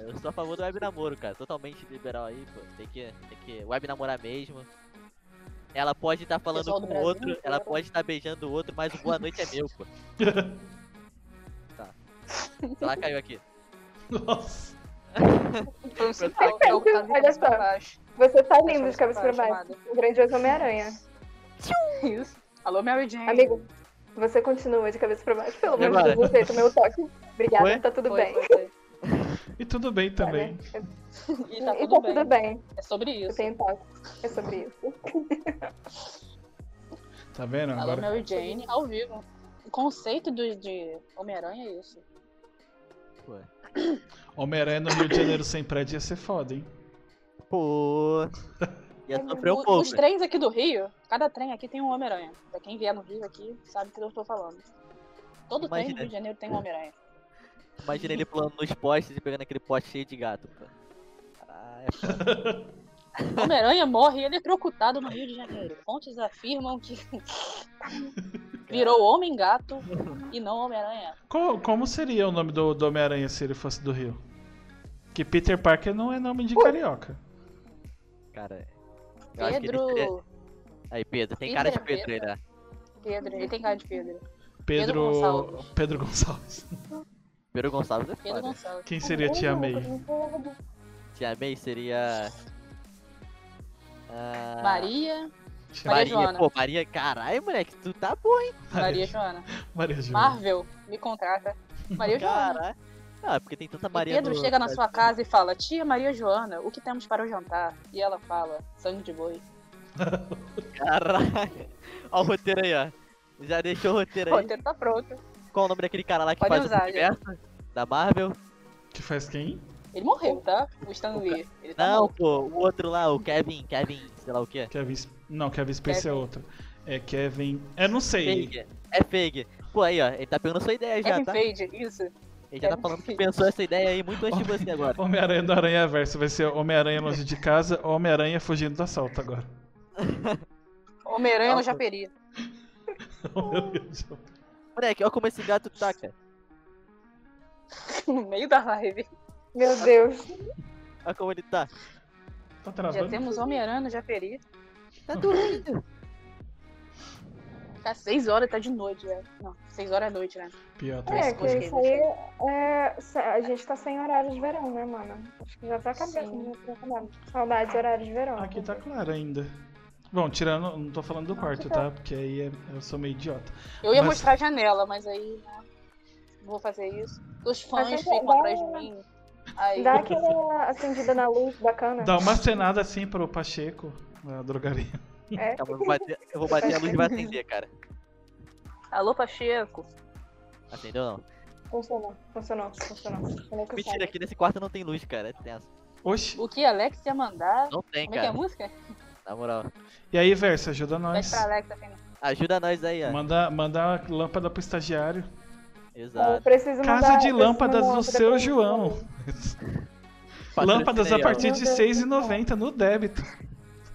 Speaker 2: Eu sou a favor do web namoro, cara. Totalmente liberal aí, pô. Tem que, tem que web namorar mesmo. Ela pode estar falando
Speaker 3: Pessoal
Speaker 2: com
Speaker 3: do
Speaker 2: o
Speaker 3: Brasil
Speaker 2: outro,
Speaker 3: inteiro.
Speaker 2: ela pode estar beijando o outro, mas o boa noite é meu, pô. tá. Ela caiu aqui.
Speaker 1: Nossa.
Speaker 3: Foi um sinal, é o que tá
Speaker 4: Olha
Speaker 3: vindo
Speaker 4: só.
Speaker 3: pra baixo.
Speaker 4: Você tá
Speaker 3: Deixa
Speaker 4: lindo
Speaker 3: eu
Speaker 4: de cabeça pra
Speaker 3: fazer uma
Speaker 4: baixo. O grandioso Homem-Aranha.
Speaker 3: Isso. Alô, Mary Jane.
Speaker 4: Amigo, você continua de cabeça pra baixo. Pelo
Speaker 2: E
Speaker 4: menos
Speaker 2: agora?
Speaker 4: eu aceito o meu um toque. Obrigada,
Speaker 2: Foi?
Speaker 4: tá tudo
Speaker 3: Foi,
Speaker 4: bem.
Speaker 3: foi, foi.
Speaker 1: E tudo bem
Speaker 3: Tá
Speaker 1: também.
Speaker 3: E tá
Speaker 4: e
Speaker 3: tudo bem.
Speaker 4: tudo bem.
Speaker 3: É sobre
Speaker 4: Eu
Speaker 3: isso.
Speaker 4: tenho toque. É sobre isso.
Speaker 1: Tá vendo?
Speaker 3: Alô,
Speaker 1: Agora
Speaker 3: Mary Jane, ao vivo. O conceito do, de Homem-Aranha é isso.
Speaker 2: Pô.
Speaker 1: Homem-Aranha no Rio de Janeiro sem prédio ia ser foda, hein?
Speaker 2: Pô. Ia sofrer um
Speaker 3: O-
Speaker 2: pouco.
Speaker 3: Os trens aqui do Rio, cada trem aqui tem um Homem-Aranha. Pra quem vier no Rio aqui, sabe do que eu tô falando. Todo trem
Speaker 2: Imagina.
Speaker 3: do Rio de Janeiro tem um Homem-Aranha.
Speaker 2: Imagina ele pulando nos postes e pegando aquele poste cheio de gato, pô. Caralho, é foda.
Speaker 3: Homem-Aranha morre eletrocutado no Rio de Janeiro. Fontes afirmam que virou Homem-Gato e não Homem-Aranha.
Speaker 1: Co- Como seria o nome do, do Homem-Aranha se ele fosse do Rio? Que Peter Parker não é nome
Speaker 3: Uh!
Speaker 1: de carioca.
Speaker 2: cara. Eu acho que ele seria-
Speaker 3: Pedro.
Speaker 2: Aí, Pedro, tem cara de
Speaker 3: Pedro é
Speaker 2: Pedro aí, né?
Speaker 3: Pedro, ele tem cara de Pedro. Pedro
Speaker 1: Pedro.
Speaker 3: Gonçalves.
Speaker 1: Pedro Gonçalves.
Speaker 2: Pedro Gonçalves é
Speaker 3: Pedro
Speaker 2: foda.
Speaker 3: Gonçalves.
Speaker 1: Quem seria Tia May?
Speaker 2: Tia May seria. Ah,
Speaker 3: Maria,
Speaker 1: Tia
Speaker 3: Maria
Speaker 2: Maria,
Speaker 3: Joana.
Speaker 2: pô, Maria, caralho, moleque, tu tá bom, hein?
Speaker 3: Maria Joana.
Speaker 1: Maria Joana.
Speaker 3: Marvel, me contrata. Maria Joana.
Speaker 2: Caralho. Não, é porque tem tanta
Speaker 3: E
Speaker 2: Maria
Speaker 3: Pedro
Speaker 2: no-
Speaker 3: chega na sua casa e fala: Tia Maria Joana, o que temos para o jantar? E ela fala: sangue de boi.
Speaker 2: Caralho. Ó o roteiro aí, ó. Já deixou o roteiro
Speaker 3: O
Speaker 2: aí.
Speaker 3: roteiro tá pronto.
Speaker 2: Qual o nome daquele cara lá que
Speaker 3: Pode
Speaker 2: faz
Speaker 3: usar,
Speaker 2: o universo? Da Marvel?
Speaker 1: Que faz quem?
Speaker 3: Ele morreu, tá? O Stan Lee. Ele tá
Speaker 2: Não,
Speaker 3: morto.
Speaker 2: pô, o outro lá, o Kevin, Kevin, sei lá o quê.
Speaker 1: Kevin. Sp- Não, Kevin Spacey é
Speaker 3: Kevin.
Speaker 1: outro. É Kevin. Eu não sei.
Speaker 2: Fake. É fake. Pô, aí, ó, ele tá pegando sua ideia já,
Speaker 3: Kevin
Speaker 2: tá?
Speaker 3: Feige, isso.
Speaker 2: Ele já tá
Speaker 3: Kevin
Speaker 2: falando que
Speaker 3: Feige.
Speaker 2: pensou essa ideia aí muito antes de você agora.
Speaker 1: Homem-Aranha do Aranha Verso. Vai ser Homem-Aranha longe de casa, Homem-Aranha fugindo do assalto agora.
Speaker 3: Homem-Aranha no
Speaker 2: Nossa.
Speaker 3: Japeri.
Speaker 2: Moleque, ó como esse gato tá, cara.
Speaker 3: No meio da live.
Speaker 4: Meu Deus.
Speaker 2: Ó como ele tá.
Speaker 1: tá
Speaker 3: Já
Speaker 1: travando?
Speaker 3: temos um Homem-Aranha no Japeri.
Speaker 2: Tá dormindo.
Speaker 3: Tá 6 horas, tá de noite, né? Não, 6 horas é noite, né?
Speaker 1: Pior, tá
Speaker 4: É,
Speaker 1: escuro.
Speaker 4: que isso aí. é, se- a gente tá sem horário de verão, né, mano? Acho que já tá acabando.
Speaker 3: Sim.
Speaker 4: já tá acabando. Saudade de horário de verão.
Speaker 1: Aqui tá claro ainda. Bom, tirando. Não tô falando do quarto, tá? Porque aí é- eu sou meio idiota.
Speaker 3: Eu ia
Speaker 1: Mas-
Speaker 3: mostrar a janela, mas aí. né, Vou fazer isso. Os fãs
Speaker 4: Mas-
Speaker 3: ficam atrás de mim. Aí.
Speaker 4: Dá aquela acendida na luz
Speaker 3: Tá.
Speaker 4: bacana.
Speaker 1: Dá uma cenada assim pro Pacheco na drogaria.
Speaker 4: É.
Speaker 2: Calma, eu vou bater, eu vou bater a luz e vai acender, cara.
Speaker 3: Alô, Pacheco.
Speaker 2: Acendeu ou não?
Speaker 4: Funcionou, funcionou, funcionou. Como é que eu
Speaker 2: Mentira, aqui nesse quarto não tem luz, cara. É tenso.
Speaker 1: Oxi.
Speaker 3: O que Alex ia mandar?
Speaker 2: Não tem,
Speaker 3: Como é que é
Speaker 2: cara.
Speaker 3: a música?
Speaker 2: Na moral.
Speaker 1: E aí, Verso, ajuda
Speaker 3: Pede
Speaker 1: nós.
Speaker 3: pra tá Alexa, Fernanda.
Speaker 2: Ajuda nós aí, ó.
Speaker 1: Manda, manda a lâmpada pro estagiário.
Speaker 4: falo? Eu
Speaker 2: Exato.
Speaker 4: preciso
Speaker 1: Casa
Speaker 4: mandar-
Speaker 1: de
Speaker 4: preciso
Speaker 1: lâmpadas
Speaker 4: mandar
Speaker 1: do
Speaker 4: uma
Speaker 1: seu
Speaker 4: lâmpada pra
Speaker 1: João.
Speaker 4: mim.
Speaker 1: Lâmpadas a
Speaker 2: Patrocina aí, ó.
Speaker 1: partir de R$ 6,90 no débito.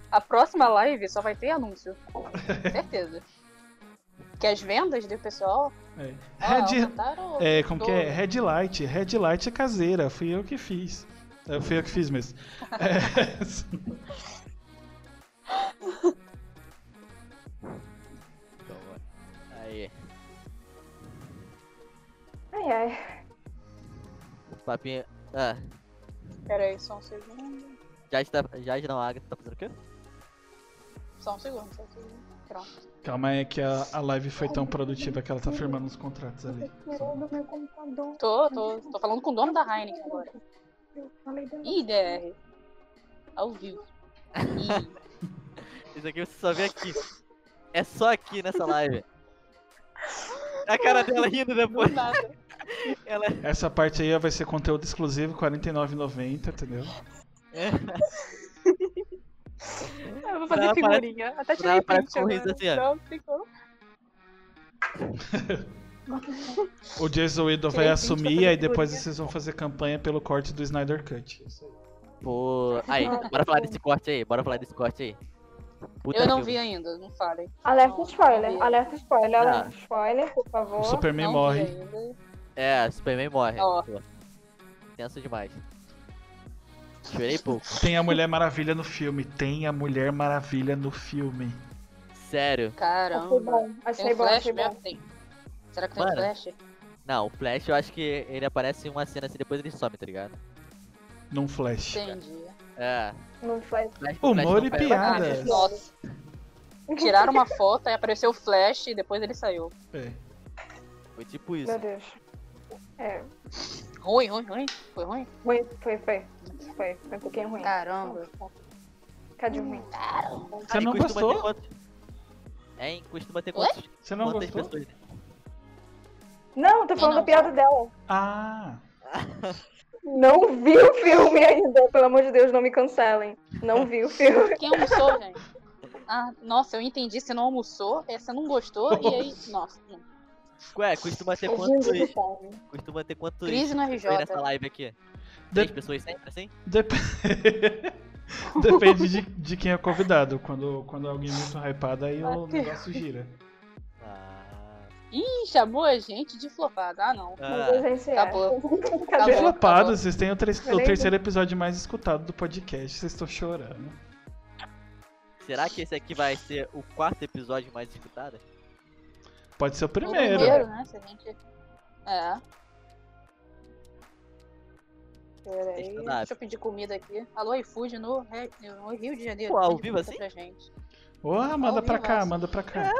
Speaker 3: A próxima live só vai ter anúncio. Certeza. que as vendas do pessoal
Speaker 1: É.
Speaker 3: ah,
Speaker 1: Red,
Speaker 3: aumentaram.
Speaker 1: é, como que é? Red light. Red light é caseira. Fui eu que fiz. É, fui eu que fiz mesmo. É.
Speaker 2: Então, bora. Aí.
Speaker 4: Ai, ai.
Speaker 2: Papinho. Ah,
Speaker 3: Pera aí, só um segundo.
Speaker 2: já está. Já não, a Agatha tá fazendo o quê?
Speaker 3: Só um segundo, só um segundo. Pronto.
Speaker 1: Calma aí que a, a live foi tão produtiva que ela tá firmando os contratos ali.
Speaker 4: Tirou do meu computador.
Speaker 3: Tô, tô, tô falando com o dono da Heineken agora.
Speaker 4: Eu falei do-
Speaker 3: Ih, DR. Ao vivo. Ih,
Speaker 2: Isso aqui você só vê aqui. É só aqui nessa live. A cara dela rindo
Speaker 3: Do
Speaker 2: depois.
Speaker 3: nada.
Speaker 2: Ela. é-
Speaker 1: Essa parte aí vai ser conteúdo exclusivo, R$ 49,90, entendeu?
Speaker 3: Eu vou fazer
Speaker 2: Não, parece-
Speaker 3: figurinha. Até
Speaker 2: não,
Speaker 3: tirei
Speaker 2: parece
Speaker 3: print
Speaker 2: um riso
Speaker 3: agora.
Speaker 2: assim, ó.
Speaker 3: Não, ficou.
Speaker 1: O Jason Whedon
Speaker 4: Sim,
Speaker 1: vai
Speaker 4: sim,
Speaker 1: assumir
Speaker 4: deixa
Speaker 1: e
Speaker 4: eu
Speaker 1: aí
Speaker 4: fazer
Speaker 1: depois
Speaker 4: figurinha.
Speaker 1: vocês vão fazer campanha pelo corte do Snyder Cut.
Speaker 2: Pô. Aí, bora falar desse corte aí, bora falar desse corte aí. Puta
Speaker 3: Eu não
Speaker 2: filme.
Speaker 3: vi ainda, não falem.
Speaker 4: Alerta
Speaker 3: Não, não
Speaker 4: spoiler,
Speaker 3: vi.
Speaker 4: alerta spoiler,
Speaker 2: Ah.
Speaker 4: alerta spoiler, por favor.
Speaker 1: O Superman
Speaker 3: Não vi
Speaker 1: morre.
Speaker 3: ainda.
Speaker 2: É, Superman morre.
Speaker 3: Ó.
Speaker 2: Pô. Tenso demais. Chorei pouco.
Speaker 1: Tem a Mulher Maravilha no filme. Tem a Mulher Maravilha no filme.
Speaker 2: Sério.
Speaker 4: Achei
Speaker 3: Caramba.
Speaker 4: bom,
Speaker 3: Tem
Speaker 4: achei bom,
Speaker 3: um flash
Speaker 4: achei bom.
Speaker 3: mesmo? Tem. Será que tem
Speaker 2: Mano.
Speaker 3: flash?
Speaker 2: Não, o Flash eu acho que ele aparece em uma cena assim, depois ele some, tá ligado?
Speaker 1: Num flash.
Speaker 3: Entendi.
Speaker 2: É.
Speaker 4: Não foi.
Speaker 2: Flash,
Speaker 1: Humor
Speaker 2: Flash
Speaker 1: e
Speaker 2: não-
Speaker 3: Ah,
Speaker 1: piadas.
Speaker 3: mas nossa. Tiraram uma foto, aí apareceu o flash e depois ele saiu.
Speaker 1: É.
Speaker 2: Foi tipo isso.
Speaker 4: Meu Deus. É,
Speaker 3: Ruim, ruim, ruim. Foi ruim?
Speaker 4: foi, foi, foi. Foi, foi um pouquinho
Speaker 3: Ah.
Speaker 4: ruim.
Speaker 3: Caramba.
Speaker 4: Cadê ruim?
Speaker 1: Você
Speaker 2: E
Speaker 1: não
Speaker 2: costuma ter
Speaker 1: gostou?
Speaker 2: quantos- É, hein? Costuma ter
Speaker 3: Ué?
Speaker 2: quantos...
Speaker 1: Você não
Speaker 2: quantas
Speaker 1: gostou?
Speaker 2: pessoas?
Speaker 4: Não, tô
Speaker 3: Não,
Speaker 4: falando
Speaker 3: não.
Speaker 4: da piada dela.
Speaker 1: Ah,
Speaker 4: Não vi o filme ainda, pelo amor de Deus, não me cancelem. Não vi o filme.
Speaker 3: Quem almoçou, gente? Ah, nossa, eu entendi. Você não almoçou, é, você não gostou, e aí. Nossa. não.
Speaker 2: Ué, costuma
Speaker 1: É
Speaker 2: ter quantos...
Speaker 4: Jesus do
Speaker 3: tá
Speaker 4: céu.
Speaker 2: Costuma ter quantos...
Speaker 3: Crise no RJ.
Speaker 2: pessoas nessa live aqui? Três pessoas sempre, assim?
Speaker 1: Dep- Depende de, de quem é convidado. Quando, quando é alguém muito hypado, aí o negócio gira.
Speaker 2: Ah...
Speaker 3: Ih, chamou a gente de flopada. Ah, não.
Speaker 4: Mas a gente é.
Speaker 3: Acabou.
Speaker 4: Cadê?
Speaker 3: Acabou.
Speaker 1: Flopado, vocês têm o, tre- o
Speaker 4: Peraí.
Speaker 1: terceiro episódio mais escutado do podcast. Vocês estão chorando.
Speaker 2: Será que esse aqui vai ser o quarto episódio mais disputado?
Speaker 1: Pode ser o
Speaker 3: O
Speaker 1: primeiro.
Speaker 3: né? Se a gente. É.
Speaker 4: Peraí.
Speaker 2: Questionável.
Speaker 3: Deixa eu pedir comida aqui. Alô, iFood no, Re- no Rio de Janeiro.
Speaker 2: Pô, ao
Speaker 3: Pede
Speaker 2: vivo
Speaker 3: comida
Speaker 2: assim?
Speaker 3: pra gente.
Speaker 1: Ô, ah, manda
Speaker 3: Ao
Speaker 1: pra cá,
Speaker 3: vivaço.
Speaker 1: manda pra
Speaker 4: É.
Speaker 1: cá.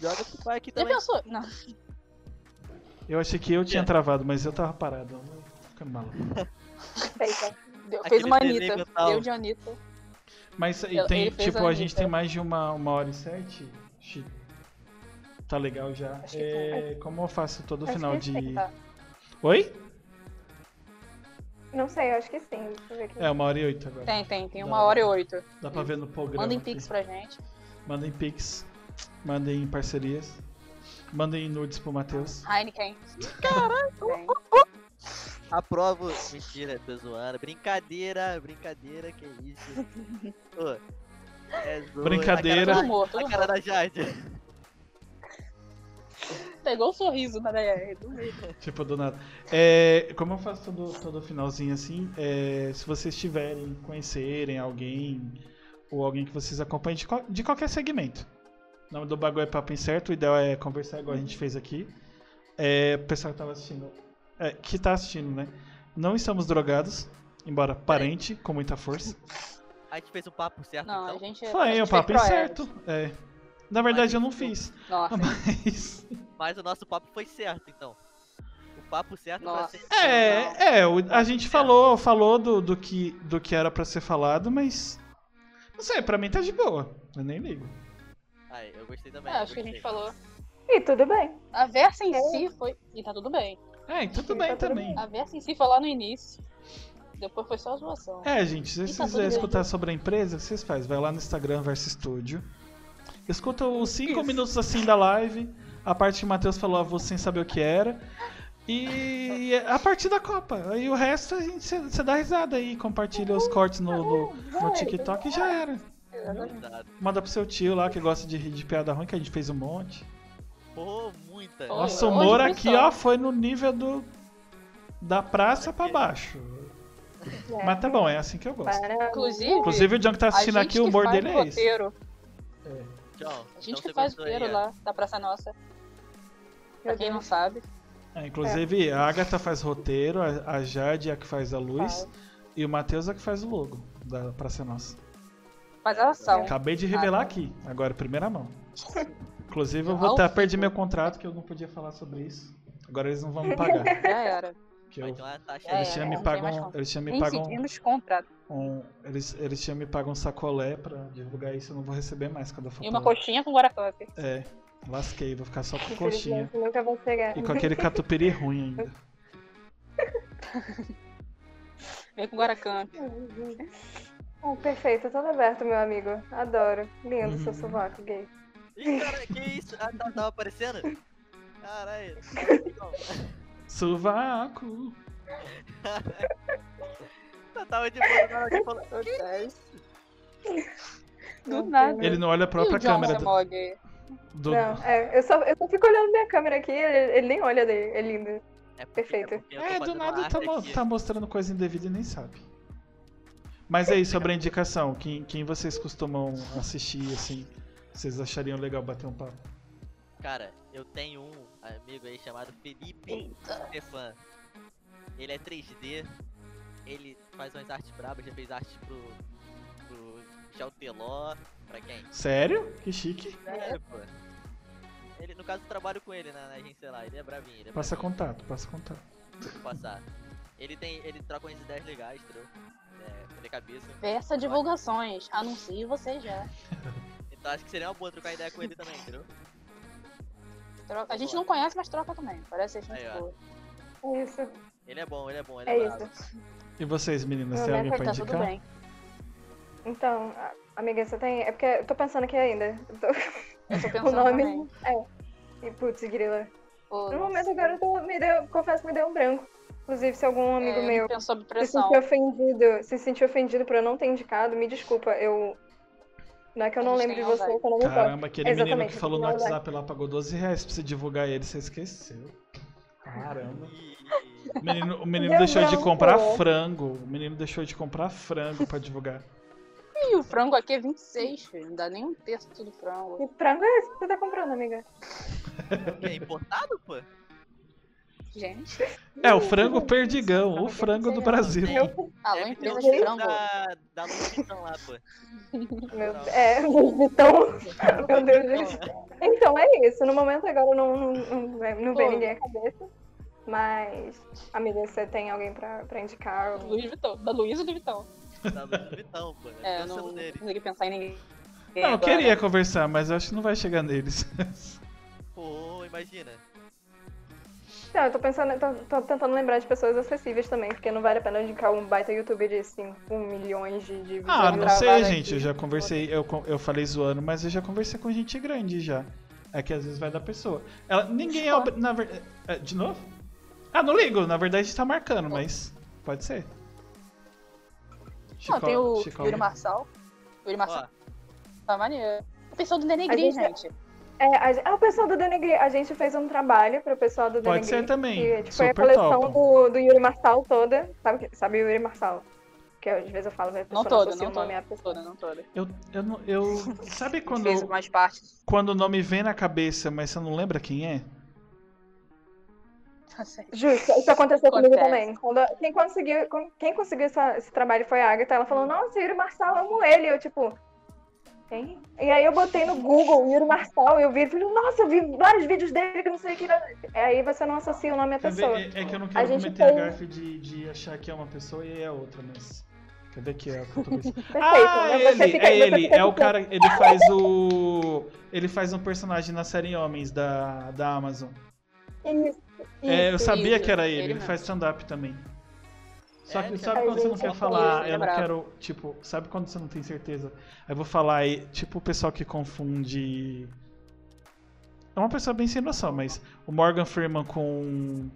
Speaker 2: Joga pro pai aqui
Speaker 3: Você
Speaker 2: também.
Speaker 3: pensou? Não.
Speaker 1: Eu achei que eu tinha
Speaker 2: É.
Speaker 1: travado, mas eu tava parado. Eu tô Ficando maluco.
Speaker 4: Feita.
Speaker 3: Deu-
Speaker 2: Aquele
Speaker 3: fez uma
Speaker 2: desenho
Speaker 3: Anitta.
Speaker 2: mental.
Speaker 3: Deu de Anitta.
Speaker 1: Mas e
Speaker 3: Ele
Speaker 1: tem,
Speaker 3: fez
Speaker 1: tipo,
Speaker 3: a
Speaker 1: a gente
Speaker 3: Anitta.
Speaker 1: tem mais de uma, uma hora e sete. Xi. Tá legal já.
Speaker 3: Acho que
Speaker 1: É, como eu faço todo
Speaker 4: Acho
Speaker 1: final
Speaker 3: é
Speaker 4: que
Speaker 1: de.
Speaker 4: sim, tá.
Speaker 1: Oi?
Speaker 4: Não sei, acho que sim. Deixa eu ver aqui.
Speaker 1: É, uma hora e oito agora.
Speaker 3: Tem, tem. Tem uma
Speaker 1: Não.
Speaker 3: hora e oito.
Speaker 1: Dá pra ver no programa.
Speaker 3: Mandem
Speaker 1: aqui.
Speaker 3: pix pra gente.
Speaker 1: Mandem pix. Mandem parcerias. Mandem nudes pro Matheus.
Speaker 3: Heineken. Caraca!
Speaker 2: Aprovo. Mentira, tô zoando. Brincadeira, brincadeira, que isso. Ô, é zoa.
Speaker 1: Brincadeira.
Speaker 2: A
Speaker 3: Tudo
Speaker 2: cara,
Speaker 3: humor,
Speaker 2: da-
Speaker 3: tudo
Speaker 2: a cara
Speaker 3: humor.
Speaker 2: da Jade.
Speaker 3: Pegou o sorriso na DR. do meio.
Speaker 1: Tipo, do nada. É, como eu faço todo, todo finalzinho assim, é, se vocês tiverem, conhecerem alguém ou alguém que vocês acompanhem de, qual- de qualquer segmento. O nome do bagulho é Papo Incerto, o ideal é conversar igual a gente fez aqui. É, o pessoal que tava assistindo. é, que tá assistindo, né? Não estamos drogados,
Speaker 3: É.
Speaker 1: embora parente, com muita força.
Speaker 2: A gente fez um papo certo,
Speaker 3: Não, a
Speaker 2: então.
Speaker 3: gente é. a
Speaker 1: Foi
Speaker 3: gente
Speaker 1: o
Speaker 3: fez
Speaker 1: Papo
Speaker 3: pro
Speaker 1: Incerto. É. Na verdade, eu não fiz,
Speaker 3: Ed. Nossa,
Speaker 1: Ah, mas.
Speaker 2: Mas o nosso papo foi certo, então. O papo certo pra
Speaker 3: nossa.
Speaker 2: ser.
Speaker 1: É, é, o- a gente falou, falou do, do, que, do que era pra ser falado, mas. Não sei, pra mim tá de boa. Eu nem ligo.
Speaker 2: Aí, eu gostei também.
Speaker 3: É,
Speaker 2: eu
Speaker 3: acho que a
Speaker 2: gostei.
Speaker 3: gente falou.
Speaker 4: E tudo bem.
Speaker 3: A versa em si foi. E tá tudo bem.
Speaker 1: É, e tudo
Speaker 4: Sim,
Speaker 1: bem
Speaker 4: tá tudo
Speaker 1: também.
Speaker 3: A versa em si foi lá no início. Depois foi só a zoação.
Speaker 1: É, gente, se vocês
Speaker 3: E tá tudo
Speaker 1: quiserem
Speaker 3: bem.
Speaker 1: escutar sobre a empresa, vocês fazem. Vai lá no Instagram versus Studio. Escuta os cinco
Speaker 4: Isso.
Speaker 1: minutos assim da live. A parte que o Matheus falou a você sem saber o que era. E a partir da Copa. Aí o resto a gente você dá risada aí, compartilha os cortes no, no, no TikTok e já era.
Speaker 3: né?
Speaker 2: Exato.
Speaker 1: Manda pro seu tio lá que gosta de rir de piada ruim, que a gente fez um monte.
Speaker 2: Pô, muita.
Speaker 3: Pô,
Speaker 1: Nossa, o
Speaker 3: hoje
Speaker 1: humor
Speaker 3: foi
Speaker 1: aqui,
Speaker 3: só.
Speaker 1: ó, foi no nível do. Da praça pra baixo.
Speaker 4: É.
Speaker 1: Mas tá bom, é assim que eu gosto.
Speaker 4: Para-
Speaker 3: Inclusive,
Speaker 1: Inclusive, o John que tá
Speaker 3: a gente
Speaker 1: assistindo aqui, o
Speaker 3: que
Speaker 1: humor
Speaker 3: faz
Speaker 1: dele
Speaker 3: o
Speaker 1: é esse.
Speaker 3: roteiro.
Speaker 2: Tchau.
Speaker 3: A gente
Speaker 2: Então você
Speaker 3: que faz o
Speaker 2: gostou
Speaker 3: roteiro
Speaker 2: aí, ó.
Speaker 3: lá da Praça Nossa. Pra
Speaker 4: Meu
Speaker 3: quem não
Speaker 4: Deus.
Speaker 3: sabe.
Speaker 1: É, inclusive, a Agatha faz roteiro, a a Jade é a que faz a luz e o Matheus é que faz o logo da Praça Nossa.
Speaker 3: Faz a ação.
Speaker 1: Acabei de
Speaker 3: Ah,
Speaker 1: revelar
Speaker 3: tá.
Speaker 1: aqui, agora, primeira mão. Inclusive, eu vou
Speaker 3: Ao
Speaker 1: até perdi
Speaker 3: vivo.
Speaker 1: meu contrato que eu não podia falar sobre isso. Agora eles não vão me pagar.
Speaker 3: Já era.
Speaker 1: que
Speaker 2: Vai tá
Speaker 1: eu-
Speaker 2: ter uma taxa
Speaker 3: É,
Speaker 1: eles
Speaker 2: aí.
Speaker 1: tinham
Speaker 3: é,
Speaker 1: me
Speaker 3: não tem mais
Speaker 1: pagam,
Speaker 3: como.
Speaker 1: eles tinham me um pagam
Speaker 3: Incidimos contrato.
Speaker 1: um, eles, eles tinham me pago um sacolé pra divulgar isso, eu não vou receber mais quando eu for
Speaker 3: E uma
Speaker 1: pra lá.
Speaker 3: coxinha com guarapup.
Speaker 1: É. Lasquei, vou ficar só com coxinha.
Speaker 4: Infelizmente, Nunca vou pegar.
Speaker 1: E com aquele catupiry ruim ainda.
Speaker 3: Vem com Guaracan.
Speaker 4: Oh, perfeito, todo aberto, meu amigo. Adoro. Lindo seu
Speaker 1: Uhum.
Speaker 4: sovaco gay.
Speaker 2: Ih, cara, que isso? Ah, tá, tava aparecendo? Caralho.
Speaker 1: Sovaco.
Speaker 2: Eu tá, tava de boa, tipo, é na hora que falou.
Speaker 3: Do nada.
Speaker 1: Ele não olha a
Speaker 3: E o
Speaker 1: própria
Speaker 3: John é
Speaker 1: câmera do.
Speaker 3: Samog aí?
Speaker 1: do-
Speaker 4: Não, é, eu só, eu só fico olhando minha câmera aqui, ele, ele nem olha daí. É lindo.
Speaker 2: É porque-
Speaker 4: Perfeito.
Speaker 2: porque eu tô
Speaker 1: É, do
Speaker 2: fazendo
Speaker 1: nada
Speaker 2: arte
Speaker 1: tá, mo-
Speaker 2: aqui.
Speaker 1: tá mostrando coisa indevida e nem sabe. Mas aí, sobre a indicação, quem, quem vocês costumam assistir, assim, vocês achariam legal bater um papo?
Speaker 2: Cara, eu tenho um amigo aí chamado Felipe Stefan. Ele é 3D, ele faz umas artes brabas, já fez artes pro. pro Chalteló, pra quem?
Speaker 1: Sério? Que chique.
Speaker 2: É, pô. Ele, no caso, eu trabalho com ele na, na agência lá, ele é bravinho, ele é
Speaker 1: Passa
Speaker 2: bravinho,
Speaker 1: contato, passa contato.
Speaker 2: vou passar. Ele tem. ele troca umas ideias legais, entendeu? É, ele é cabeça.
Speaker 3: Versa divulgações. Anuncie você já.
Speaker 2: Então acho que seria uma boa trocar ideia com ele também, entendeu?
Speaker 3: Troca- A gente não conhece, mas troca também. Parece gente
Speaker 2: Aí, ó.
Speaker 3: boa.
Speaker 4: É Isso,
Speaker 2: Ele é bom, ele é bom, ele é,
Speaker 4: é
Speaker 2: brabo.
Speaker 4: isso.
Speaker 1: E vocês, meninas,
Speaker 4: Não,
Speaker 1: tem
Speaker 4: né,
Speaker 1: alguém pra
Speaker 3: Tá tudo
Speaker 1: indicar?
Speaker 3: bem.
Speaker 4: Então, a- amiga, você tem. É porque eu tô pensando aqui ainda. Eu tô-
Speaker 3: Eu tô
Speaker 4: O
Speaker 3: pensando
Speaker 4: nome.
Speaker 3: também.
Speaker 4: É. E putz, grila.
Speaker 3: Pô,
Speaker 4: No momento agora eu tô, me deu, confesso que me deu um branco. Inclusive, se algum um amigo
Speaker 3: é,
Speaker 4: meu
Speaker 3: Penso sob
Speaker 4: se
Speaker 3: pressão.
Speaker 4: sentir ofendido, se sentir ofendido por eu não ter indicado, me desculpa. Eu. Não é que eu
Speaker 3: A
Speaker 4: não
Speaker 3: gente
Speaker 4: lembro de
Speaker 3: tem
Speaker 4: você,
Speaker 3: saudade.
Speaker 4: que eu não me importo.
Speaker 1: Caramba, aquele menino
Speaker 4: Exatamente,
Speaker 1: que falou no
Speaker 4: não, né?
Speaker 1: WhatsApp lá pagou 12 reais pra você divulgar ele, você esqueceu. Caramba.
Speaker 2: E-
Speaker 1: O menino, o menino
Speaker 4: Deu
Speaker 1: deixou de
Speaker 4: branco.
Speaker 1: comprar frango. O menino deixou de comprar frango pra divulgar.
Speaker 3: E o frango aqui é 26, filho. Não dá nem um terço do frango.
Speaker 4: Que frango é esse que você tá comprando, amiga?
Speaker 2: e é importado, pô?
Speaker 3: Gente,
Speaker 1: É, o frango perdigão, o frango do Brasil.
Speaker 3: alô,
Speaker 2: Deve ter
Speaker 3: Ah, empresa
Speaker 2: um
Speaker 3: de
Speaker 2: jeito
Speaker 3: frango.
Speaker 2: Da, da Louis Vuitton lá, pô.
Speaker 4: Meu,
Speaker 2: Não.
Speaker 4: é, então. Meu Deus do céu. Então é isso. No momento agora não, não, não, vai- não vem
Speaker 3: Pô.
Speaker 4: ninguém à cabeça. Mas, amiga, você tem alguém pra, pra indicar? Ou-
Speaker 3: Luiz Vitão. Da Luísa e do Vitão.
Speaker 2: Da Louis Vuitton, pô. Deve
Speaker 3: É,
Speaker 2: ter
Speaker 3: eu
Speaker 2: o
Speaker 3: não
Speaker 2: selo
Speaker 3: não
Speaker 2: dele.
Speaker 3: consegui pensar em ninguém.
Speaker 1: Não, eu
Speaker 3: agora.
Speaker 1: queria conversar, mas eu acho que não vai chegar neles.
Speaker 2: Pô, imagina.
Speaker 4: Não, eu tô pensando, tô, tô tentando lembrar de pessoas acessíveis também, porque não vale a pena eu indicar um baita youtuber de 5 milhões de, de vídeos
Speaker 1: Ah, não sei,
Speaker 4: gravados
Speaker 1: gente. Eu
Speaker 4: aqui.
Speaker 1: já conversei, eu, con- eu falei zoando, mas eu já conversei com gente grande já. É que às vezes vai da pessoa. Ela, ninguém é. obri- Na verdade. De novo? Ah, não ligo. Na verdade a gente tá marcando, mas. Pode ser.
Speaker 3: Não, tem o
Speaker 1: Chico-
Speaker 3: Yuri Marçal. O Yuri Marçal
Speaker 2: Ó,
Speaker 3: tá maneiro. O pessoal do Denegri,
Speaker 4: A gente-
Speaker 3: gente.
Speaker 4: É, a gen- ah, o pessoal do Denegri, a gente fez um trabalho pro pessoal do
Speaker 1: Pode
Speaker 4: Denegri.
Speaker 1: ser também.
Speaker 4: Que, tipo, foi a
Speaker 1: Super
Speaker 4: coleção
Speaker 1: top.
Speaker 4: do, do Yuri Marçal toda. Sabe, que- sabe o Yuri Marçal? Que eu, às vezes eu falo, mas a
Speaker 3: Não
Speaker 4: pessoa
Speaker 3: toda,
Speaker 4: associa
Speaker 3: não
Speaker 4: o nome
Speaker 3: toda.
Speaker 4: à
Speaker 3: Não
Speaker 4: pessoa.
Speaker 3: toda, não toda.
Speaker 1: Eu, eu, não- eu, sabe quando,
Speaker 3: Fez mais parte.
Speaker 1: quando o nome vem na cabeça, mas você não lembra quem é?
Speaker 3: Tá certo.
Speaker 4: Justo, isso aconteceu comigo
Speaker 3: Acontece.
Speaker 4: também. Quando- quem conseguiu, com- quem conseguiu essa- esse trabalho foi a Agatha. Ela falou, nossa, Yuri Marçal, amo ele. Eu, tipo, quem? E aí eu botei no Google Yuri Marçal, eu vi, eu falei, nossa, eu vi vários vídeos dele que não sei o que. era." Aí você não associa o nome à
Speaker 1: Quer ver?
Speaker 4: pessoa.
Speaker 1: É, é que eu não
Speaker 4: A
Speaker 1: quero
Speaker 4: gente
Speaker 1: cometer a
Speaker 4: tem-
Speaker 1: gafe de, de achar que é uma pessoa e é outra, mas. Cadê que é o que eu tô pensando?
Speaker 4: Perfeito.
Speaker 1: ah,
Speaker 4: né?
Speaker 1: é
Speaker 4: Você
Speaker 1: ele,
Speaker 4: fica-
Speaker 1: é
Speaker 4: você
Speaker 1: ele,
Speaker 4: fica
Speaker 1: é o
Speaker 4: tipo,
Speaker 1: cara, ele faz o. Ele faz um personagem na série Homens da, da Amazon.
Speaker 4: Isso,
Speaker 1: É, eu
Speaker 4: isso.
Speaker 1: sabia
Speaker 3: isso,
Speaker 1: que era ele,
Speaker 3: ele
Speaker 1: ele,
Speaker 3: mesmo.
Speaker 1: faz stand-up também. Só
Speaker 2: É,
Speaker 1: que
Speaker 2: ele
Speaker 1: sabe
Speaker 4: faz um
Speaker 1: quando você não
Speaker 4: isso,
Speaker 1: quer
Speaker 4: ele
Speaker 1: falar,
Speaker 3: faz
Speaker 1: eu
Speaker 3: isso, ele
Speaker 1: não
Speaker 3: é
Speaker 1: quero, tipo, sabe quando você não tem certeza? Aí eu vou falar aí, tipo o pessoal que confunde. É uma pessoa bem sem noção, mas o Morgan Freeman com.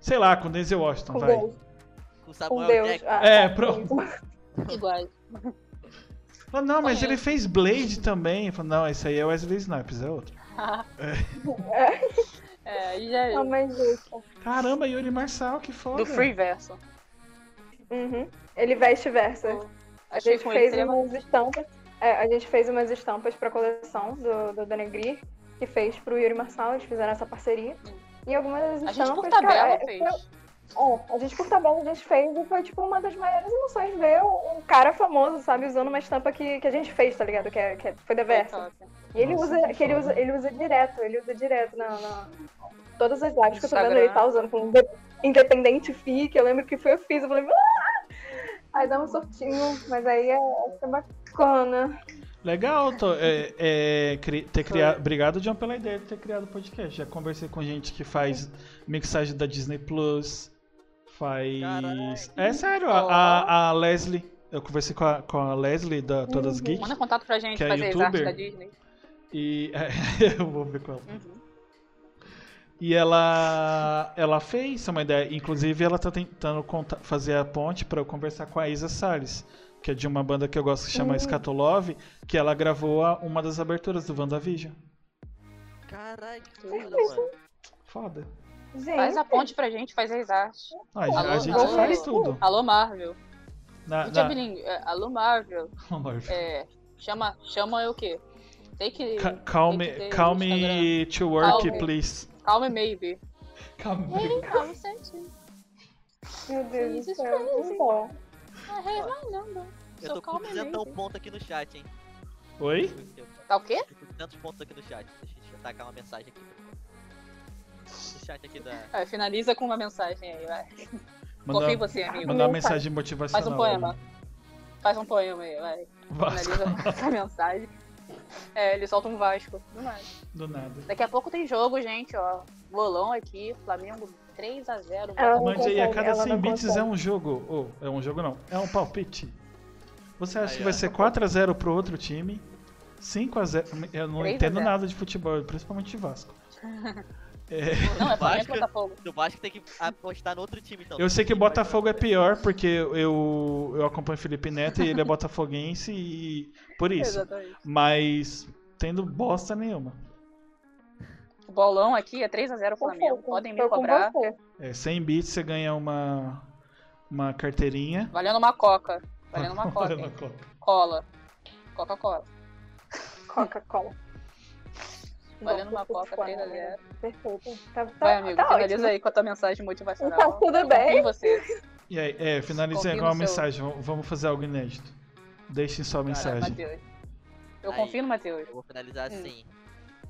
Speaker 1: Sei lá, com Denzel Washington,
Speaker 4: Com
Speaker 1: vai.
Speaker 4: Deus,
Speaker 2: com
Speaker 4: com
Speaker 2: Samuel
Speaker 4: Deus.
Speaker 2: Jackson.
Speaker 4: Ah,
Speaker 1: É,
Speaker 4: tá,
Speaker 1: pronto.
Speaker 4: isso.
Speaker 3: Iguais.
Speaker 1: Fala, não, mas
Speaker 3: Conheço.
Speaker 1: ele fez Blade também. Fala, não, esse aí é Wesley Snipes, é outro.
Speaker 3: é, aí já é.
Speaker 4: Não, mas isso.
Speaker 1: Caramba, Yuri Marçal, que foda.
Speaker 3: Do Freeverso.
Speaker 4: Uhum. Ele veste versa. A gente fez um umas estampas. é, a gente fez umas estampas pra coleção do, do Danegri, que fez pro Yuri Marçal, eles fizeram essa parceria. E algumas das
Speaker 3: A
Speaker 4: estampas.
Speaker 3: gente por
Speaker 4: cara,
Speaker 3: tabela
Speaker 4: é,
Speaker 3: fez.
Speaker 4: foi- é, a gente por tabela a gente fez e foi tipo uma das maiores emoções ver um um cara famoso, sabe, usando uma estampa que, que a gente fez, tá ligado? Que, é- que é- foi da Versa. E ele
Speaker 1: Nossa,
Speaker 4: usa,
Speaker 1: que
Speaker 4: que ele
Speaker 1: foda.
Speaker 4: usa, ele usa direto, ele usa direto na, na- todas as lives que eu tô vendo
Speaker 3: Instagram.
Speaker 4: ele tá usando com inde- independente fique, eu lembro que foi eu fiz, eu falei, ah! aí dá um sortinho, mas aí é, é bacana.
Speaker 1: Legal, tô- é- é, cri- ter criado. Obrigado, John, pela ideia de ter criado o podcast. Já conversei com gente que faz mixagem da Disney Plus. Faz.
Speaker 2: Caralho.
Speaker 1: É sério, a, a- a Leslie. Eu conversei com a, com a Leslie da Todas
Speaker 4: Uhum.
Speaker 1: Geek.
Speaker 3: Manda contato pra gente
Speaker 1: Que é
Speaker 3: fazer as
Speaker 1: youtuber?
Speaker 3: artes da Disney.
Speaker 1: E. eu vou ver é com ela.
Speaker 3: Uhum.
Speaker 1: E ela, ela fez uma ideia. Inclusive, ela tá tentando conta- fazer a ponte para eu conversar com a Isa Salles, que é de uma banda que eu gosto que chama
Speaker 3: Uhum.
Speaker 4: Hum.
Speaker 1: Scatolove, que ela gravou a- uma das aberturas do WandaVision.
Speaker 2: Caralho, que
Speaker 3: Perfeito.
Speaker 2: foda, mano.
Speaker 1: Foda.
Speaker 4: Gente,
Speaker 3: Faz a ponte pra gente, faz as artes.
Speaker 1: Ah,
Speaker 3: Alô,
Speaker 1: a gente
Speaker 3: alô.
Speaker 1: faz tudo.
Speaker 3: Alô, Marvel.
Speaker 1: Na,
Speaker 3: Mídia
Speaker 1: na...
Speaker 3: bilingue. É, Alô, Marvel.
Speaker 1: Marvel.
Speaker 3: É, chama, chama é o quê? Take,
Speaker 1: Ca- Calm,
Speaker 3: tem que ter
Speaker 1: calm
Speaker 3: Instagram.
Speaker 1: to work,
Speaker 3: Calm.
Speaker 1: please.
Speaker 3: calma e maybe.
Speaker 1: Calm.
Speaker 3: Calma certinho.
Speaker 4: meu Deus do
Speaker 3: Jesus
Speaker 4: céu,
Speaker 3: Christ.
Speaker 4: muito bom.
Speaker 2: Eu
Speaker 3: Só
Speaker 2: tô então. com
Speaker 3: calma e
Speaker 4: né?
Speaker 2: 200
Speaker 3: maybe.
Speaker 2: pontos aqui no chat, hein.
Speaker 1: Oi?
Speaker 3: Tá o quê?
Speaker 2: Eu tô com 200 pontos aqui no chat. Deixa eu tacar uma mensagem aqui. No chat aqui da...
Speaker 3: É, finaliza com uma mensagem aí, vai. Confia em
Speaker 1: Mandar,
Speaker 3: você, amigo.
Speaker 1: mandar uma
Speaker 4: Mensagem.
Speaker 1: mensagem motivacional.
Speaker 3: Faz um poema. Faz um poema aí, vai.
Speaker 1: Vasco,
Speaker 3: Finaliza com a mensagem. É, ele solta um Vasco. Do nada.
Speaker 1: do nada.
Speaker 3: Daqui a pouco tem jogo, gente, ó. Bolão aqui, Flamengo 3x0.
Speaker 4: Ah, Não
Speaker 1: Mande aí, a
Speaker 4: consegue,
Speaker 1: cada
Speaker 4: ela
Speaker 1: 100
Speaker 4: não
Speaker 1: bits é
Speaker 4: consegue.
Speaker 1: um jogo. Ou, é um jogo não, é um palpite. Você acha
Speaker 2: Aí,
Speaker 1: que vai
Speaker 2: ó. tá
Speaker 1: ser 4x0 pro outro time? 5x0. Eu não
Speaker 3: 3 a
Speaker 1: entendo
Speaker 3: 0.
Speaker 1: nada de futebol, principalmente de Vasco.
Speaker 2: Então
Speaker 3: Não, é Flamengo e
Speaker 2: Vasco,
Speaker 3: Botafogo.
Speaker 2: do Vasco tem que apostar no outro time, então.
Speaker 1: Eu sei que
Speaker 2: Vai-
Speaker 1: Botafogo é pior, porque eu, eu acompanho o Felipe Neto e ele é botafoguense e. Por É isso.
Speaker 3: Exatamente.
Speaker 1: Mas tendo bosta nenhuma.
Speaker 3: O bolão aqui é 3x0 Flamengo.
Speaker 4: Perfeito.
Speaker 3: Podem me
Speaker 4: Tô com
Speaker 3: cobrar.
Speaker 4: você.
Speaker 1: É, 100 bits você ganha uma, uma carteirinha.
Speaker 3: Valendo uma coca. Valendo uma coca.
Speaker 1: Valendo
Speaker 3: hein?
Speaker 1: uma coca.
Speaker 3: Cola. Coca-Cola.
Speaker 4: Coca-Cola.
Speaker 3: Valendo
Speaker 4: Bom,
Speaker 3: uma
Speaker 4: tô
Speaker 3: coca,
Speaker 4: fora,
Speaker 3: 3 a 0.
Speaker 4: Perfeito. Tá, tá,
Speaker 3: Vai, amigo,
Speaker 4: tá
Speaker 3: finaliza
Speaker 4: ótimo.
Speaker 3: aí com a tua mensagem motivacional.
Speaker 4: Tá tudo
Speaker 3: Confio em
Speaker 4: bem.
Speaker 3: você.
Speaker 1: E aí, é, finalizei
Speaker 3: Confio
Speaker 1: com uma
Speaker 3: no seu-
Speaker 1: mensagem. Vamos- Vamos fazer algo inédito. Deixem sua mensagem.
Speaker 3: Matheus. Eu
Speaker 2: Aí.
Speaker 3: confio no Matheus.
Speaker 2: Eu vou finalizar
Speaker 3: Hum.
Speaker 2: assim.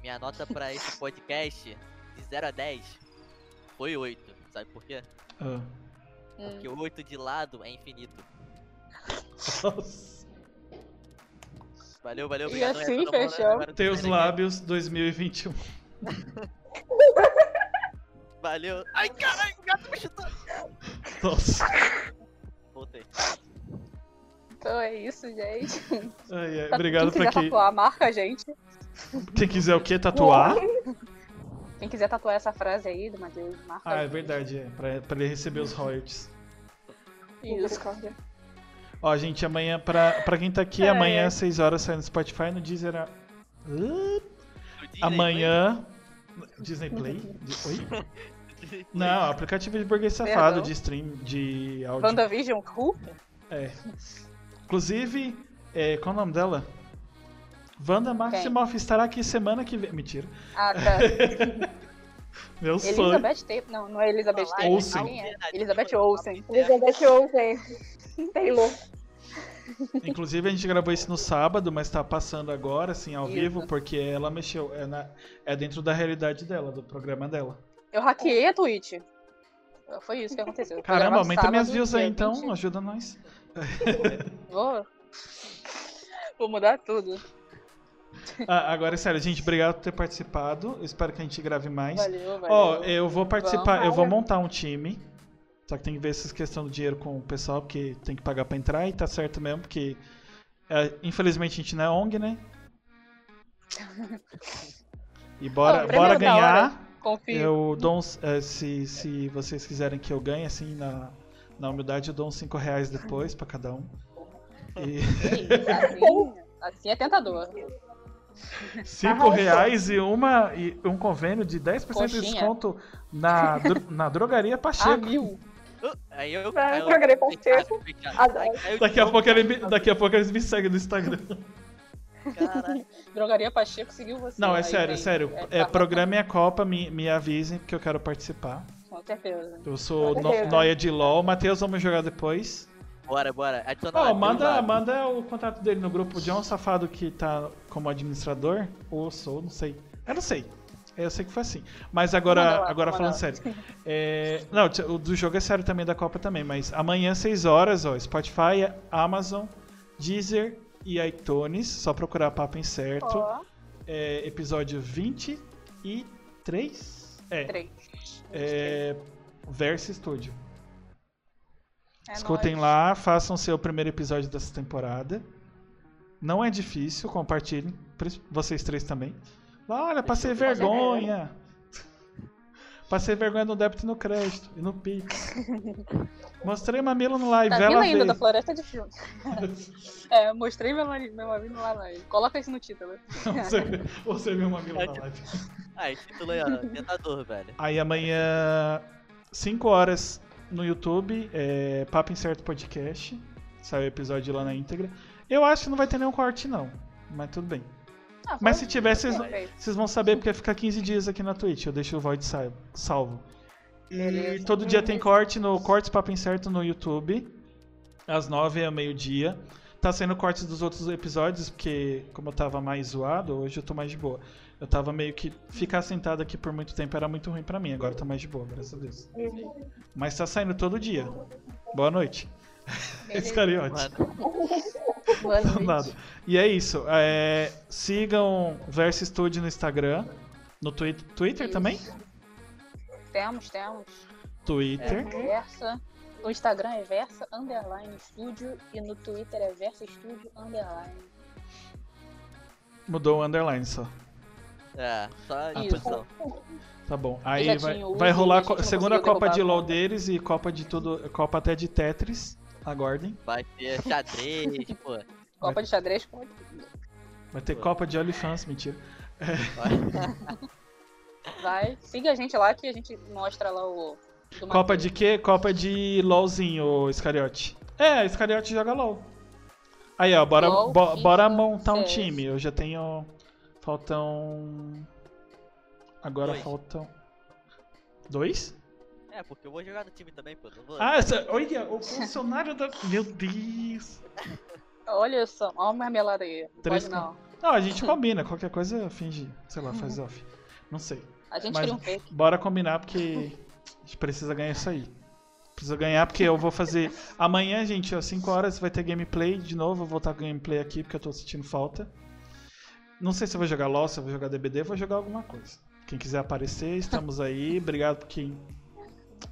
Speaker 2: Minha nota pra esse podcast, de 0 a 10, foi 8. Sabe por quê?
Speaker 1: Ah.
Speaker 3: Hum.
Speaker 2: Porque 8 de lado é infinito.
Speaker 1: Nossa.
Speaker 2: Valeu, valeu,
Speaker 3: E
Speaker 2: obrigado.
Speaker 3: assim
Speaker 2: todo mundo.
Speaker 3: fechamos.
Speaker 2: Agora eu tô
Speaker 1: Teus
Speaker 2: saindo aqui.
Speaker 1: lábios 2021.
Speaker 2: Valeu. Ai, caralho, o gato me chutou.
Speaker 1: Nossa.
Speaker 2: Voltei.
Speaker 3: Então é isso, gente.
Speaker 1: Ai, ai,
Speaker 3: Tá-
Speaker 1: Obrigado
Speaker 3: quem
Speaker 1: pra
Speaker 3: quiser
Speaker 1: quem.
Speaker 3: tatuar, marca a gente.
Speaker 1: Quem quiser o quê? Tatuar?
Speaker 3: Quem quiser tatuar essa frase aí do Matheus, marca a
Speaker 1: Ah, é
Speaker 3: gente.
Speaker 1: verdade, é. Pra, pra ele receber os royalties.
Speaker 3: Isso.
Speaker 4: Misericórdia.
Speaker 1: Ó, gente, amanhã, pra, pra quem tá aqui,
Speaker 4: Ai,
Speaker 1: amanhã
Speaker 4: ai.
Speaker 1: às 6 horas sai no Spotify, no Deezer. a- Ah,
Speaker 2: No Disney,
Speaker 1: amanhã. Disney Play? Di- Oi?
Speaker 2: foi? Disney.
Speaker 1: Não, aplicativo de burguês safado,
Speaker 3: Perdão.
Speaker 1: de stream, de áudio.
Speaker 3: WandaVision, Who?
Speaker 1: É. Inclusive, é, qual o nome dela? Wanda Maximoff estará aqui semana que vem. Mentira.
Speaker 3: Ah, tá.
Speaker 1: Meu sonho.
Speaker 3: Elizabeth Taylor. Não, não é Elizabeth
Speaker 2: Olá,
Speaker 3: Taylor.
Speaker 1: Olsen.
Speaker 3: Quem é? Elizabeth Olsen.
Speaker 4: Elizabeth Olsen. Taylor.
Speaker 1: Inclusive, a gente gravou isso no sábado, mas tá passando agora, assim, ao
Speaker 3: Isso.
Speaker 1: vivo, porque ela mexeu. É, na- é dentro da realidade dela, do programa dela.
Speaker 3: Eu hackeei a Twitch. Foi isso que aconteceu. Foi
Speaker 1: Caramba,
Speaker 3: gravado
Speaker 1: aumenta
Speaker 3: sábado,
Speaker 1: minhas views aí
Speaker 3: dia
Speaker 1: então,
Speaker 3: 20.
Speaker 1: ajuda nós.
Speaker 3: Vou. Vou mudar tudo.
Speaker 1: Ah, agora, sério, gente, obrigado por ter participado. Eu espero que a gente grave mais.
Speaker 3: Valeu, valeu.
Speaker 1: Ó, eu vou participar,
Speaker 4: Vamos,
Speaker 1: eu vou
Speaker 4: olha.
Speaker 1: montar um time. Só que tem que ver essas questões do dinheiro com o pessoal, porque tem que pagar pra entrar e tá certo mesmo, porque é, infelizmente a gente não é ONG, né? E bora,
Speaker 3: Ô, prêmio
Speaker 1: bora
Speaker 3: da
Speaker 1: ganhar.
Speaker 3: Confio.
Speaker 1: Eu dou uns, é, se, se vocês quiserem que eu ganhe, assim, na, na humildade, eu dou uns 5 reais depois pra cada um. E
Speaker 3: Assim, assim é tentador.
Speaker 1: 5 reais e, uma, e um convênio de 10% de
Speaker 3: Coxinha.
Speaker 1: desconto na, dro- na drogaria
Speaker 3: Ah,
Speaker 1: Pacheco.
Speaker 3: mil.
Speaker 2: Uh, Aí eu.
Speaker 4: Vai,
Speaker 2: aí eu-
Speaker 4: programa,
Speaker 2: fechado, fechado.
Speaker 4: Adoro.
Speaker 2: Aí eu-
Speaker 1: Daqui
Speaker 3: Então,
Speaker 1: a, pouco ele me- daqui a pouco eles me seguem no Instagram.
Speaker 2: Caralho.
Speaker 3: Drogaria Pacheco seguiu você.
Speaker 1: Não, é
Speaker 3: Aí
Speaker 1: sério, é
Speaker 3: vem.
Speaker 1: sério. É,
Speaker 3: tá-
Speaker 1: programem a Copa, me, me avisem, porque eu quero participar.
Speaker 3: Com certeza.
Speaker 1: Eu sou
Speaker 4: Com
Speaker 1: no-
Speaker 4: certeza.
Speaker 1: noia de LOL. Matheus, vamos jogar depois.
Speaker 2: Bora, bora. Adiciona
Speaker 1: Ó,
Speaker 2: lá,
Speaker 1: manda,
Speaker 2: adiciona lá.
Speaker 1: manda o contato dele no grupo. O John Safado, que tá como administrador, ou sou, não sei. Eu não sei. Eu sei que foi assim. Mas agora,
Speaker 3: Manda lá,
Speaker 1: agora
Speaker 3: manda
Speaker 1: falando
Speaker 3: lá.
Speaker 1: sério. É, não, t- o do jogo é sério também, da Copa também. Mas amanhã, 6 horas, ó. Spotify, Amazon, Deezer, e iTunes, só procurar Papo Incerto.
Speaker 3: Ó,
Speaker 1: É, episódio 23? É,
Speaker 3: três.
Speaker 1: é Verso Studio.
Speaker 3: É
Speaker 1: Escutem
Speaker 3: nóis.
Speaker 1: lá, façam seu primeiro episódio dessa temporada. Não é difícil, compartilhem. pris- Vocês três também. Fala, Olha, passei
Speaker 2: Deixa eu ver.
Speaker 1: vergonha. Passei vergonha no débito e no crédito. E no Pix. Mostrei mamilo no live.
Speaker 3: Tá vindo
Speaker 1: ela
Speaker 3: ainda
Speaker 1: veio.
Speaker 3: da floresta de filme. é, eu mostrei meu, mari- meu amigo lá na né? Coloca isso no título.
Speaker 1: Você, você viu mamilo na live.
Speaker 2: Ai, título Ah, aí, ó. Tentador, velho.
Speaker 1: Aí amanhã, 5 horas no YouTube, é, Papo Incerto Podcast. Sai o episódio lá na íntegra. Eu acho que não vai ter nenhum corte, não. Mas tudo bem.
Speaker 3: Ah,
Speaker 1: Mas
Speaker 3: foi
Speaker 1: se tiver, vocês,
Speaker 3: perfeito.
Speaker 1: vocês vão saber porque fica 15 dias aqui na Twitch. Eu deixo o Void sa- salvo. E
Speaker 3: Beleza.
Speaker 1: todo dia tem corte no Cortes Papo Incerto no YouTube. Às 9 ao meio-dia. Tá saindo cortes dos outros episódios, porque como eu tava mais zoado, hoje eu tô mais de boa. Eu tava meio que. Ficar sentado aqui por muito tempo era muito ruim pra mim. Agora eu tô mais de boa, graças a Deus. Mas tá saindo todo dia. Boa noite. Esse é cariote.
Speaker 2: Mano.
Speaker 3: Boa
Speaker 1: Não,
Speaker 3: noite.
Speaker 1: nada. E é isso. É, sigam Verso Studio no Instagram. No Twi- Twitter
Speaker 3: Isso.
Speaker 1: também?
Speaker 3: Temos, temos.
Speaker 1: Twitter.
Speaker 3: É. Versa. No Instagram é Versa Underline Studio e no Twitter é Versa Studio Underline.
Speaker 1: Mudou o underline só.
Speaker 2: É, só
Speaker 1: Ah,
Speaker 3: Isso.
Speaker 2: disposição.
Speaker 1: Tá bom. Aí
Speaker 3: já
Speaker 1: vai,
Speaker 3: tinha o
Speaker 1: vai
Speaker 3: Uzi,
Speaker 1: rolar
Speaker 3: a
Speaker 1: a co-
Speaker 3: gente não
Speaker 1: segunda
Speaker 3: conseguiu
Speaker 1: Copa de
Speaker 3: derrubar a
Speaker 1: LoL
Speaker 3: Copa.
Speaker 1: deles e Copa de tudo. Copa até de Tetris. Aguardem.
Speaker 2: Vai ter xadrez, pô.
Speaker 3: Copa de xadrez com
Speaker 1: Vai ter
Speaker 2: Pô.
Speaker 1: Copa de Olifants, mentira.
Speaker 3: Vai. Siga a gente lá que a gente mostra lá o. do
Speaker 1: Copa
Speaker 3: Matheus.
Speaker 1: de quê? Copa de LOLzinho, ô Iscariote. É, Iscariote joga LOL. Aí, ó, bora,
Speaker 3: LOL,
Speaker 1: bo-
Speaker 3: FIFA,
Speaker 1: bora montar um
Speaker 3: CS.
Speaker 1: time. Eu já tenho. Faltam. Agora
Speaker 2: Dois.
Speaker 1: faltam. Dois?
Speaker 2: É, porque eu vou jogar no time também, pô. Não vou.
Speaker 1: Ah, essa, olha, o funcionário da. Meu Deus!
Speaker 3: Olha só, olha a marmelada aí. Não
Speaker 1: Três
Speaker 3: Pode não.
Speaker 1: Não, a gente combina, qualquer coisa finge, sei lá, faz off. Não sei.
Speaker 3: A gente
Speaker 1: Mas-
Speaker 3: cria um fake.
Speaker 1: Bora combinar porque a gente precisa ganhar isso aí. Precisa ganhar porque eu vou fazer. Amanhã, gente, às 5 horas vai ter gameplay de novo. Eu vou estar com gameplay aqui porque eu tô sentindo falta. Não sei se eu vou jogar LOL, se eu vou jogar DBD, eu vou jogar alguma coisa. Quem quiser aparecer, estamos aí. Obrigado por quem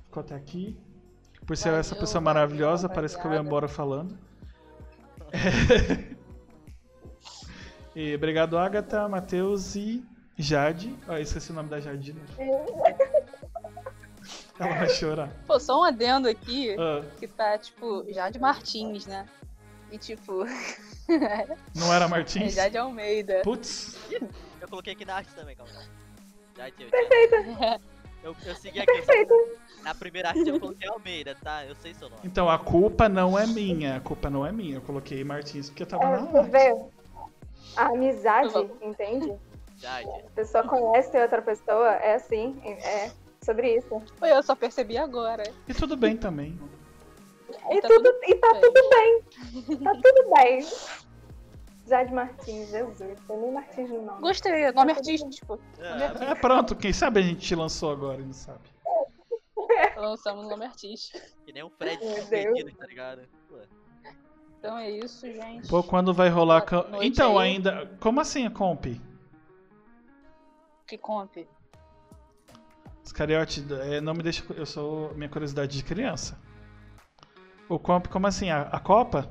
Speaker 1: ficou até aqui. Por ser essa
Speaker 3: Valeu,
Speaker 1: pessoa
Speaker 3: valeu,
Speaker 1: maravilhosa, parece que eu ia
Speaker 3: rapaziada.
Speaker 1: embora falando. e obrigado, Agatha, Matheus e Jade. Ó, eu esqueci o nome da Jade de novo. Ela vai chorar.
Speaker 3: Pô, só um adendo aqui
Speaker 1: Ah,
Speaker 3: que tá, tipo, Jade Martins, né? E tipo,
Speaker 1: não era
Speaker 3: é
Speaker 1: Martins?
Speaker 3: Jade Almeida.
Speaker 1: Putz,
Speaker 2: Eu coloquei aqui na arte também, calma. Já tinha. Perfeito. Eu, eu segui aqui.
Speaker 4: Perfeito.
Speaker 2: Na primeira arte eu coloquei Almeida, tá? Eu sei seu nome.
Speaker 1: então a culpa não é minha. A culpa não é minha. Eu coloquei Martins porque tava
Speaker 4: É,
Speaker 1: na
Speaker 4: tu
Speaker 1: live.
Speaker 4: vê a amizade, entende?
Speaker 2: Já, já.
Speaker 4: A pessoa conhece outra pessoa, é assim, é sobre isso.
Speaker 3: Foi eu, só percebi agora.
Speaker 1: E tudo bem também.
Speaker 4: E,
Speaker 3: tá
Speaker 4: tudo, e tá
Speaker 3: bem.
Speaker 4: tudo bem. Tá tudo bem. Jade Martins, Jesus. Tem nem Martins no nome.
Speaker 3: Gostei, nome artístico. tipo.
Speaker 2: É,
Speaker 1: É pronto, quem sabe a gente lançou agora, e não sabe.
Speaker 3: Lançamos nome artístico.
Speaker 2: que nem um Fred
Speaker 4: Meu
Speaker 2: tinha
Speaker 4: Deus.
Speaker 2: perdido, tá ligado? Pô,
Speaker 3: Então é isso, gente.
Speaker 1: Pô, quando vai rolar. a cam-
Speaker 3: Boa noite
Speaker 1: Então,
Speaker 3: aí.
Speaker 1: ainda. Como assim a comp?
Speaker 3: Que comp.
Speaker 1: Iscariote, é, não me deixa. Eu sou minha curiosidade de criança. O comp, como assim? A, a Copa?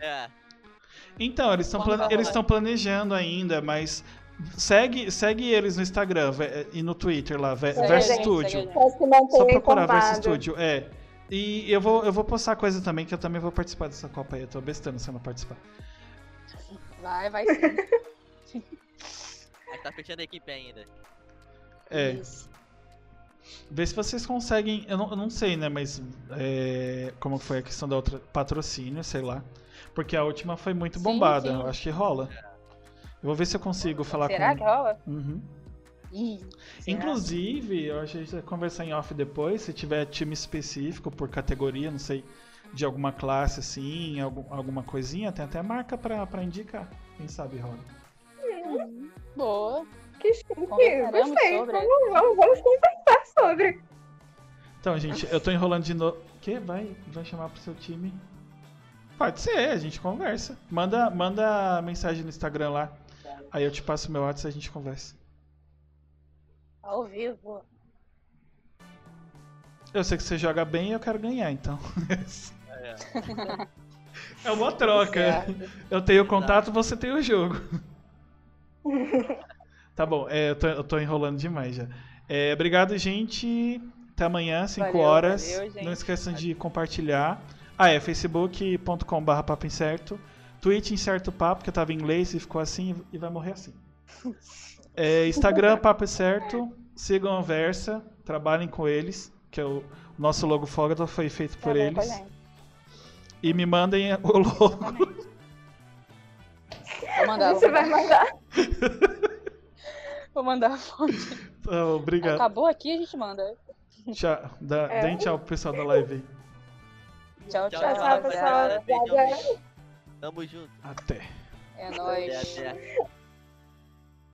Speaker 2: É,
Speaker 1: Então, eles estão
Speaker 3: Quando vai rolar?
Speaker 1: eles estão planejando ainda, mas segue, segue eles no Instagram ve- e no Twitter lá, ve,
Speaker 4: Segue
Speaker 3: Segue
Speaker 1: Verso
Speaker 3: a gente,
Speaker 1: Studio.
Speaker 3: segue a gente.
Speaker 4: Só se manter
Speaker 1: Só procurar Verso
Speaker 4: informado.
Speaker 1: Studio, é. E eu vou, eu vou postar coisa também, que eu também vou participar dessa Copa aí. Eu tô bestando se eu não participar.
Speaker 3: Vai, vai sim.
Speaker 2: mas tá fechando a equipe ainda.
Speaker 1: É.
Speaker 3: Isso.
Speaker 1: Vê se vocês conseguem. Eu não, eu não sei, né? Mas é, como foi a questão da outra patrocínio, sei lá. Porque a última foi muito
Speaker 3: Sim,
Speaker 1: bombada.
Speaker 3: sim.
Speaker 1: Eu acho que rola. Eu vou ver se eu consigo falar
Speaker 3: Será
Speaker 1: com.
Speaker 3: que rola?
Speaker 1: Uhum.
Speaker 3: Ih, será?
Speaker 1: Inclusive, eu acho que a gente vai conversar em off depois, se tiver time específico por categoria, não sei, de alguma classe assim, algum- alguma coisinha, tem até marca pra, pra indicar. Quem sabe rola.
Speaker 3: Boa.
Speaker 4: Que chique.
Speaker 3: Conversaremos
Speaker 4: Gostei.
Speaker 3: sobre.
Speaker 4: Vamos, vamos, vamos conversar sobre.
Speaker 1: Então, gente, eu tô enrolando de novo. Que? Vai, vai chamar pro seu time. Pode ser, a gente conversa. Manda, manda mensagem no Instagram lá. Aí eu te passo meu WhatsApp e a gente conversa.
Speaker 3: Ao vivo. Tá
Speaker 1: Eu sei que você joga bem e eu quero ganhar, então. É uma troca.
Speaker 3: É.
Speaker 1: Eu tenho o contato, você tem o jogo. Tá bom, é, eu, tô, eu tô enrolando demais já. É, obrigado, gente. Até amanhã, 5
Speaker 3: Valeu,
Speaker 1: horas.
Speaker 3: valeu, gente.
Speaker 1: Não esqueçam de compartilhar. Ah, é facebook.com.br papo incerto. Twitch incerto papo, que eu tava em inglês e ficou assim e vai morrer assim. É, Instagram papo incerto. Sigam a Versa. Trabalhem com eles, que é o o nosso logo fogo foi feito por
Speaker 3: Trabalha com a
Speaker 1: eles.
Speaker 3: gente.
Speaker 1: E me mandem o logo.
Speaker 3: Vou mandar, vou
Speaker 4: Você vai
Speaker 3: mandar,
Speaker 4: mandar.
Speaker 3: vou mandar a foto.
Speaker 1: Tá, Obrigado.
Speaker 3: Acabou aqui, a gente manda.
Speaker 1: Tchau. Dá,
Speaker 4: É.
Speaker 1: Deem tchau pro pessoal da live aí.
Speaker 3: Tchau, tchau.
Speaker 2: Tchau,
Speaker 4: tchau,
Speaker 3: rapaziada.
Speaker 4: pessoal.
Speaker 2: rapaziada. Beijão,
Speaker 4: Obrigada.
Speaker 2: beijo. Tamo junto.
Speaker 1: Até.
Speaker 3: É
Speaker 2: Até,
Speaker 3: nóis.
Speaker 2: até.